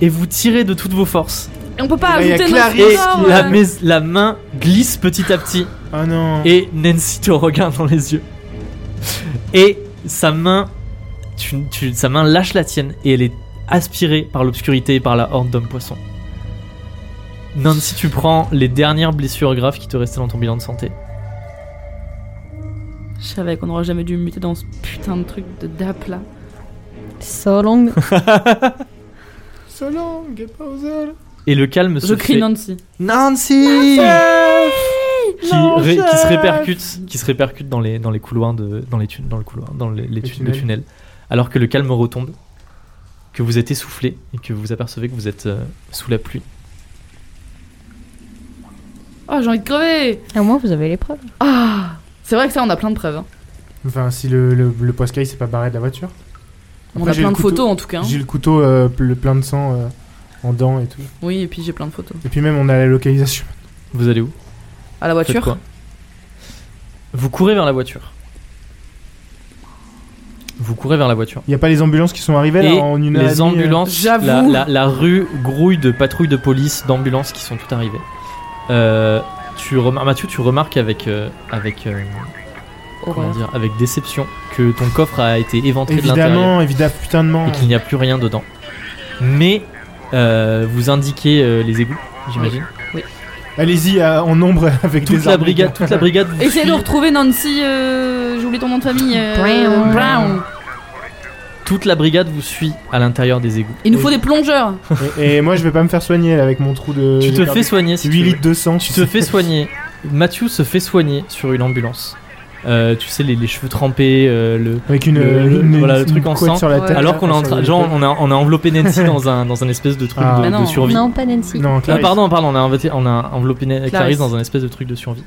et vous tirez de toutes vos forces. Et on peut pas Là, y a ajouter Clarisse notre Et score, la, ouais. mais- la main glisse petit à petit Ah non. Et Nancy te regarde dans les yeux. Et sa main, tu, tu- sa main lâche la tienne et elle est aspirée par l'obscurité et par la horde d'hommes poissons. Nancy, tu prends les dernières blessures graves qui te restaient dans ton bilan de santé. Je savais qu'on aurait jamais dû muter dans ce putain de truc de dap là. So long. So long, get puzzle. Et le calme se Je crie fait- Nancy. Nancy qui, Non, ré- qui se chef répercute, qui se répercute dans les dans les couloirs de dans les tu- dans le couloir dans les, les Les tu- les tunnels. tunnels. Alors que le calme retombe, que vous êtes essoufflé et que vous apercevez que vous êtes euh, sous la pluie. Oh, j'ai envie de crever. Au moins, vous avez les preuves. Ah, c'est vrai que ça, on a plein de preuves. hein. Enfin, si le, le, le Poiscaille s'est pas barré de la voiture. On Après, a j'ai plein le de photos couteau- en tout cas. hein. J'ai le couteau euh, le plein de sang euh, en dents et tout. Oui, et puis j'ai plein de photos. Et puis même, on a la localisation. Vous allez où À la Faites voiture. quoi Vous courez vers la voiture. Vous courez vers la voiture. Il y a pas les ambulances qui sont arrivées Et là, en une heure et les demie, euh, ambulances, J'avoue. la, la- la rue grouille de patrouilles de police, d'ambulances qui sont toutes arrivées. Euh, tu remar- Mathieu, tu remarques avec, euh, avec, euh, comment Horreur. dire, avec déception que ton coffre a été éventré de l'intérieur Évidemment, évidemment, putainement. et qu'il n'y a plus rien dedans. Mais euh, vous indiquez euh, les égouts, j'imagine. Allez-y euh, en nombre avec Toute des la armes, les brigade, gars. toute la brigade. vous Essayez de suit. retrouver Nancy. euh, J'ai oublié ton nom de famille. euh, Brown. Brown. Toute la brigade vous suit à l'intérieur des égouts. Il nous faut des plongeurs. Et, et moi, je vais pas me faire soigner là, avec mon trou de. Tu j'ai te perdu fais soigner si 8 tu veux. litres de sang. Tu te fais soigner. Mathieu se fait soigner sur une ambulance. Euh, tu sais, les, les cheveux trempés, euh, le... Avec une, Le- le- une- voilà, le une truc en couette sang. sur la Ouais. tête. Alors là, qu'on est en sur train- le- genre on a, on a enveloppé Nancy dans un, dans un espèce de truc Ah. de, Bah de non. survie. Non, pas Nancy. Non, Euh, Clarisse. pardon, pardon, on a, invoqué- on a enveloppé Na- Clarisse. Clarisse. dans un espèce de truc de survie.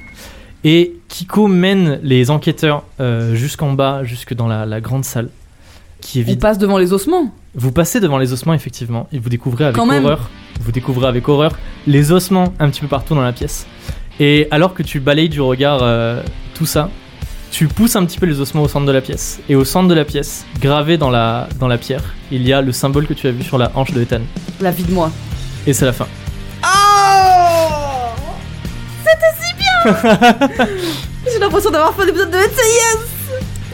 Et Kiko mène les enquêteurs euh, jusqu'en bas, jusque dans la, la grande salle, qui est On vide. passe devant les ossements. Vous passez devant les ossements effectivement, et vous découvrez avec Quand même. horreur, vous découvrez avec horreur les ossements un petit peu partout dans la pièce. Et alors que tu balayes du regard euh, tout ça, tu pousses un petit peu les ossements au centre de la pièce. Et au centre de la pièce, gravé dans la, dans la pierre, il y a le symbole que tu as vu sur la hanche de Ethan. La vie de moi. Et c'est la fin. J'ai l'impression d'avoir fait l'épisode de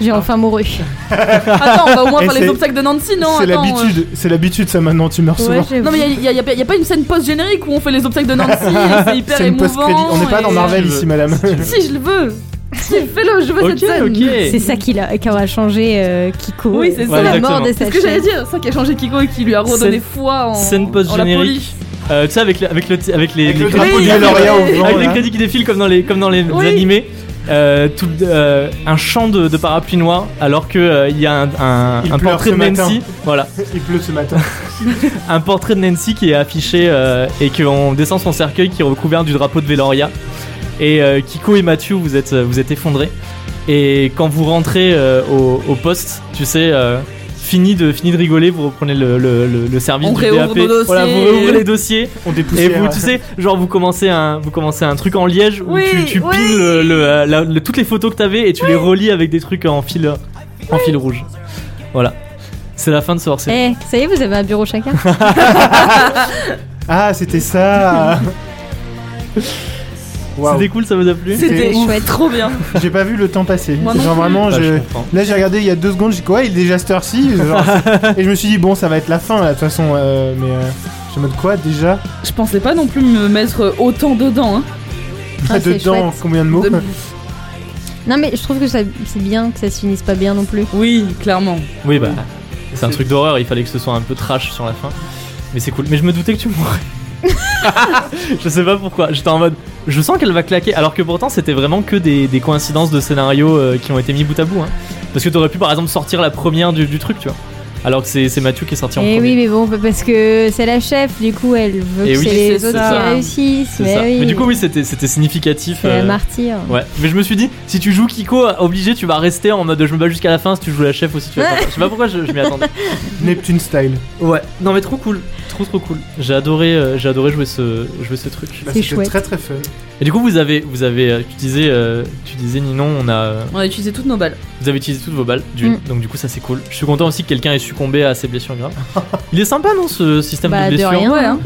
J'ai enfin mouru. Attends, on va au moins Et faire les c'est- obstacles de Nancy, non C'est attends, euh, l'habitude, c'est l'habitude ça maintenant, tu meurs souvent. Non, mais il y, a- y a- y a pas une scène post-générique où on fait les obstacles de Nancy, et c'est hyper C'est une émouvant. post-crédit. On n'est pas et- dans Marvel ici, madame. Si, je le veux. Si, fais-le, je veux Ok, cette scène. ok. C'est ça qui, l'a- qui aura changé euh, Kiko. Oui, c'est ça. ça. La exactement. mort de C'est ce cette que j'allais dire, ça qui a changé Kiko et qui lui a redonné Scène- foi en. scène en la post-générique. police. Euh, tu sais, avec, le- avec, le, avec les, Avec les le crédits- drapeau oui, du lauréat au vent, avec les là. crédits qui défilent comme dans les, comme dans les Oui. animés. euh, tout, euh, un champ de, de parapluie noir alors que euh, il y a un, un, Il un pleure portrait ce de Nancy matin. voilà Il pleut ce matin. un portrait de Nancy qui est affiché euh, et qu'on descend son cercueil qui est recouvert du drapeau de Veloria et euh, Kiko et Mathieu vous êtes vous êtes effondrés et quand vous rentrez euh, au, au poste tu sais euh, fini de fini de rigoler vous reprenez le, le, le- le service On du réouvre DAP nos dossiers. voilà vous réouvrez les dossiers On et dépoussière. vous, tu sais, genre vous commencez un, vous commencez un truc en liège où Oui, tu, tu piles oui. le- le- euh, la- le- toutes les photos que t'avais et tu les relis avec des trucs en fil, en fil rouge. Voilà. C'est la fin de ce hors Eh, ça y est, vous avez un bureau chacun. Ah, c'était ça. Eh. Waouh. C'était cool, ça vous a plu C'est C'était ouf. chouette, trop bien. J'ai pas vu le temps passer. Moi non Genre plus. vraiment, Bah, je... comprends. là j'ai regardé il y a deux secondes, j'ai dit, quoi, il est déjà cette heure-ci Genre, c'est- Et je me suis dit bon, ça va être la fin là, de toute façon. euh, mais euh, je me dis quoi déjà Je pensais pas non plus me mettre autant dedans. Hein. Ah, c'est Dedans, chouette. combien de mots De- Non, mais je trouve que ça- c'est bien que ça se finisse pas bien non plus. Oui, clairement. Oui, bah, c'est un truc d'horreur, il fallait que ce soit un peu trash sur la fin. Mais c'est cool. Mais je me doutais que tu mourrais. je sais pas pourquoi. J'étais en mode, je sens qu'elle va claquer. Alors que pourtant, c'était vraiment que des, des coïncidences de scénarios euh, qui ont été mis bout à bout. hein. Parce que t'aurais pu par exemple sortir la première du, du truc, tu vois. Alors que c'est c'est Mathieu qui est sorti en Et premier. Eh oui, mais bon, parce que c'est la chef, du coup, elle veut Eh que oui, c'est les c'est autres ça. qui réussissent. C'est Mais, ça. Eh oui, Mais du coup, oui, c'était c'était significatif. c'est euh, la martyre. Ouais, mais je me suis dit, si tu joues Kiko, obligé, tu vas rester en mode je me bats jusqu'à la fin si tu joues la chef ou si tu vas pas. Je sais pas pourquoi je, je m'y attendais. Neptune style. Ouais, non mais trop cool, trop trop cool. J'ai adoré, euh, j'ai adoré jouer ce, jouer ce truc. Bah, C'est C'était chouette. très très fun. Et du coup, vous avez, vous avez, euh, tu disais, euh, tu disais Ninon, on a, euh, On a utilisé toutes nos balles. vous avez utilisé toutes vos balles, d'une. Mm. Donc du coup, ça c'est cool. Je suis content aussi que quelqu'un ait succombé à ses blessures graves. Il est sympa non ce système Bah, de de blessures. rien. Ouais, hein.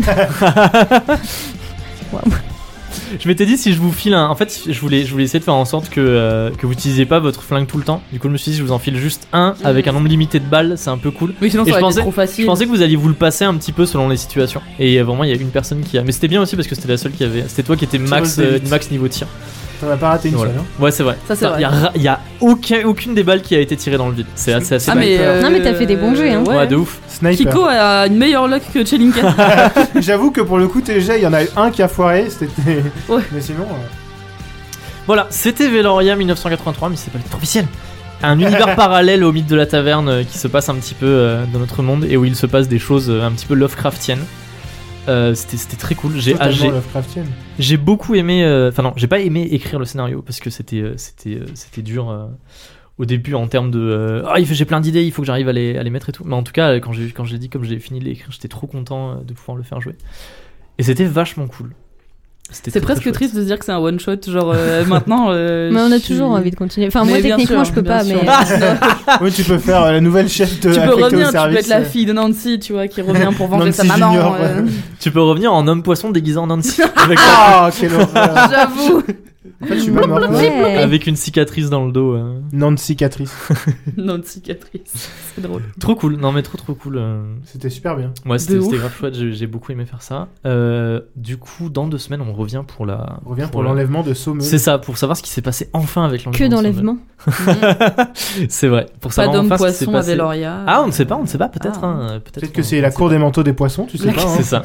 Je m'étais dit si je vous file un, en fait, je voulais, je voulais essayer de faire en sorte que euh, que vous n'utilisiez pas votre flingue tout le temps. Du coup, je me suis dit, je vous en file juste un Mm. avec un nombre limité de balles, c'est un peu cool. Oui, sinon Et je ça aurait pensais- été trop facile. Je pensais que vous alliez vous le passer un petit peu selon les situations. Et euh, vraiment, il y a une personne qui a. Mais c'était bien aussi parce que c'était la seule qui avait. C'était toi qui étais max, Tirage euh, d'élite. max niveau tir. T'en as pas raté une Voilà. seule. hein. Ouais, c'est vrai. Ça, c'est vrai. Il y a, ra- y a aucun, aucune des balles qui a été tirée dans le vide. C'est assez, assez Ah, dingue. mais. Sniper. euh, Non, mais t'as fait des bons jets, hein. Ouais, de ouf. Sniper. Kiko a une meilleure luck que Chelinka. J'avoue que pour le coup, TG, il y en a eu un qui a foiré. C'était. Ouais. Mais sinon. euh, Voilà, c'était Veloria 1983, mais c'est pas le titre officiel. Un univers parallèle au mythe de la taverne euh, qui se passe un petit peu euh, dans notre monde et où il se passe des choses euh, un petit peu Lovecraftiennes. Euh, c'était c'était très cool. J'ai ah, totalement j'ai- Lovecraftian. j'ai beaucoup aimé. euh, Enfin, non, j'ai pas aimé écrire le scénario parce que c'était euh, c'était euh, c'était dur. euh, au début, en termes de euh, Ah, il faut- j'ai plein d'idées, il faut que j'arrive à les, à les mettre et tout. Mais en tout cas, euh, quand j'ai quand j'ai dit, comme j'ai fini de l'écrire, j'étais trop content euh, de pouvoir le faire jouer. Et c'était vachement cool. C'était très, C'est très presque chouette. triste de se dire que c'est un one shot. Genre euh, maintenant. euh, Mais on a je suis- toujours envie de continuer. Enfin, Mais moi, bien techniquement, sûr, je peux bien pas, sûr. mais. Ah Oui, tu peux faire euh, la nouvelle chef de Ah. Tu peux affectée au revenir, tu peux service, être la euh, fille de Nancy, tu vois, qui revient pour venger Nancy sa maman. Junior, euh, ouais. Tu peux revenir en homme poisson déguisé en Nancy avec, Ah, quelle horreur. J'avoue. En fait, je suis pas mort. Ouais. avec une cicatrice dans le dos. euh. Nancy Catrice. Nancy Catrice. C'est drôle. Trop cool. Non, mais trop trop cool. euh. C'était super bien. Ouais, c'était De c'était ouf. grave chouette. J'ai j'ai beaucoup aimé faire ça. Euh, du coup, dans deux semaines, on revient pour la. On revient pour la- l'enlèvement de Sommeux. C'est ça, pour savoir ce qui s'est passé enfin avec Que l'enlèvement. de Sommel. d'enlèvement. C'est vrai. Pour Pas savoir d'homme enfin ce qui s'est poisson à passé. Veloria. Ah, on ne sait pas, on ne sait pas, peut-être. Ah. hein, peut-être Peut-être qu'on- que c'est la cour des manteaux des poissons, tu sais pas. hein. C'est ça.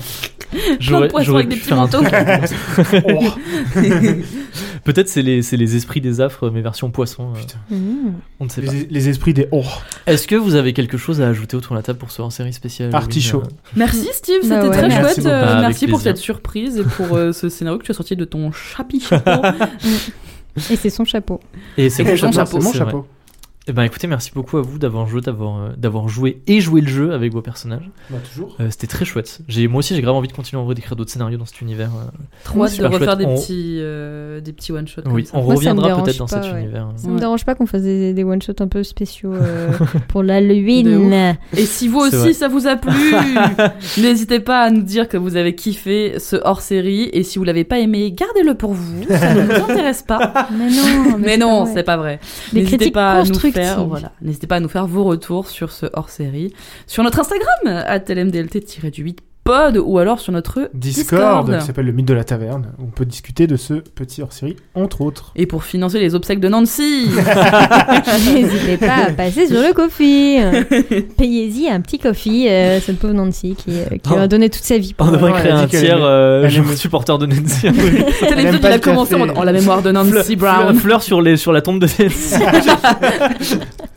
Plein de poissons avec des petits faire un manteaux. truc. Oh, Peut-être c'est les, c'est les esprits des affres, mais version poisson. euh, Putain. Mmh. on ne sait pas. les, les esprits des oh. Est-ce que vous avez quelque chose à ajouter autour de la table pour ce hors-série spéciale Artichaut. Halloween, euh Merci Steve, c'était Bah ouais. très Merci chouette. beaucoup. Euh, Bah, avec merci pour plaisir. cette surprise et pour euh, ce scénario que tu as sorti de ton chapitre. Et c'est son chapeau. Et c'est Et mon mon chapeau. chapeau, C'est mon c'est vrai. chapeau. Eh ben écoutez, merci beaucoup à vous d'avoir joué, d'avoir euh, d'avoir joué et joué le jeu avec vos personnages. Bah, toujours. Euh, C'était très chouette. J'ai- Moi aussi, j'ai grave envie de continuer en vrai d'écrire d'autres scénarios dans cet univers. euh, Trop hâte de Super refaire chouette. des On- petits, euh, des petits one shots. Oui, on Moi, ça me reviendra dérange peut-être dans pas, cet ouais. univers. euh. Ça me Ouais. dérange pas qu'on fasse des, des one-shots un peu spéciaux euh, pour l'Halloween. Et si vous C'est aussi vrai. ça vous a plu, n'hésitez pas à nous dire que vous avez kiffé ce hors-série et si vous l'avez pas aimé, gardez-le pour vous. Ça ne vous intéresse pas. Mais non, Mais non, vrai. c'est pas vrai. des N'hésitez critiques pas à nous constructives. faire, voilà. N'hésitez pas à nous faire vos retours sur ce hors-série, sur notre Instagram à lmdlt-du8 pod ou alors sur notre Discord, Discord. qui s'appelle le mythe de la taverne. On peut discuter de ce petit hors-série, entre autres. Et pour financer les obsèques de Nancy N'hésitez pas à passer sur le coffee. Payez-y un petit coffee, euh, cette pauvre Nancy qui, euh, qui Oh. a donné toute sa vie. pour- On devrait Ouais, créer elle un dit qu'elle tiers aimait- euh, elle je- aimait- supporter de Nancy. C'était aime pas l'épisode il a le café. commencé en, en la mémoire de Nancy Brown. Fleur, fleur sur, les, sur la tombe de Nancy.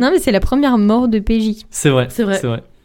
Non, mais c'est la première mort de PJ. C'est vrai. C'est vrai.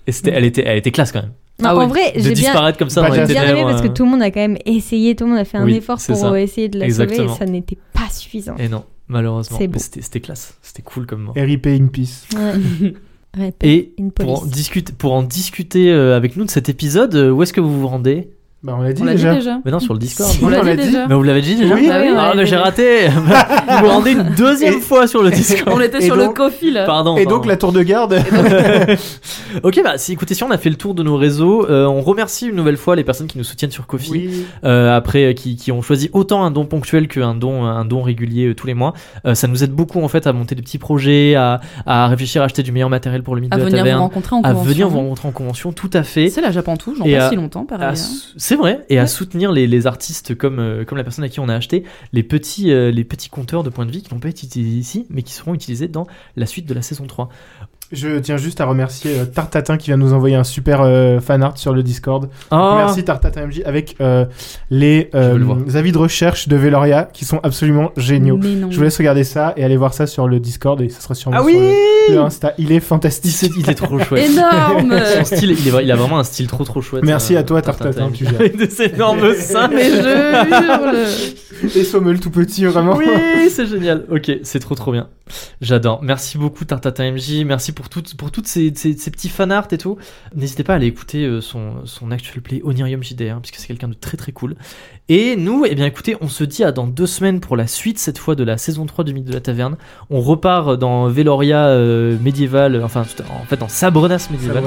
Et c'était, elle, était, elle était classe quand même. Non, Ah ouais. En vrai, De j'ai bien, disparaître comme ça Pas dans de les j'ai bien aimé ténèbres. parce que euh, tout le monde a quand même essayé, tout le monde a fait un Oui, effort c'est pour ça. euh, essayer de la Exactement. sauver et ça n'était pas suffisant. Et Eh non, malheureusement. C'est Mais beau. c'était, c'était classe. C'était cool comme mort. RIP in peace. Ouais. Répète, Et une pour en, police. discuter, pour en discuter euh, avec nous de cet épisode, euh, où est-ce que vous vous rendez Bah, on l'a dit On l'a dit déjà. déjà. Mais non, sur le Discord. Si. On l'a on l'a dit dit. déjà. Mais vous l'avez dit déjà Oui, Ah Bah oui, on Ah, l'a mais dit. j'ai raté Vous me rendez une deuxième fois sur le Discord. On était Et sur le donc- coffee là. Pardon. Et donc, pardon. la tour de garde. ok, bah si, écoutez, si on a fait le tour de nos réseaux, euh, on remercie une nouvelle fois les personnes qui nous soutiennent sur Kofi. Oui. Euh, après euh, qui, qui ont choisi autant un don ponctuel qu'un don un don régulier euh, tous les mois Euh, ça nous aide beaucoup en fait à monter des petits projets à, à réfléchir à acheter du meilleur matériel pour le mythe À de la venir vous taverne rencontrer en à convention. venir vous rencontrer en convention tout à fait C'est la Japon tout, j'en Et à- pas si longtemps par à ailleurs. sou- c'est vrai et à Ouais. soutenir les, les artistes comme euh, comme la personne à qui on a acheté les petits euh, les petits compteurs de points de vie qui n'ont pas été utilisés ici mais qui seront utilisés dans la suite de la saison 3 Je tiens juste à remercier euh, Tartatin qui vient de nous envoyer un super euh, fan art sur le Discord. Ah, Merci Tartatin MJ avec euh, les veux le euh, voir. avis de recherche de Veloria qui sont absolument géniaux. Mais non. Je vous laisse regarder ça et aller voir ça sur le Discord et ça sera sûrement ah sur oui le, le Insta. Il est il, est, fantastique. il est trop chouette Énorme Son style, il, est vrai- il a vraiment un style trop trop chouette. Merci à toi, Tartatin, Tartatin. tu gères. Avec des énormes seins. Mais je jure le- Et Sommel tout petit, vraiment. Oui, c'est génial. Ok, c'est trop trop bien. J'adore. Merci beaucoup Tartatin MJ. Merci pour toutes pour toutes ces, ces, ces petits fanarts et tout. N'hésitez pas à aller écouter euh, son, son actual play Onirium JD, hein, puisque c'est quelqu'un de très très cool. Et nous, eh bien écoutez, on se dit à dans deux semaines pour la suite cette fois de la saison 3 du Mythe de la Taverne. On repart dans Veloria euh, médiévale, euh, enfin tout- en fait en Sabrenas médiévale.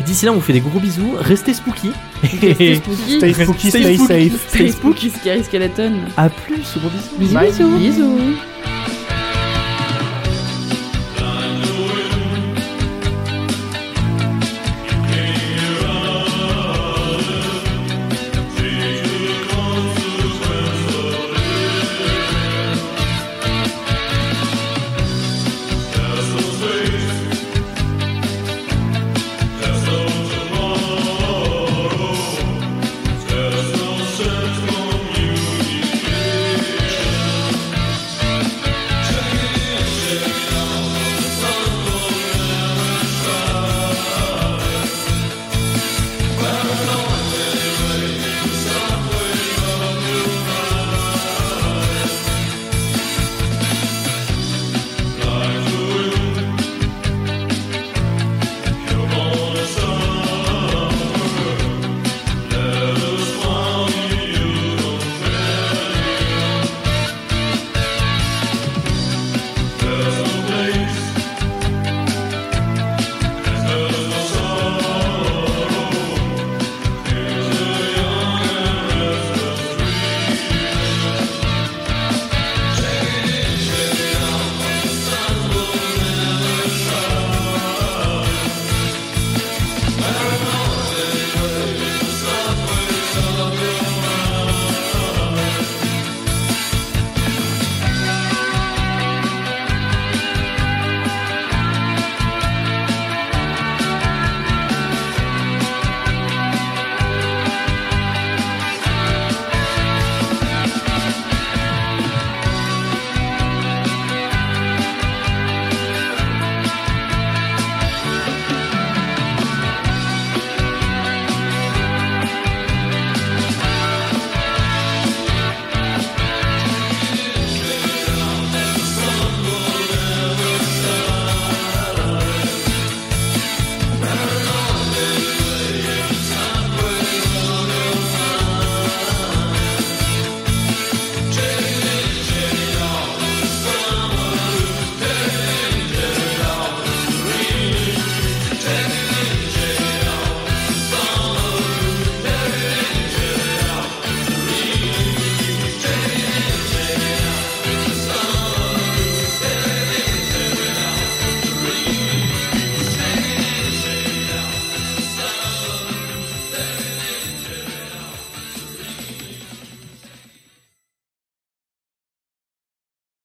Et D'ici là, on vous fait des gros bisous. Restez spooky. Stay spooky. Stay spooky, Stay stay spooky. safe. Stay Stay spooky, Scary Skeleton. à plus, gros bisous. Bisous, Bye. bisous. Bisous.